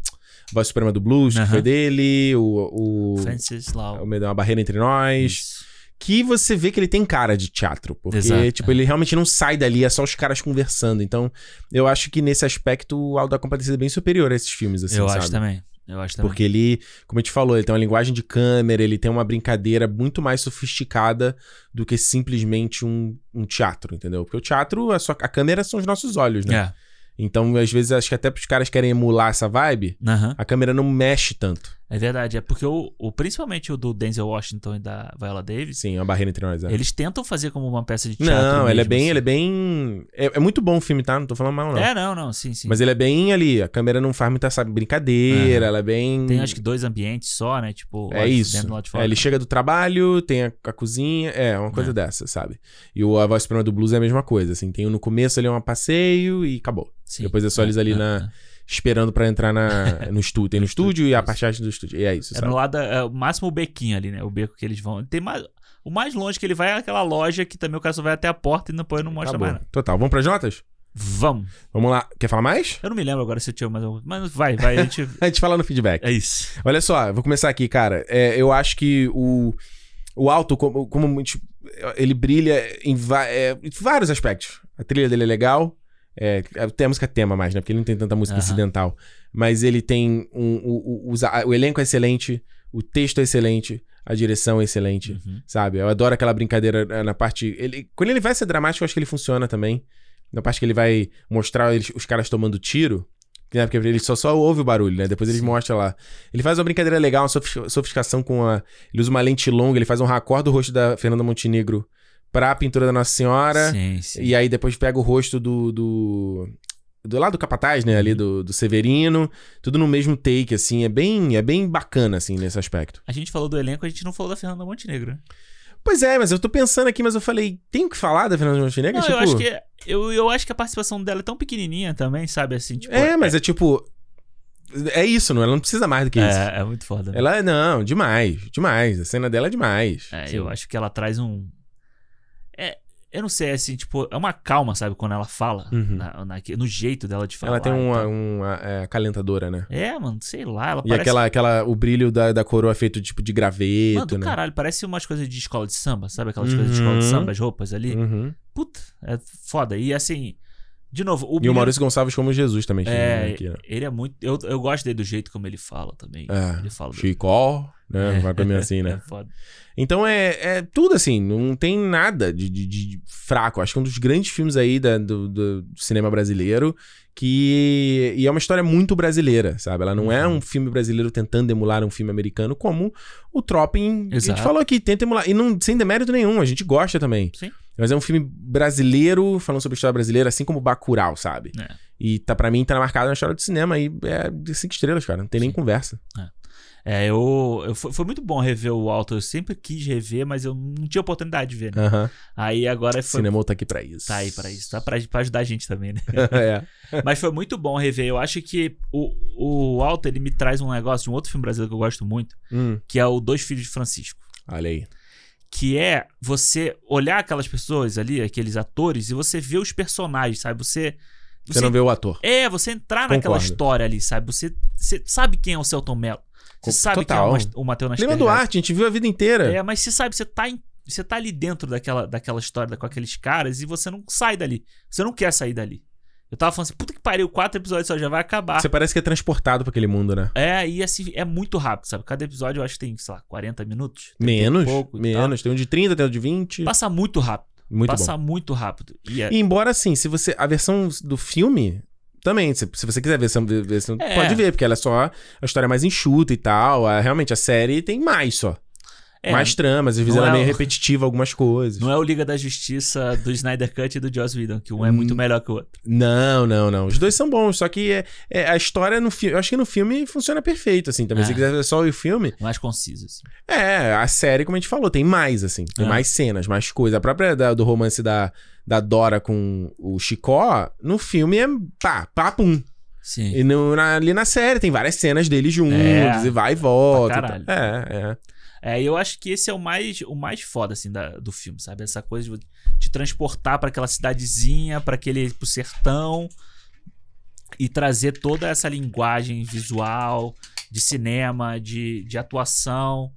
Voz Suprema do Blues, que
Aham.
foi dele. O. o...
Francis Lau.
O Medo é uma barreira entre nós.
Isso.
que você vê que ele tem cara de teatro, porque
Exato,
tipo, ele realmente não sai dali, é só os caras conversando. Então, eu acho que nesse aspecto o Aldo da Compadecida é bem superior a esses filmes assim,
eu
sabe?
acho também. Eu acho também.
Porque ele, como eu te falou, ele tem uma linguagem de câmera, ele tem uma brincadeira muito mais sofisticada do que simplesmente um, um teatro, entendeu? Porque o teatro, a, sua- a câmera são os nossos olhos, né?
É.
Então, às vezes, acho que até os caras querem emular essa vibe,
Aham.
a câmera não mexe tanto.
É verdade. É porque o, o- principalmente o do Denzel Washington e da Viola Davis.
Sim, a barreira entre nós. é.
Eles tentam fazer como uma peça de teatro.
Não, ele é
mesmo,
bem,
assim.
ele é bem. É, é muito bom o filme, tá? Não tô falando mal, não.
É, não, não, sim, sim.
Mas ele é bem ali, a câmera não faz muita sabe, brincadeira, ela é bem.
Tem acho que dois ambientes só, né? Tipo, lá
É
de
isso.
dentro e lá de
É,
fora.
ele chega do trabalho, tem a, a cozinha, é, uma coisa
É.
dessa, sabe? E o A Voz Suprema do Blues é a mesma coisa, assim. Tem um no começo ali é um passeio e acabou.
Sim.
depois é só eles ali na- Esperando pra entrar na, no estúdio. Tem no estúdio e a parte do estúdio. E é isso,
É,
sabe?
no lado, é, o máximo o bequinho ali, né? O beco que eles vão. Tem mais, o mais longe que ele vai é aquela loja que também o cara só vai até a porta e depois não mostra
Acabou.
mais nada.
Total. Vamos pras notas?
Vamos.
Vamos lá. Quer falar mais?
Eu não me lembro agora se eu tinha mais algum. Mas vai, vai, a gente.
A gente fala no feedback.
é isso.
Olha só, eu vou começar aqui, cara. É, eu acho que o, o alto, como, como muito- ele brilha em, va- é, em vários aspectos. A trilha dele é legal. É, tem a música tema mais, né? Porque ele não tem tanta música
Aham.
incidental. Mas ele tem um, o, o- os- a- o elenco é excelente, o texto é excelente, a direção é excelente.
Uhum.
Sabe? Eu adoro aquela brincadeira eh, na parte. Ele, quando ele vai ser dramático, eu acho que ele funciona também. Na parte que ele vai mostrar eles- os caras tomando tiro. Né? Porque ele só, só ouve o barulho, né? Depois eles
Sim.
mostram lá. Ele faz uma brincadeira legal, uma sofis- sofisticação com a. Ele usa uma lente longa, ele faz um raccord do rosto da Fernanda Montenegro pra pintura da Nossa Senhora.
Sim, sim.
E aí depois pega o rosto do. do... Do lado do Capataz, né?
Uhum.
Ali do, do Severino. Tudo no mesmo take, assim. É bem, é bem bacana, assim, nesse aspecto.
A gente falou do elenco, a gente não falou da Fernanda Montenegro. né?
Pois é, mas eu tô pensando aqui, mas eu falei, tem que falar da Fernanda Montenegro?
Não,
tipo,
eu acho que. é Eu, eu acho que a participação dela é tão pequenininha também, sabe? Assim, tipo.
É, mas é tipo. É isso, não? Ela não precisa mais do que
é,
isso.
é muito foda. né?
Ela, não, demais, demais. A cena dela é demais.
É,
Sim.
eu acho que ela traz um. É, eu não sei, assim, tipo, é uma calma, sabe, quando ela fala.
Uhum.
na- naque- no jeito dela de falar.
Ela tem
e
uma,
tal.
uma é, acalentadora, né?
É, mano, sei lá, ela
E
parece.
aquela, aquela, o brilho da, da coroa feito tipo de
Mano,
graveto,
do
né?
caralho, parece umas coisas de escola de samba, sabe? Aquelas coisas de
Uhum.
escola de samba, as roupas ali.
Uhum.
Puta, é foda. E assim, de novo, o.
E o
Billy-
Maurício Gonçalves como Jesus também.
É,
É, aqui, né?
ele é muito. Eu, eu gosto dele do jeito como ele fala também.
é.
Ele fala. do-
Chicó, né? Vai pra mim assim,
É
né?
foda.
Então é, é tudo assim, não tem nada de, de- de fraco. Acho que é um dos grandes filmes aí da- do, do cinema brasileiro que e é uma história muito brasileira, sabe? Ela não é
Uhum.
um filme brasileiro tentando emular um filme americano como o Tropping. A gente
Exato.
falou aqui, tenta emular. E não, sem demérito nenhum, a gente gosta também.
Sim.
Eu Mas é um filme brasileiro, falando sobre história brasileira, assim como Bacurau, sabe?
É.
E tá, pra mim tá marcado na história do cinema e é de cinco estrelas, cara. Não tem nem conversa.
É, eu, eu- foi, foi muito bom rever o Alto. Eu sempre quis rever, mas eu não tinha oportunidade de ver, né?
Aham.
Aí agora foi.
Cinemol tá aqui pra isso.
Tá aí pra isso, tá pra, pra ajudar a gente também, né?
é.
Mas foi muito bom rever. Eu acho que o, o Alto, ele me traz um negócio de um outro filme brasileiro que eu gosto muito,
Hum,
que é o Dois Filhos de Francisco.
olha aí.
Que é você olhar aquelas pessoas ali, aqueles atores, e você ver os personagens, sabe? Você.
Você, não vê o ator.
É, você entrar naquela
Concordo.
história ali, sabe? Você, você sabe quem é o Celton Mello.
Co-
Você sabe
total.
quem é o Mas- o Matheus Nascimento.
Lima Duarte, a gente viu a vida inteira.
É, mas você sabe, você tá, em- você tá ali dentro daquela, daquela história com aqueles caras e você não sai dali. Você não quer sair dali. Eu tava falando assim, puta que pariu, quatro episódios só já vai acabar.
Você parece que é transportado pra aquele mundo, né?
É, e assim, é muito rápido, sabe? Cada episódio eu acho que tem, sei lá, 40 minutos.
Menos.
pouco e tal.
menos. Tem um de 30, tem um de 20.
Passa muito rápido.
Muito bom.
passa muito rápido. E é,
E embora assim, se você. A versão do filme. Também, se, se você quiser ver, essa- ver- ver- você
É.
pode ver, porque ela é só a história mais enxuta e tal. a- realmente, a série tem mais só.
é,
mais tramas, às vezes
não
ela é
é
meio
o-
repetitiva algumas coisas.
não é o Liga da Justiça do Snyder Cut e do Joss Whedon, que um
Hum.
é muito melhor que o outro.
Não, não, não. Os dois são bons, só que é, é a história no filme. Eu acho que no filme funciona perfeito, assim, também. Se
É.
você quiser ver só o filme,
Mais conciso, assim.
é, a série, como a gente falou, tem mais, assim. Tem
É.
mais cenas, mais coisa. A própria da- do romance da, da Dora com o Chicó, no filme é pá, pá, pum.
Sim.
E no- na- ali na série tem várias cenas deles juntos,
É.
e vai e volta.
Pra
e tal. é, é.
É, eu acho que esse é o mais, o mais foda, assim, da- do filme, sabe? Essa coisa de te transportar pra aquela cidadezinha, pra aquele, pro sertão e trazer toda essa linguagem visual, de cinema, de, de atuação.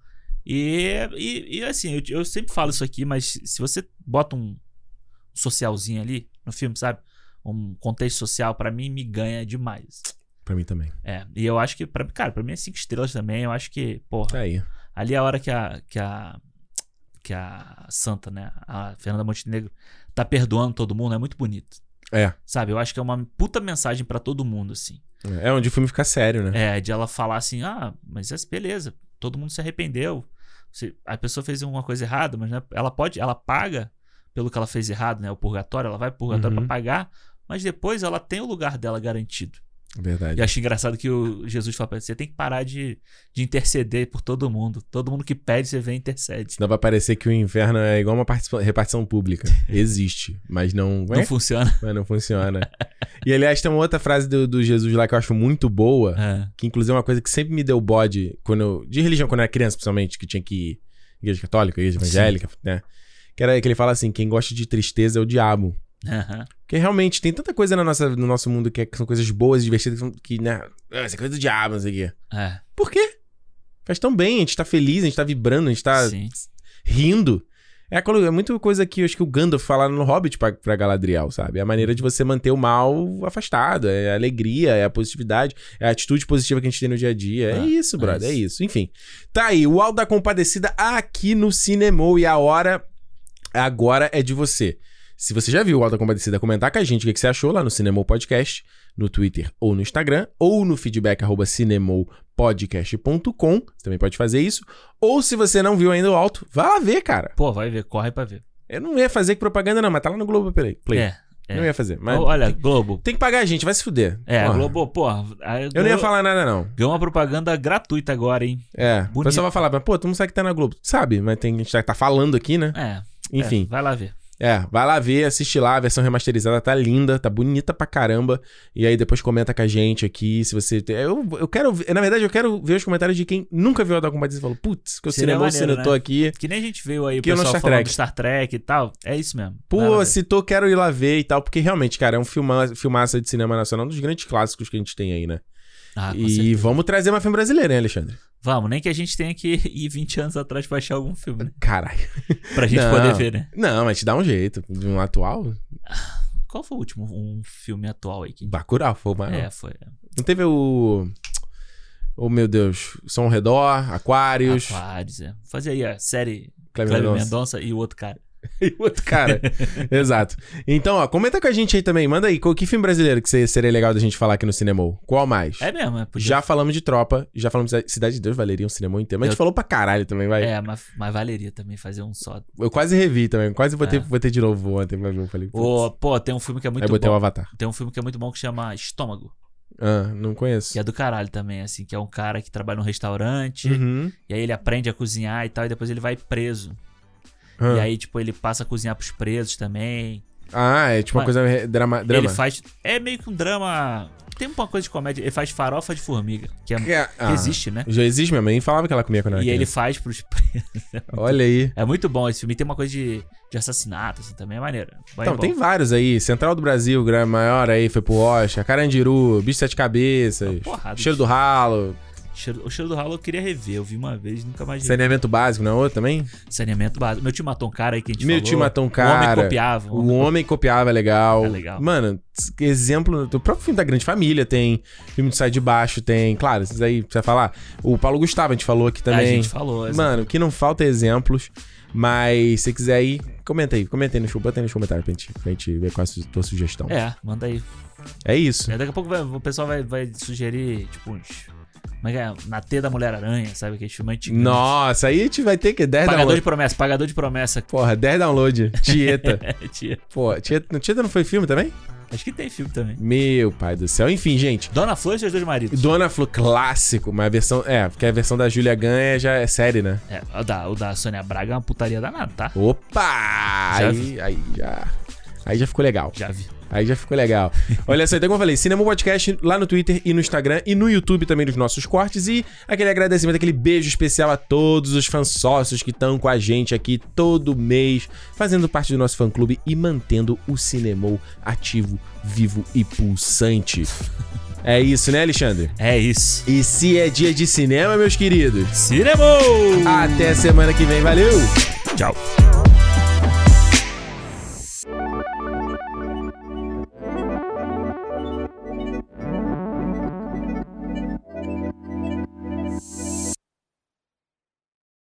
E, e, e, assim, eu, eu sempre falo isso aqui, mas se você bota um socialzinho ali no filme, sabe? Um contexto social, pra mim, me ganha demais.
Pra mim também.
É, e eu acho que, pra, cara, pra mim é cinco estrelas também. Eu acho que, porra.
Tá aí.
Ali é a hora que a. Que a que a Santa, né? A Fernanda Montenegro tá perdoando todo mundo, é muito bonito.
É.
Sabe? Eu acho que é uma puta mensagem pra todo mundo, assim.
É onde o filme fica sério, né?
É, de ela falar assim: ah, mas é beleza, todo mundo se arrependeu. Você- a pessoa fez alguma coisa errada, mas né, ela pode, ela paga pelo que ela fez errado, né? O purgatório, ela vai pro purgatório
Uhum.
pra pagar, mas depois ela tem o lugar dela garantido.
Verdade.
E eu achei engraçado que o Jesus fala pra ele, você tem que parar de, de interceder por todo mundo. Todo mundo que pede, você vem e intercede.
Senão vai parecer que o inferno é igual uma participa- repartição pública. Existe, mas não, é,
Não funciona.
mas não funciona. e aliás, tem uma outra frase do, do Jesus lá que eu acho muito boa,
É.
que inclusive é uma coisa que sempre me deu bode quando eu, de religião, quando eu era criança, principalmente, que tinha que ir em igreja católica, igreja
Sim.
evangélica, né? Que era que ele fala assim: quem gosta de tristeza é o diabo.
Aham.
Porque realmente tem tanta coisa na nossa, no nosso mundo que, é- que são coisas boas e divertidas que, são- que né? "Ah, Essa coisa do diabo, não sei o quê.
É,
Por quê? Faz tão bem, a gente tá feliz, a gente tá vibrando, a gente tá
sim.
rindo. É, aquela- é muita coisa que eu acho que o Gandalf fala no Hobbit pra, pra Galadriel, sabe? É a maneira de você manter o mal afastado. É a alegria, é a positividade, é a atitude positiva que a gente tem no dia a dia. É,
É,
isso,
é
brother, é
isso.
isso. Enfim. Tá aí, o Alto da Compadecida aqui no Cinemou. E a hora agora é de você. Se você já viu o Alto da Compadecida, comentar com a gente o que que você achou lá no Cinemou Podcast, no Twitter ou no Instagram, ou no feedback arroba cinemoupodcast.com. Você também pode fazer isso. Ou se você não viu ainda o alto, vá lá ver, cara.
Pô, vai ver, corre pra ver.
Eu não ia fazer propaganda, não, mas tá lá no Globo Play. Play.
É. é.
Não ia fazer. Mas
Olha,
tem,
Globo.
tem que pagar a gente, vai se fuder.
É,
Porra.
Globo, porra. a
Eu
Globo
não ia falar nada, não.
Ganhou uma propaganda gratuita agora, hein?
É. O
Bonito.
pessoal vai falar, mas, pô, tu não sabe que tá na Globo. Sabe, mas tem, a gente tá falando aqui, né?
É.
Enfim.
é, vai lá ver.
É, vai lá ver, assiste lá, a versão remasterizada tá linda, tá bonita pra caramba. E aí depois comenta com a gente aqui, se você... tem- Eu, eu quero... ver- Na verdade, eu quero ver os comentários de quem nunca viu a Dalcom Batista e falou, putz, que o
Seria
cinema
maneiro,
cinetou
né?
aqui.
Que nem a gente veio aí, o
Que eu não
pessoal
Star
falando
Trek.
do Star Trek e tal. É isso mesmo. Vai lá
Pô,
ver.
citou, quero ir lá ver e tal, porque realmente, cara, é um filma, filmaça de cinema nacional, um dos grandes clássicos que a gente tem aí, né?
Ah, com certeza.
e vamos trazer mais filme brasileiro, né, Alexandre?
Vamos, nem que a gente tenha que ir 20 anos atrás pra achar algum filme, né?
Caralho.
Pra gente
Não.
poder ver, né?
Não, mas te dá um jeito. De um atual,
Qual foi o último um filme atual aí que a gente...
Bacurau foi o maior.
É, foi.
Não teve o... Oh, meu Deus. Som ao Redor, Aquários,
Aquários, é. Fazia aí a série
Cleber
Cleber
Mendonça.
Mendonça e o outro cara.
E o outro cara. Exato. Então, ó, comenta com a gente aí também. Manda aí, qual- que filme brasileiro que seria- seria legal da gente falar aqui no Cinemol? Qual mais?
É mesmo, é. podia-
Já falamos de Tropa, já falamos de Cidade de Deus, valeria um cinema inteiro. Mas a gente
Eu-
falou pra caralho também, vai.
É, mas, mas valeria também fazer um só.
Eu quase revi também, quase botei,
É.
botei de novo ontem pra ver. Eu falei, putz.
Ô, pô, tem um filme que é muito
Aí botei o
bom.
Avatar.
Tem um filme que é muito bom que chama Estômago.
Ah, não conheço.
Que é do caralho também, assim. Que é um cara que trabalha num restaurante.
Uhum.
E aí ele aprende a cozinhar e tal. E depois ele vai preso.
Ah.
E aí, tipo, ele passa a cozinhar pros presos também.
Ah, é tipo uma
Mas-
coisa re- drama. drama.
Ele faz. É meio que um drama. Tem uma coisa de comédia. Ele faz farofa de formiga. Que, é, que
Que é- ah,
existe, né?
Já existe, minha mãe falava que ela comia quando era
E ele
criança.
faz pros presos.
Olha aí.
É muito bom esse filme. Tem uma coisa de, de assassinato, assim, também é maneiro. Vai
Então,
bom.
tem vários aí. Central do Brasil, Grande Maior aí, foi pro Rocha, Carandiru, Bicho de Sete Cabeças,
Uma porrada de
Cheiro do Ralo,
Cheiro- O cheiro do ralo eu queria rever. Eu vi uma vez, nunca mais vi.
Saneamento Básico, não é outro também?
Saneamento básico. Meu time matou um cara aí que a gente
Meu
falou.
Tio Matou um
O
Cara.
homem copiava. um-
O Homem Copiava é legal.
É legal.
Mano, s- exemplo, o próprio filme da Grande Família tem, filme do Sai de Baixo tem, claro, esses aí precisa falar. O Paulo Gustavo a gente falou aqui
A
também.
gente falou. assim.
Mano, que não falta exemplos, mas se quiser aí, comenta aí, comenta aí no show, bota aí nos comentários pra gente, pra gente ver qual é a su- tua sugestão. É,
É, manda aí.
isso.
É, Daqui a pouco vai- o pessoal vai, vai sugerir, tipo, uns. Como é que é? Na T da Mulher Aranha, sabe? Aquele filme antigo.
Nossa, aí a gente vai ter que 10
Pagador
downloads.
de promessa, pagador de promessa.
Porra, 10 download. Tieta.
Tia.
Pô, Tieta, não- Tieta não foi filme também?
Acho que tem filme também.
Meu pai do céu. Enfim, gente.
Dona Flor e seus dois maridos.
Dona Flu clássico, mas a versão. É, porque a versão da Júlia Ganha já é série, né?
É, o da, o da Sônia Braga é uma putaria danada, tá?
Opa!
Já
Aí, aí já. Aí já ficou legal.
Já vi.
Aí já ficou legal. Olha só, então como eu falei, Cinema Podcast lá no Twitter e no Instagram e no YouTube também dos nossos cortes. E aquele agradecimento, aquele beijo especial a todos os fãs sócios que estão com a gente aqui todo mês, fazendo parte do nosso fã clube e mantendo o Cinemou ativo, vivo e pulsante. É isso, né, Alexandre?
É isso.
E se é dia de cinema, meus queridos?
Cinema!
Até semana que vem, valeu!
Tchau.